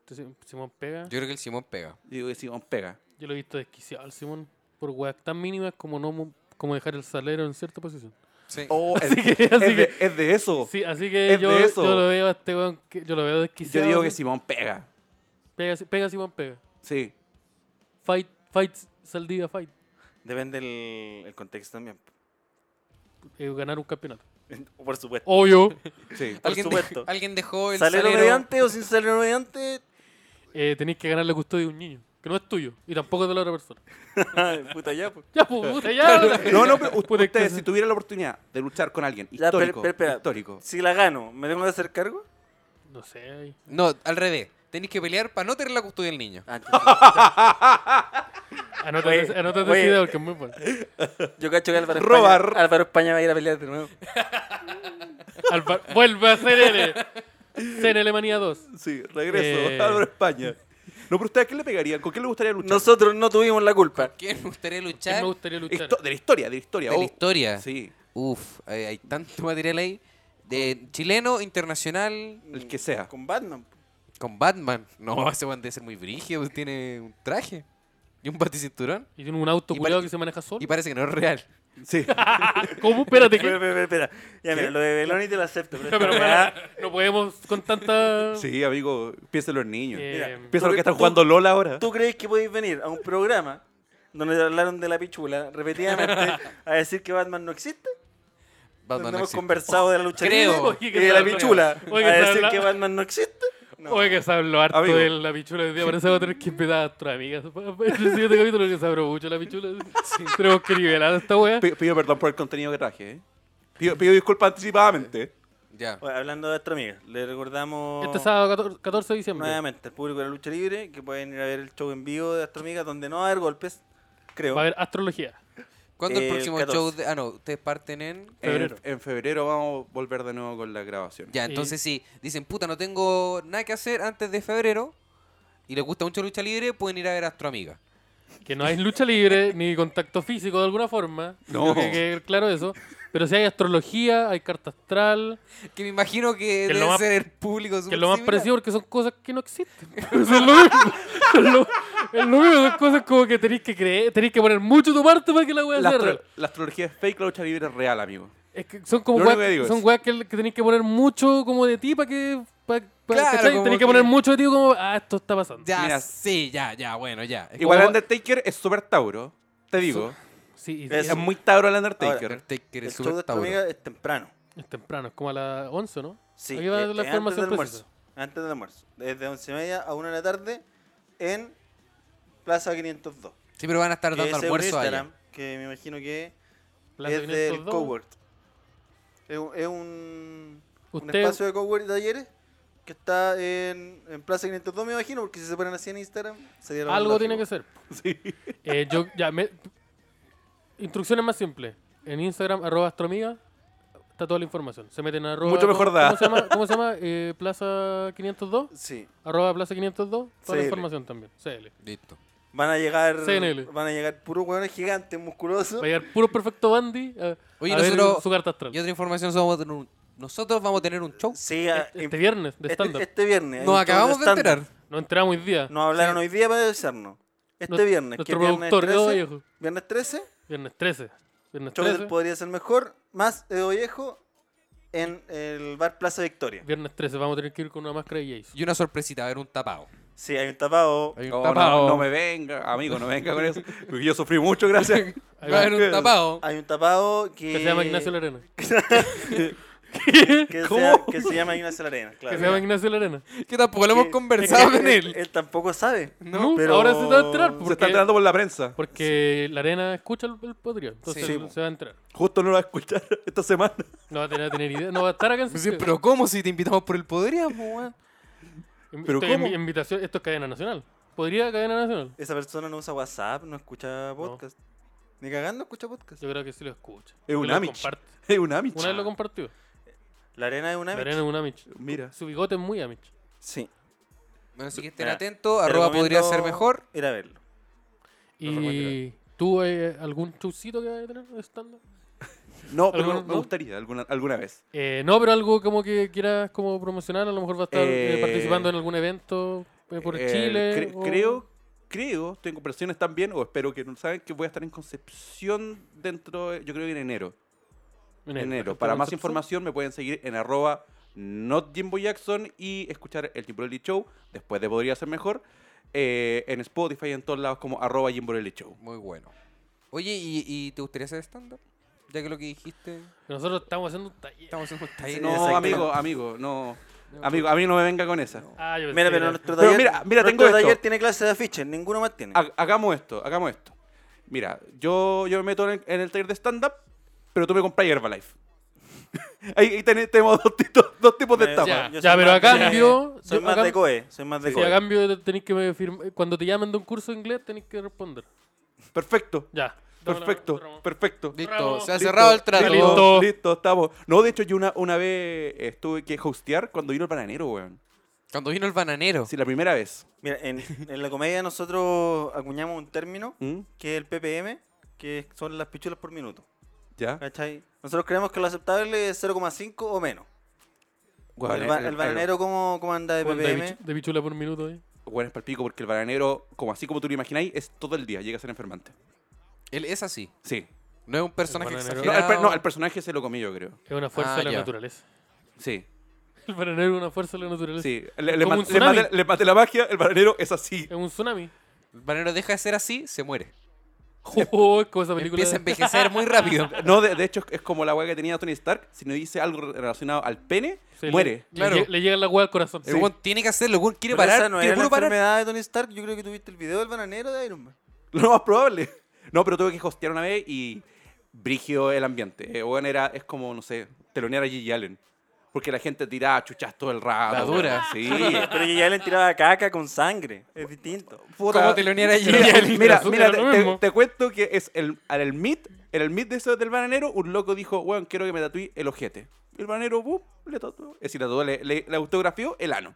B: Entonces, Simón pega.
C: Yo creo que el Simón pega.
D: Yo digo el Simón pega.
B: Yo lo he visto desquiciado al Simón. por weas tan mínimas como no mo- como dejar el salero en cierta posición.
C: Sí.
D: Oh, es,
B: Así que-
D: es
B: así
D: de,
B: que-
D: es de eso.
B: Sí, así que
D: Oh. Es
B: yo,
D: de eso.
B: yo lo veo a este weón, que- yo lo veo
D: Yo
B: desquiciado.
D: digo que
B: así.
D: Simón pega.
B: Pega, si- pega Simón, pega.
D: Sí.
B: Fight, fight, Saldivia, fight.
E: Depende el, el contexto también.
B: Eh, ganar un campeonato.
E: Por supuesto.
B: Obvio.
D: Sí.
E: Por
C: ¿Alguien,
E: supuesto.
C: alguien dejó el
E: Salero,
C: salero-
E: mediante o sin salero mediante.
B: eh, tenéis que ganarle custodia de un niño, que no es tuyo y tampoco es de la otra persona.
E: Puta ya, pues.
B: Ya, pues, puta, ya. puta.
D: No, no, pero u-
B: Puta, es que
D: ustedes,
B: se-
D: si tuvieran la oportunidad de luchar con alguien
E: Ya, pero-
D: histórico,
E: pero espera.
D: histórico.
E: Si la gano, ¿me tengo que hacer cargo?
B: No sé. ahí.
C: No, al revés. Tenéis que pelear para no tener la custodia del niño.
E: Ah, entonces-
B: Anótate, ese- anótate
E: oye.
B: ese video porque es muy bueno.
E: yo cacho que Álvaro
D: Robar.
E: España, Álvaro España va a ir a pelear de nuevo.
B: Alvar- vuelve a CNL. CNL Manía 2.
D: Sí, regreso.
B: Eh.
D: Álvaro España. No, pero ustedes, ¿qué le pegarían? ¿Con qué le gustaría luchar?
E: Nosotros no tuvimos la culpa.
C: ¿Quién me gustaría
B: ¿Quién
C: luchar?
B: me gustaría luchar?
D: Histo- de la historia, de la historia.
C: De la
D: oh.
C: historia.
D: Sí,
C: Uf, hay, hay tanto material ahí. De chileno, internacional,
D: el que sea.
E: Con Batman. pues.
C: con Batman. No, ese Batman debe ser muy brígido, pues, tiene un traje y un baticinturón.
B: Y tiene un auto
C: Y
B: culiado
C: pare-
B: que se maneja solo.
C: Y parece que no es real.
D: Sí.
B: Ah, ¿Cómo? Espérate,
E: Espera,
B: que...
E: espera, espera. Ya, mira, lo de Beloni te lo acepto. Pero
B: Pero,
E: esta
B: para,
E: weá-
B: no podemos con tanta...
D: Sí, amigo, piénselo en niños.
B: Eh,
E: Mira,
D: Piensa lo
E: tú-
D: que están
E: tú-
D: jugando LOL ahora.
E: ¿Tú crees que podéis venir a un programa donde te hablaron de la pichula repetidamente a decir que Batman no existe?
C: Batman
E: donde
C: no
E: hemos
C: existe.
E: conversado de la lucha
C: Creo.
E: libre
B: Oye,
E: y
B: que
E: de la
B: se habla-
E: pichula
B: Oye, que
E: a
B: se
E: decir
B: habla-
E: que Batman no existe. No.
B: Oye, que se habló harto
D: Amigo.
B: de la pichula hoy día. Parece que va a tener que invitar a nuestras amigas. En el siguiente capítulo que se habló mucho la pichula. Tenemos que nivelar esta wea.
D: P- Pido perdón por el contenido que traje, ¿eh? Pido, pido disculpas anticipadamente.
C: Ya.
E: Oye, hablando de nuestra amiga, le recordamos
B: Este sábado 14 14 de diciembre.
E: nuevamente al público de la lucha libre que pueden ir a ver el show en vivo de nuestra amiga donde no va a haber golpes, creo.
B: Va a haber astrología.
C: ¿Cuándo el
E: El
C: próximo
E: 14.
C: show? de- ah, no, ustedes parten en.
D: En-
B: Febrero.
D: En, febrero vamos a volver de nuevo con la grabación.
C: Ya,
B: Sí.
C: entonces sí. Dicen, puta, no tengo nada que hacer antes de febrero. Y les gusta mucho lucha libre, pueden ir a ver a Astro Amiga.
B: Que no hay lucha libre ni contacto físico de alguna forma.
D: No.
B: Creo que hay que quedar claro eso. Pero si hay astrología, hay carta astral.
C: Que me imagino que,
B: lo
C: debe
B: más-
C: ser el público
B: Que
C: súper
B: es lo más
C: similar.
B: parecido porque son cosas que no existen. Eso es lo mismo. Es lo, es lo mismo, son cosas como que tenéis que creer, tenéis que poner mucho tu parte para que la wea
D: La,
B: sea
D: astro-
B: real.
D: la astrología es fake, la lucha libre es real, amigo.
B: Es que son como
D: Lo
B: weas,
D: único que digo
B: son
D: es-
B: weas que, que tenéis que poner mucho como de ti para que. pa- pa-
C: Claro,
B: ¿cachai?
C: como
B: Tenéis que poner
C: que-
B: mucho de ti como. Ah, esto está pasando.
C: Ya,
D: Mira.
C: sí, ya, ya, bueno, ya. Es
D: Igual
C: como-
D: Undertaker es super Tauro, te digo.
B: Sí, y-
E: Es-
D: Es muy Tauro el Undertaker.
C: Undertaker
E: el
C: es
E: show de
C: súper
E: nuestra
C: Tauro.
E: amiga es temprano.
B: es temprano, es como a las 11, ¿no?
E: Sí,
B: Aquí va
E: eh,
B: la
E: eh, antes
B: formación
E: del
B: precisa.
E: almuerzo. Antes del almuerzo. Desde once y media a una de la tarde en Plaza 502.
C: Sí, pero van a estar
E: Que ese
C: dando
E: es un
C: almuerzo allá.
E: Instagram que me imagino que
B: Plaza
E: es del
B: 502.
E: cowork. Es un, es un, un
B: Usted-
E: espacio de cowork de talleres que está en, en Plaza 502, me imagino, porque si se ponen así en Instagram sería lo más
B: Algo
E: lógico.
B: tiene que ser. Eh, yo, ya, me- Instrucciones más simples. En Instagram, arroba astroamiga, está toda la información. Se meten a arroba...
D: Mucho mejor
B: ¿cómo,
D: da.
B: ¿Cómo se llama? ¿Cómo se llama? Eh, Plaza 502.
E: Sí,
B: Arroba Plaza 502. Toda la
E: CL.
B: información también. CL.
C: Listo.
E: van a llegar
B: CNL.
E: van a llegar puros hueones gigantes, musculosos.
B: Va a llegar puro perfecto Bandy a,
C: Oye,
B: a ver
C: nosotros-
B: su carta astral.
C: Y otra información, somos- vamos a tener un- nosotros vamos a tener un show.
E: Sí, a-
B: Este viernes, de
E: este,
B: estándar.
E: este viernes. hay un
C: Nos
E: show
C: acabamos de
E: stand-up.
C: enterar.
B: Nos enteramos hoy día.
E: Nos hablaron hoy día para avisarnos. Este
B: Nuestro-
E: viernes, que
B: nuestro
E: es viernes
B: productor, Edo
E: 13,
B: Vallejo.
E: viernes 13,
B: Viernes 13. Viernes
E: show
B: 13.
E: del Podría Ser Mejor, más Edo Viejo en el bar Plaza Victoria.
B: Viernes 13. Vamos a tener que ir con una máscara y Jace.
C: Y una sorpresita, va a haber un tapado.
E: Sí, hay un tapado.
C: Hay un
D: Oh,
C: tapado.
D: no, no me venga, amigo, no venga con eso. Porque yo sufrí mucho, gracias.
B: Ahí
C: Va a
B: va.
C: haber un tapado.
E: Hay un tapado que...
B: Que se llama Ignacio Larena.
E: que
D: ¿Cómo?
E: sea- que se llama Ignacio Larena,
B: Que
E: claro.
B: se llama Ignacio Larena.
C: Que tampoco lo hemos
E: Que-
C: conversado
E: que-
C: con él.
E: Él tampoco sabe.
B: No,
E: pero-
B: ahora se va a enterar.
D: Se está
B: Porque,
D: enterando por la prensa.
B: porque la arena escucha el, el podcast, Entonces
E: Sí,
B: él
E: po.
B: se va a entrar.
D: Justo no lo va a escuchar esta semana.
B: No va a tener, a tener idea. No va a estar acá en
C: Pues sí,
B: Santiago.
C: pero ¿cómo si te invitamos por el podríamos, weón?
B: Invi-
D: ¿pero
B: estoy-
D: cómo?
B: invi- invitación, esto es cadena nacional. ¿Podría cadena nacional?
E: Esa persona no usa WhatsApp, no escucha podcast. Ni cagando escucha podcast.
B: Yo creo que sí lo escucha.
D: Es un
B: Lo
D: Amish.
B: comparte.
D: Es un Amish.
B: Una vez lo compartió.
E: La arena es una...
B: La arena es un Amish.
D: Mira.
B: Su bigote es muy Amish.
E: Sí.
C: Bueno, así que estén
E: Mira,
C: atentos.
E: te
C: Arroba podría
E: recomiendo
C: ser mejor.
E: Ir a verlo.
B: ¿Y tú eh, algún chucito que vaya a tener de stand-up?
D: No, pero
B: ¿Alguna-
D: me
B: no?
D: gustaría alguna, alguna vez.
B: Eh, no, pero algo como que quieras como promocionar. A lo mejor va a estar eh,
D: Eh,
B: participando en algún evento eh, por
D: Eh,
B: Chile.
D: cre-
B: o-
D: Creo creo, estoy en conversaciones también, o espero que no saben, que voy a estar en Concepción dentro, de- yo creo que en enero.
B: Enero.
D: Enero.
B: Perfecto,
D: Para más
B: Concepción.
D: información me pueden seguir en arroba not Jimbo Jackson y escuchar el Jimborelli Show, después de Podría Ser Mejor, eh, en Spotify y en todos lados como arroba Jimborelli Show.
C: Muy bueno. Oye, ¿y, y te gustaría hacer stand-up? Ya que lo que dijiste,
B: Nosotros estamos haciendo un taller.
C: estamos en un taller.
D: No,
E: exactamente.
D: amigo, amigo, no. Amigo, a mí no me venga con esa.
B: Ah, yo
E: Mira,
B: pensé
E: pero
B: que-
E: nuestro
D: Pero
E: taller,
D: mira, mira,
E: nuestro
D: tengo esto.
E: taller tiene clase de afiches, ninguno más tiene.
D: Ha- hagamos esto, hagamos esto. Mira, yo, yo me meto en el, en el taller de stand-up, pero tú me compras Herbalife. ahí ahí ten- tenemos dos, tito- dos tipos de
E: Me-
D: etapas.
B: Ya,
E: yo
B: ya,
E: soy
B: pero
E: más
B: a
E: de-
B: cambio- yo-
E: Soy
B: a
E: más de
B: cambio-
E: COE, soy más de
B: Sí, a
E: COE.
B: cambio de- tenéis que me firm- Cuando te llamen de un curso de inglés, tenéis que responder.
D: Perfecto,
B: Ya.
D: perfecto, perfecto.
C: Listo,
B: Bravo.
C: se ha cerrado el trato.
D: Listo,
B: Listo.
D: listo, estamos. No, de hecho, yo una, una vez estuve que hostear cuando vino el bananero, weón.
C: Cuando vino el bananero.
D: Sí, la primera vez.
E: Mira, en, en la comedia nosotros acuñamos un término
D: ¿Mm?
E: que es el ppm, que son las pichulas por minuto.
D: ¿Ya?
E: ¿Cachai? Nosotros creemos que lo aceptable es 0,5 o menos.
D: Weón,
E: el, ba- el bananero, ¿cómo, cómo anda de
B: ¿Cuánto De,
E: ppm?
B: bichu- de bichula por minuto eh. ahí.
D: Weón, es palpico porque el bananero, como así como tú lo imagináis, es todo el día, llega a ser enfermante.
C: Él es así.
D: Sí.
C: No es un personaje
B: bananero.
D: No, el,
C: exagerado.
D: per- no, el personaje se lo comí, yo creo.
B: Es una fuerza
C: Ah,
B: de la
C: ya.
B: naturaleza.
D: Sí.
B: El bananero es una fuerza de la naturaleza.
D: Sí, le, le
B: Como
D: mat-
B: un
D: le
B: tsunami.
D: maté, le maté la magia, el bananero es así.
B: Es un tsunami.
C: El bananero deja de ser así, se muere.
B: Oh, es como esa película.
C: Empieza
B: de-
C: a envejecer muy rápido.
D: No, de, de hecho es como la weá que tenía Tony Stark. Si no dice algo re- relacionado al pene,
B: Sí, le-
D: muere.
B: Le,
C: Claro.
B: lle- le llega la hueá al corazón.
C: El weón tiene que hacerlo, el weón quiere
E: Pero
C: parar,
E: esa no
C: quiere
E: era la
C: puro parar.
E: enfermedad de Tony Stark. Yo creo que tuviste el video del bananero de Iron Man.
D: Lo más probable. No, pero tuve que hostear una vez y brígido el ambiente. Eh, weón, era, es como, no sé, telonear a Gigi Allen. Porque la gente tiraba chuchas todo el rato.
C: La
D: weón.
C: dura.
D: Sí.
E: Pero ya le tiraba caca con sangre. Es distinto.
D: Puta.
C: Como telonear a Gigi
D: Mira,
B: Allen.
D: Mira,
B: Resulta
D: mira,
B: lo
D: te,
B: mismo.
D: te- te cuento que es el, al el meet, en el meet de eso del bananero, un loco dijo, weón, quiero que me tatúe el ojete. El bananero, bum, le tatuó. Es decir, le, tatuó- le, le- le autografió el ano.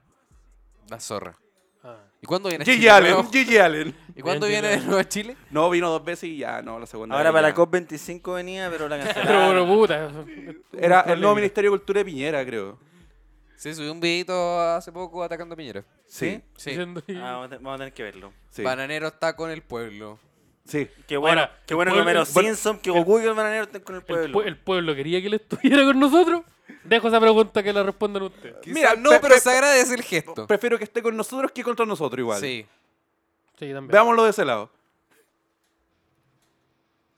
C: La zorra.
B: Ah.
C: ¿Y cuándo viene a Chile?
D: Gigi
C: de
D: Allen,
C: nuevo?
D: Gigi Allen.
C: ¿Y cuándo
B: Bien,
C: viene de
B: Gigi
C: nuevo a Chile?
D: No, vino dos veces y ya, no, la segunda.
E: Ahora
D: vez
E: para la
D: ya.
E: COP25 venía, pero la
B: Pero
E: cancelaron.
B: bueno, puta.
D: Era
B: Un
D: el nuevo
B: problema.
D: Ministerio de Cultura de Piñera, creo.
C: Se subió un videito hace poco atacando a Piñera.
D: Sí.
C: Sí.
B: Diciendo-
E: Ah, vamos, a, te- vamos a tener que verlo.
D: Sí.
C: Bananero está con el pueblo.
D: Sí.
E: Qué bueno,
B: Ahora,
E: qué bueno
B: el pueblo-
E: Homero
B: el pueblo-
E: Simpson, que Goku y el bananero estén con el
B: El,
E: pueblo.
B: pue- el pueblo quería que él estuviera con nosotros. Dejo esa pregunta que la respondan ustedes.
C: Mira,
D: Mira,
C: no,
D: pe-
C: pero
D: pe-
C: se agradece el gesto.
D: Prefiero que esté con nosotros que contra nosotros igual.
C: Sí.
B: Sí, también.
D: Veámoslo de ese lado.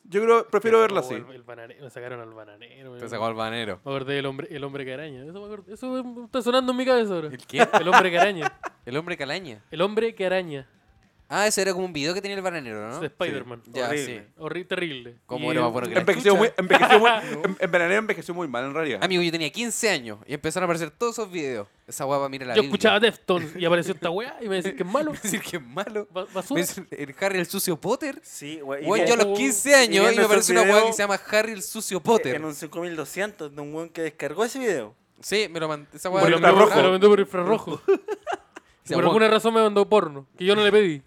D: Yo creo, prefiero
B: Oh,
D: verlo así.
B: El, el bananero, sacaron al bananero.
C: Te
B: weón.
C: sacó el bananero.
B: Me acordé del hombre, el hombre caraña. Eso, me acordé- eso está sonando en mi cabeza ahora.
C: ¿El qué?
B: El hombre caraña.
C: El hombre calaña.
B: El hombre caraña
C: Ah, ese era como un video que tenía el bananero,
B: es
C: ¿no?
B: de Spider-Man.
C: Ya,
E: Horrible.
C: sí.
B: Horrible, terrible.
C: Ah,
B: Y
C: ¿Cómo era
B: el-
C: más bueno que la
D: Envejeció
C: chucha?
D: muy, envejeció muy, en, en verano envejeció muy mal en realidad.
C: Amigo, yo tenía 15 años y empezaron a aparecer todos esos videos. Esa guapa, mira la
B: Yo
C: Biblia.
B: escuchaba Deftones y apareció esta weá y me decís que es malo.
C: Es decir que es malo.
B: Ba-
C: Me
B: Basura.
C: dicen, El Harry el sucio Potter.
E: Sí, güey. y
C: Weón,
E: vi-
C: yo a los
B: viendo-
C: 15
E: y
C: años y
E: viendo
C: me apareció
E: esos
C: una weá que
E: videos-
C: se llama Harry el sucio Potter.
E: En un 5200 de un weón que descargó ese video.
C: Sí, me lo mandó. Esa
B: Me
C: weá
D: Por
B: lo
C: me
D: el infrarrojo.
B: me lo vendió por infrarrojo.
C: Se
B: Por
C: llamó-
B: alguna razón me mandó porno, que yo no le pedí.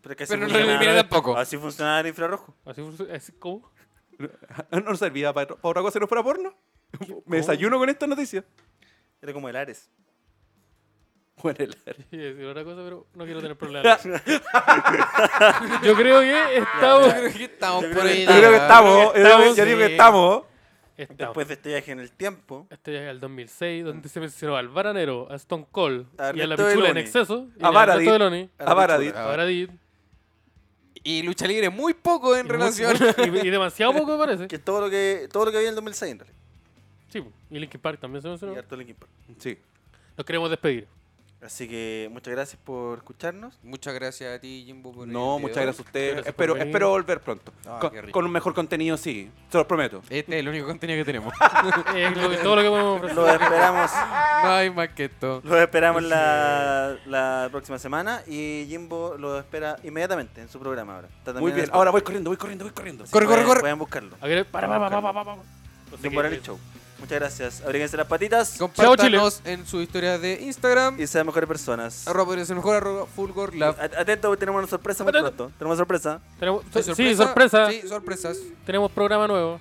E: Pero, que así
C: Pero no lo
E: funcionaba-
C: eliminé tampoco.
E: Así funcionaba el infrarrojo.
B: Así, fue- así como.
D: No nos servía para, para otra cosa que no fuera porno. Me desayuno con esta noticia.
E: Era como el Ares.
D: Bueno, el-
B: Iba a decir otra cosa, pero no quiero tener problemas. yo creo que estamos.
C: Yo creo que estamos
E: Yo
C: por
E: creo
C: ahí.
E: que
D: yo creo que estamos, yo
B: Estamos,
D: yo digo que
C: sí.
D: estamos.
B: estamos.
E: Después de este viaje en el tiempo,
B: Este es el 2006, donde se mencionó al Baranero, a Stone Cold
E: A
B: y a la
E: Ernesto
B: pichula en
E: Beloni.
B: exceso. y
D: A
B: a
D: Baradit.
B: Ernesto Beloni,
E: A
D: A Baradit.
C: pichula.
B: a Baradit.
C: Y lucha libre muy poco en
B: y
C: relación.
B: mucho- Y, y demasiado poco, me parece.
E: que es todo lo que, todo lo que había en el 2006 en realidad.
B: Sí, y Linkin Park también se mencionó.
E: Y harto Linkin Park.
D: Sí.
B: Nos queremos despedir.
E: Así que muchas gracias por escucharnos.
C: Muchas gracias a ti, Jimbo, por el
D: No,
C: video.
D: muchas gracias a ustedes.
B: Gracias por
D: Espero,
B: venir.
D: espero volver pronto.
C: Ah,
D: con,
C: qué rico.
D: con un mejor contenido, sí. Se los prometo.
C: Este es el único contenido que tenemos.
B: Es Eh, lo que- todo lo que podemos ofrecer.
E: Los esperamos,
C: no hay más que esto.
E: los esperamos la, la próxima semana y Jimbo los espera inmediatamente en su programa ahora. Está también
D: Muy
E: en
D: bien.
E: Spotify.
D: Ahora voy corriendo, voy corriendo, voy corriendo.
E: Así
C: Corre,
E: pueden-
C: corre, corre.
E: Pueden buscarlo.
B: A ver, para, para, para, para, para.
E: Jimbo Morales Show. Muchas gracias. Abríguense las patitas
C: Compártanos en su historia de Instagram.
E: y sean mejores personas.
C: Arroba podría ser mejor, arroba Fulgor Lab.
E: At- Atento, tenemos una sorpresa muy
B: Atento.
E: pronto. Tenemos una sorpresa.
B: Tenemos,
C: ¿Hay
B: sí, sorpresa.
C: Sí, sorpresas.
B: Tenemos programa nuevo.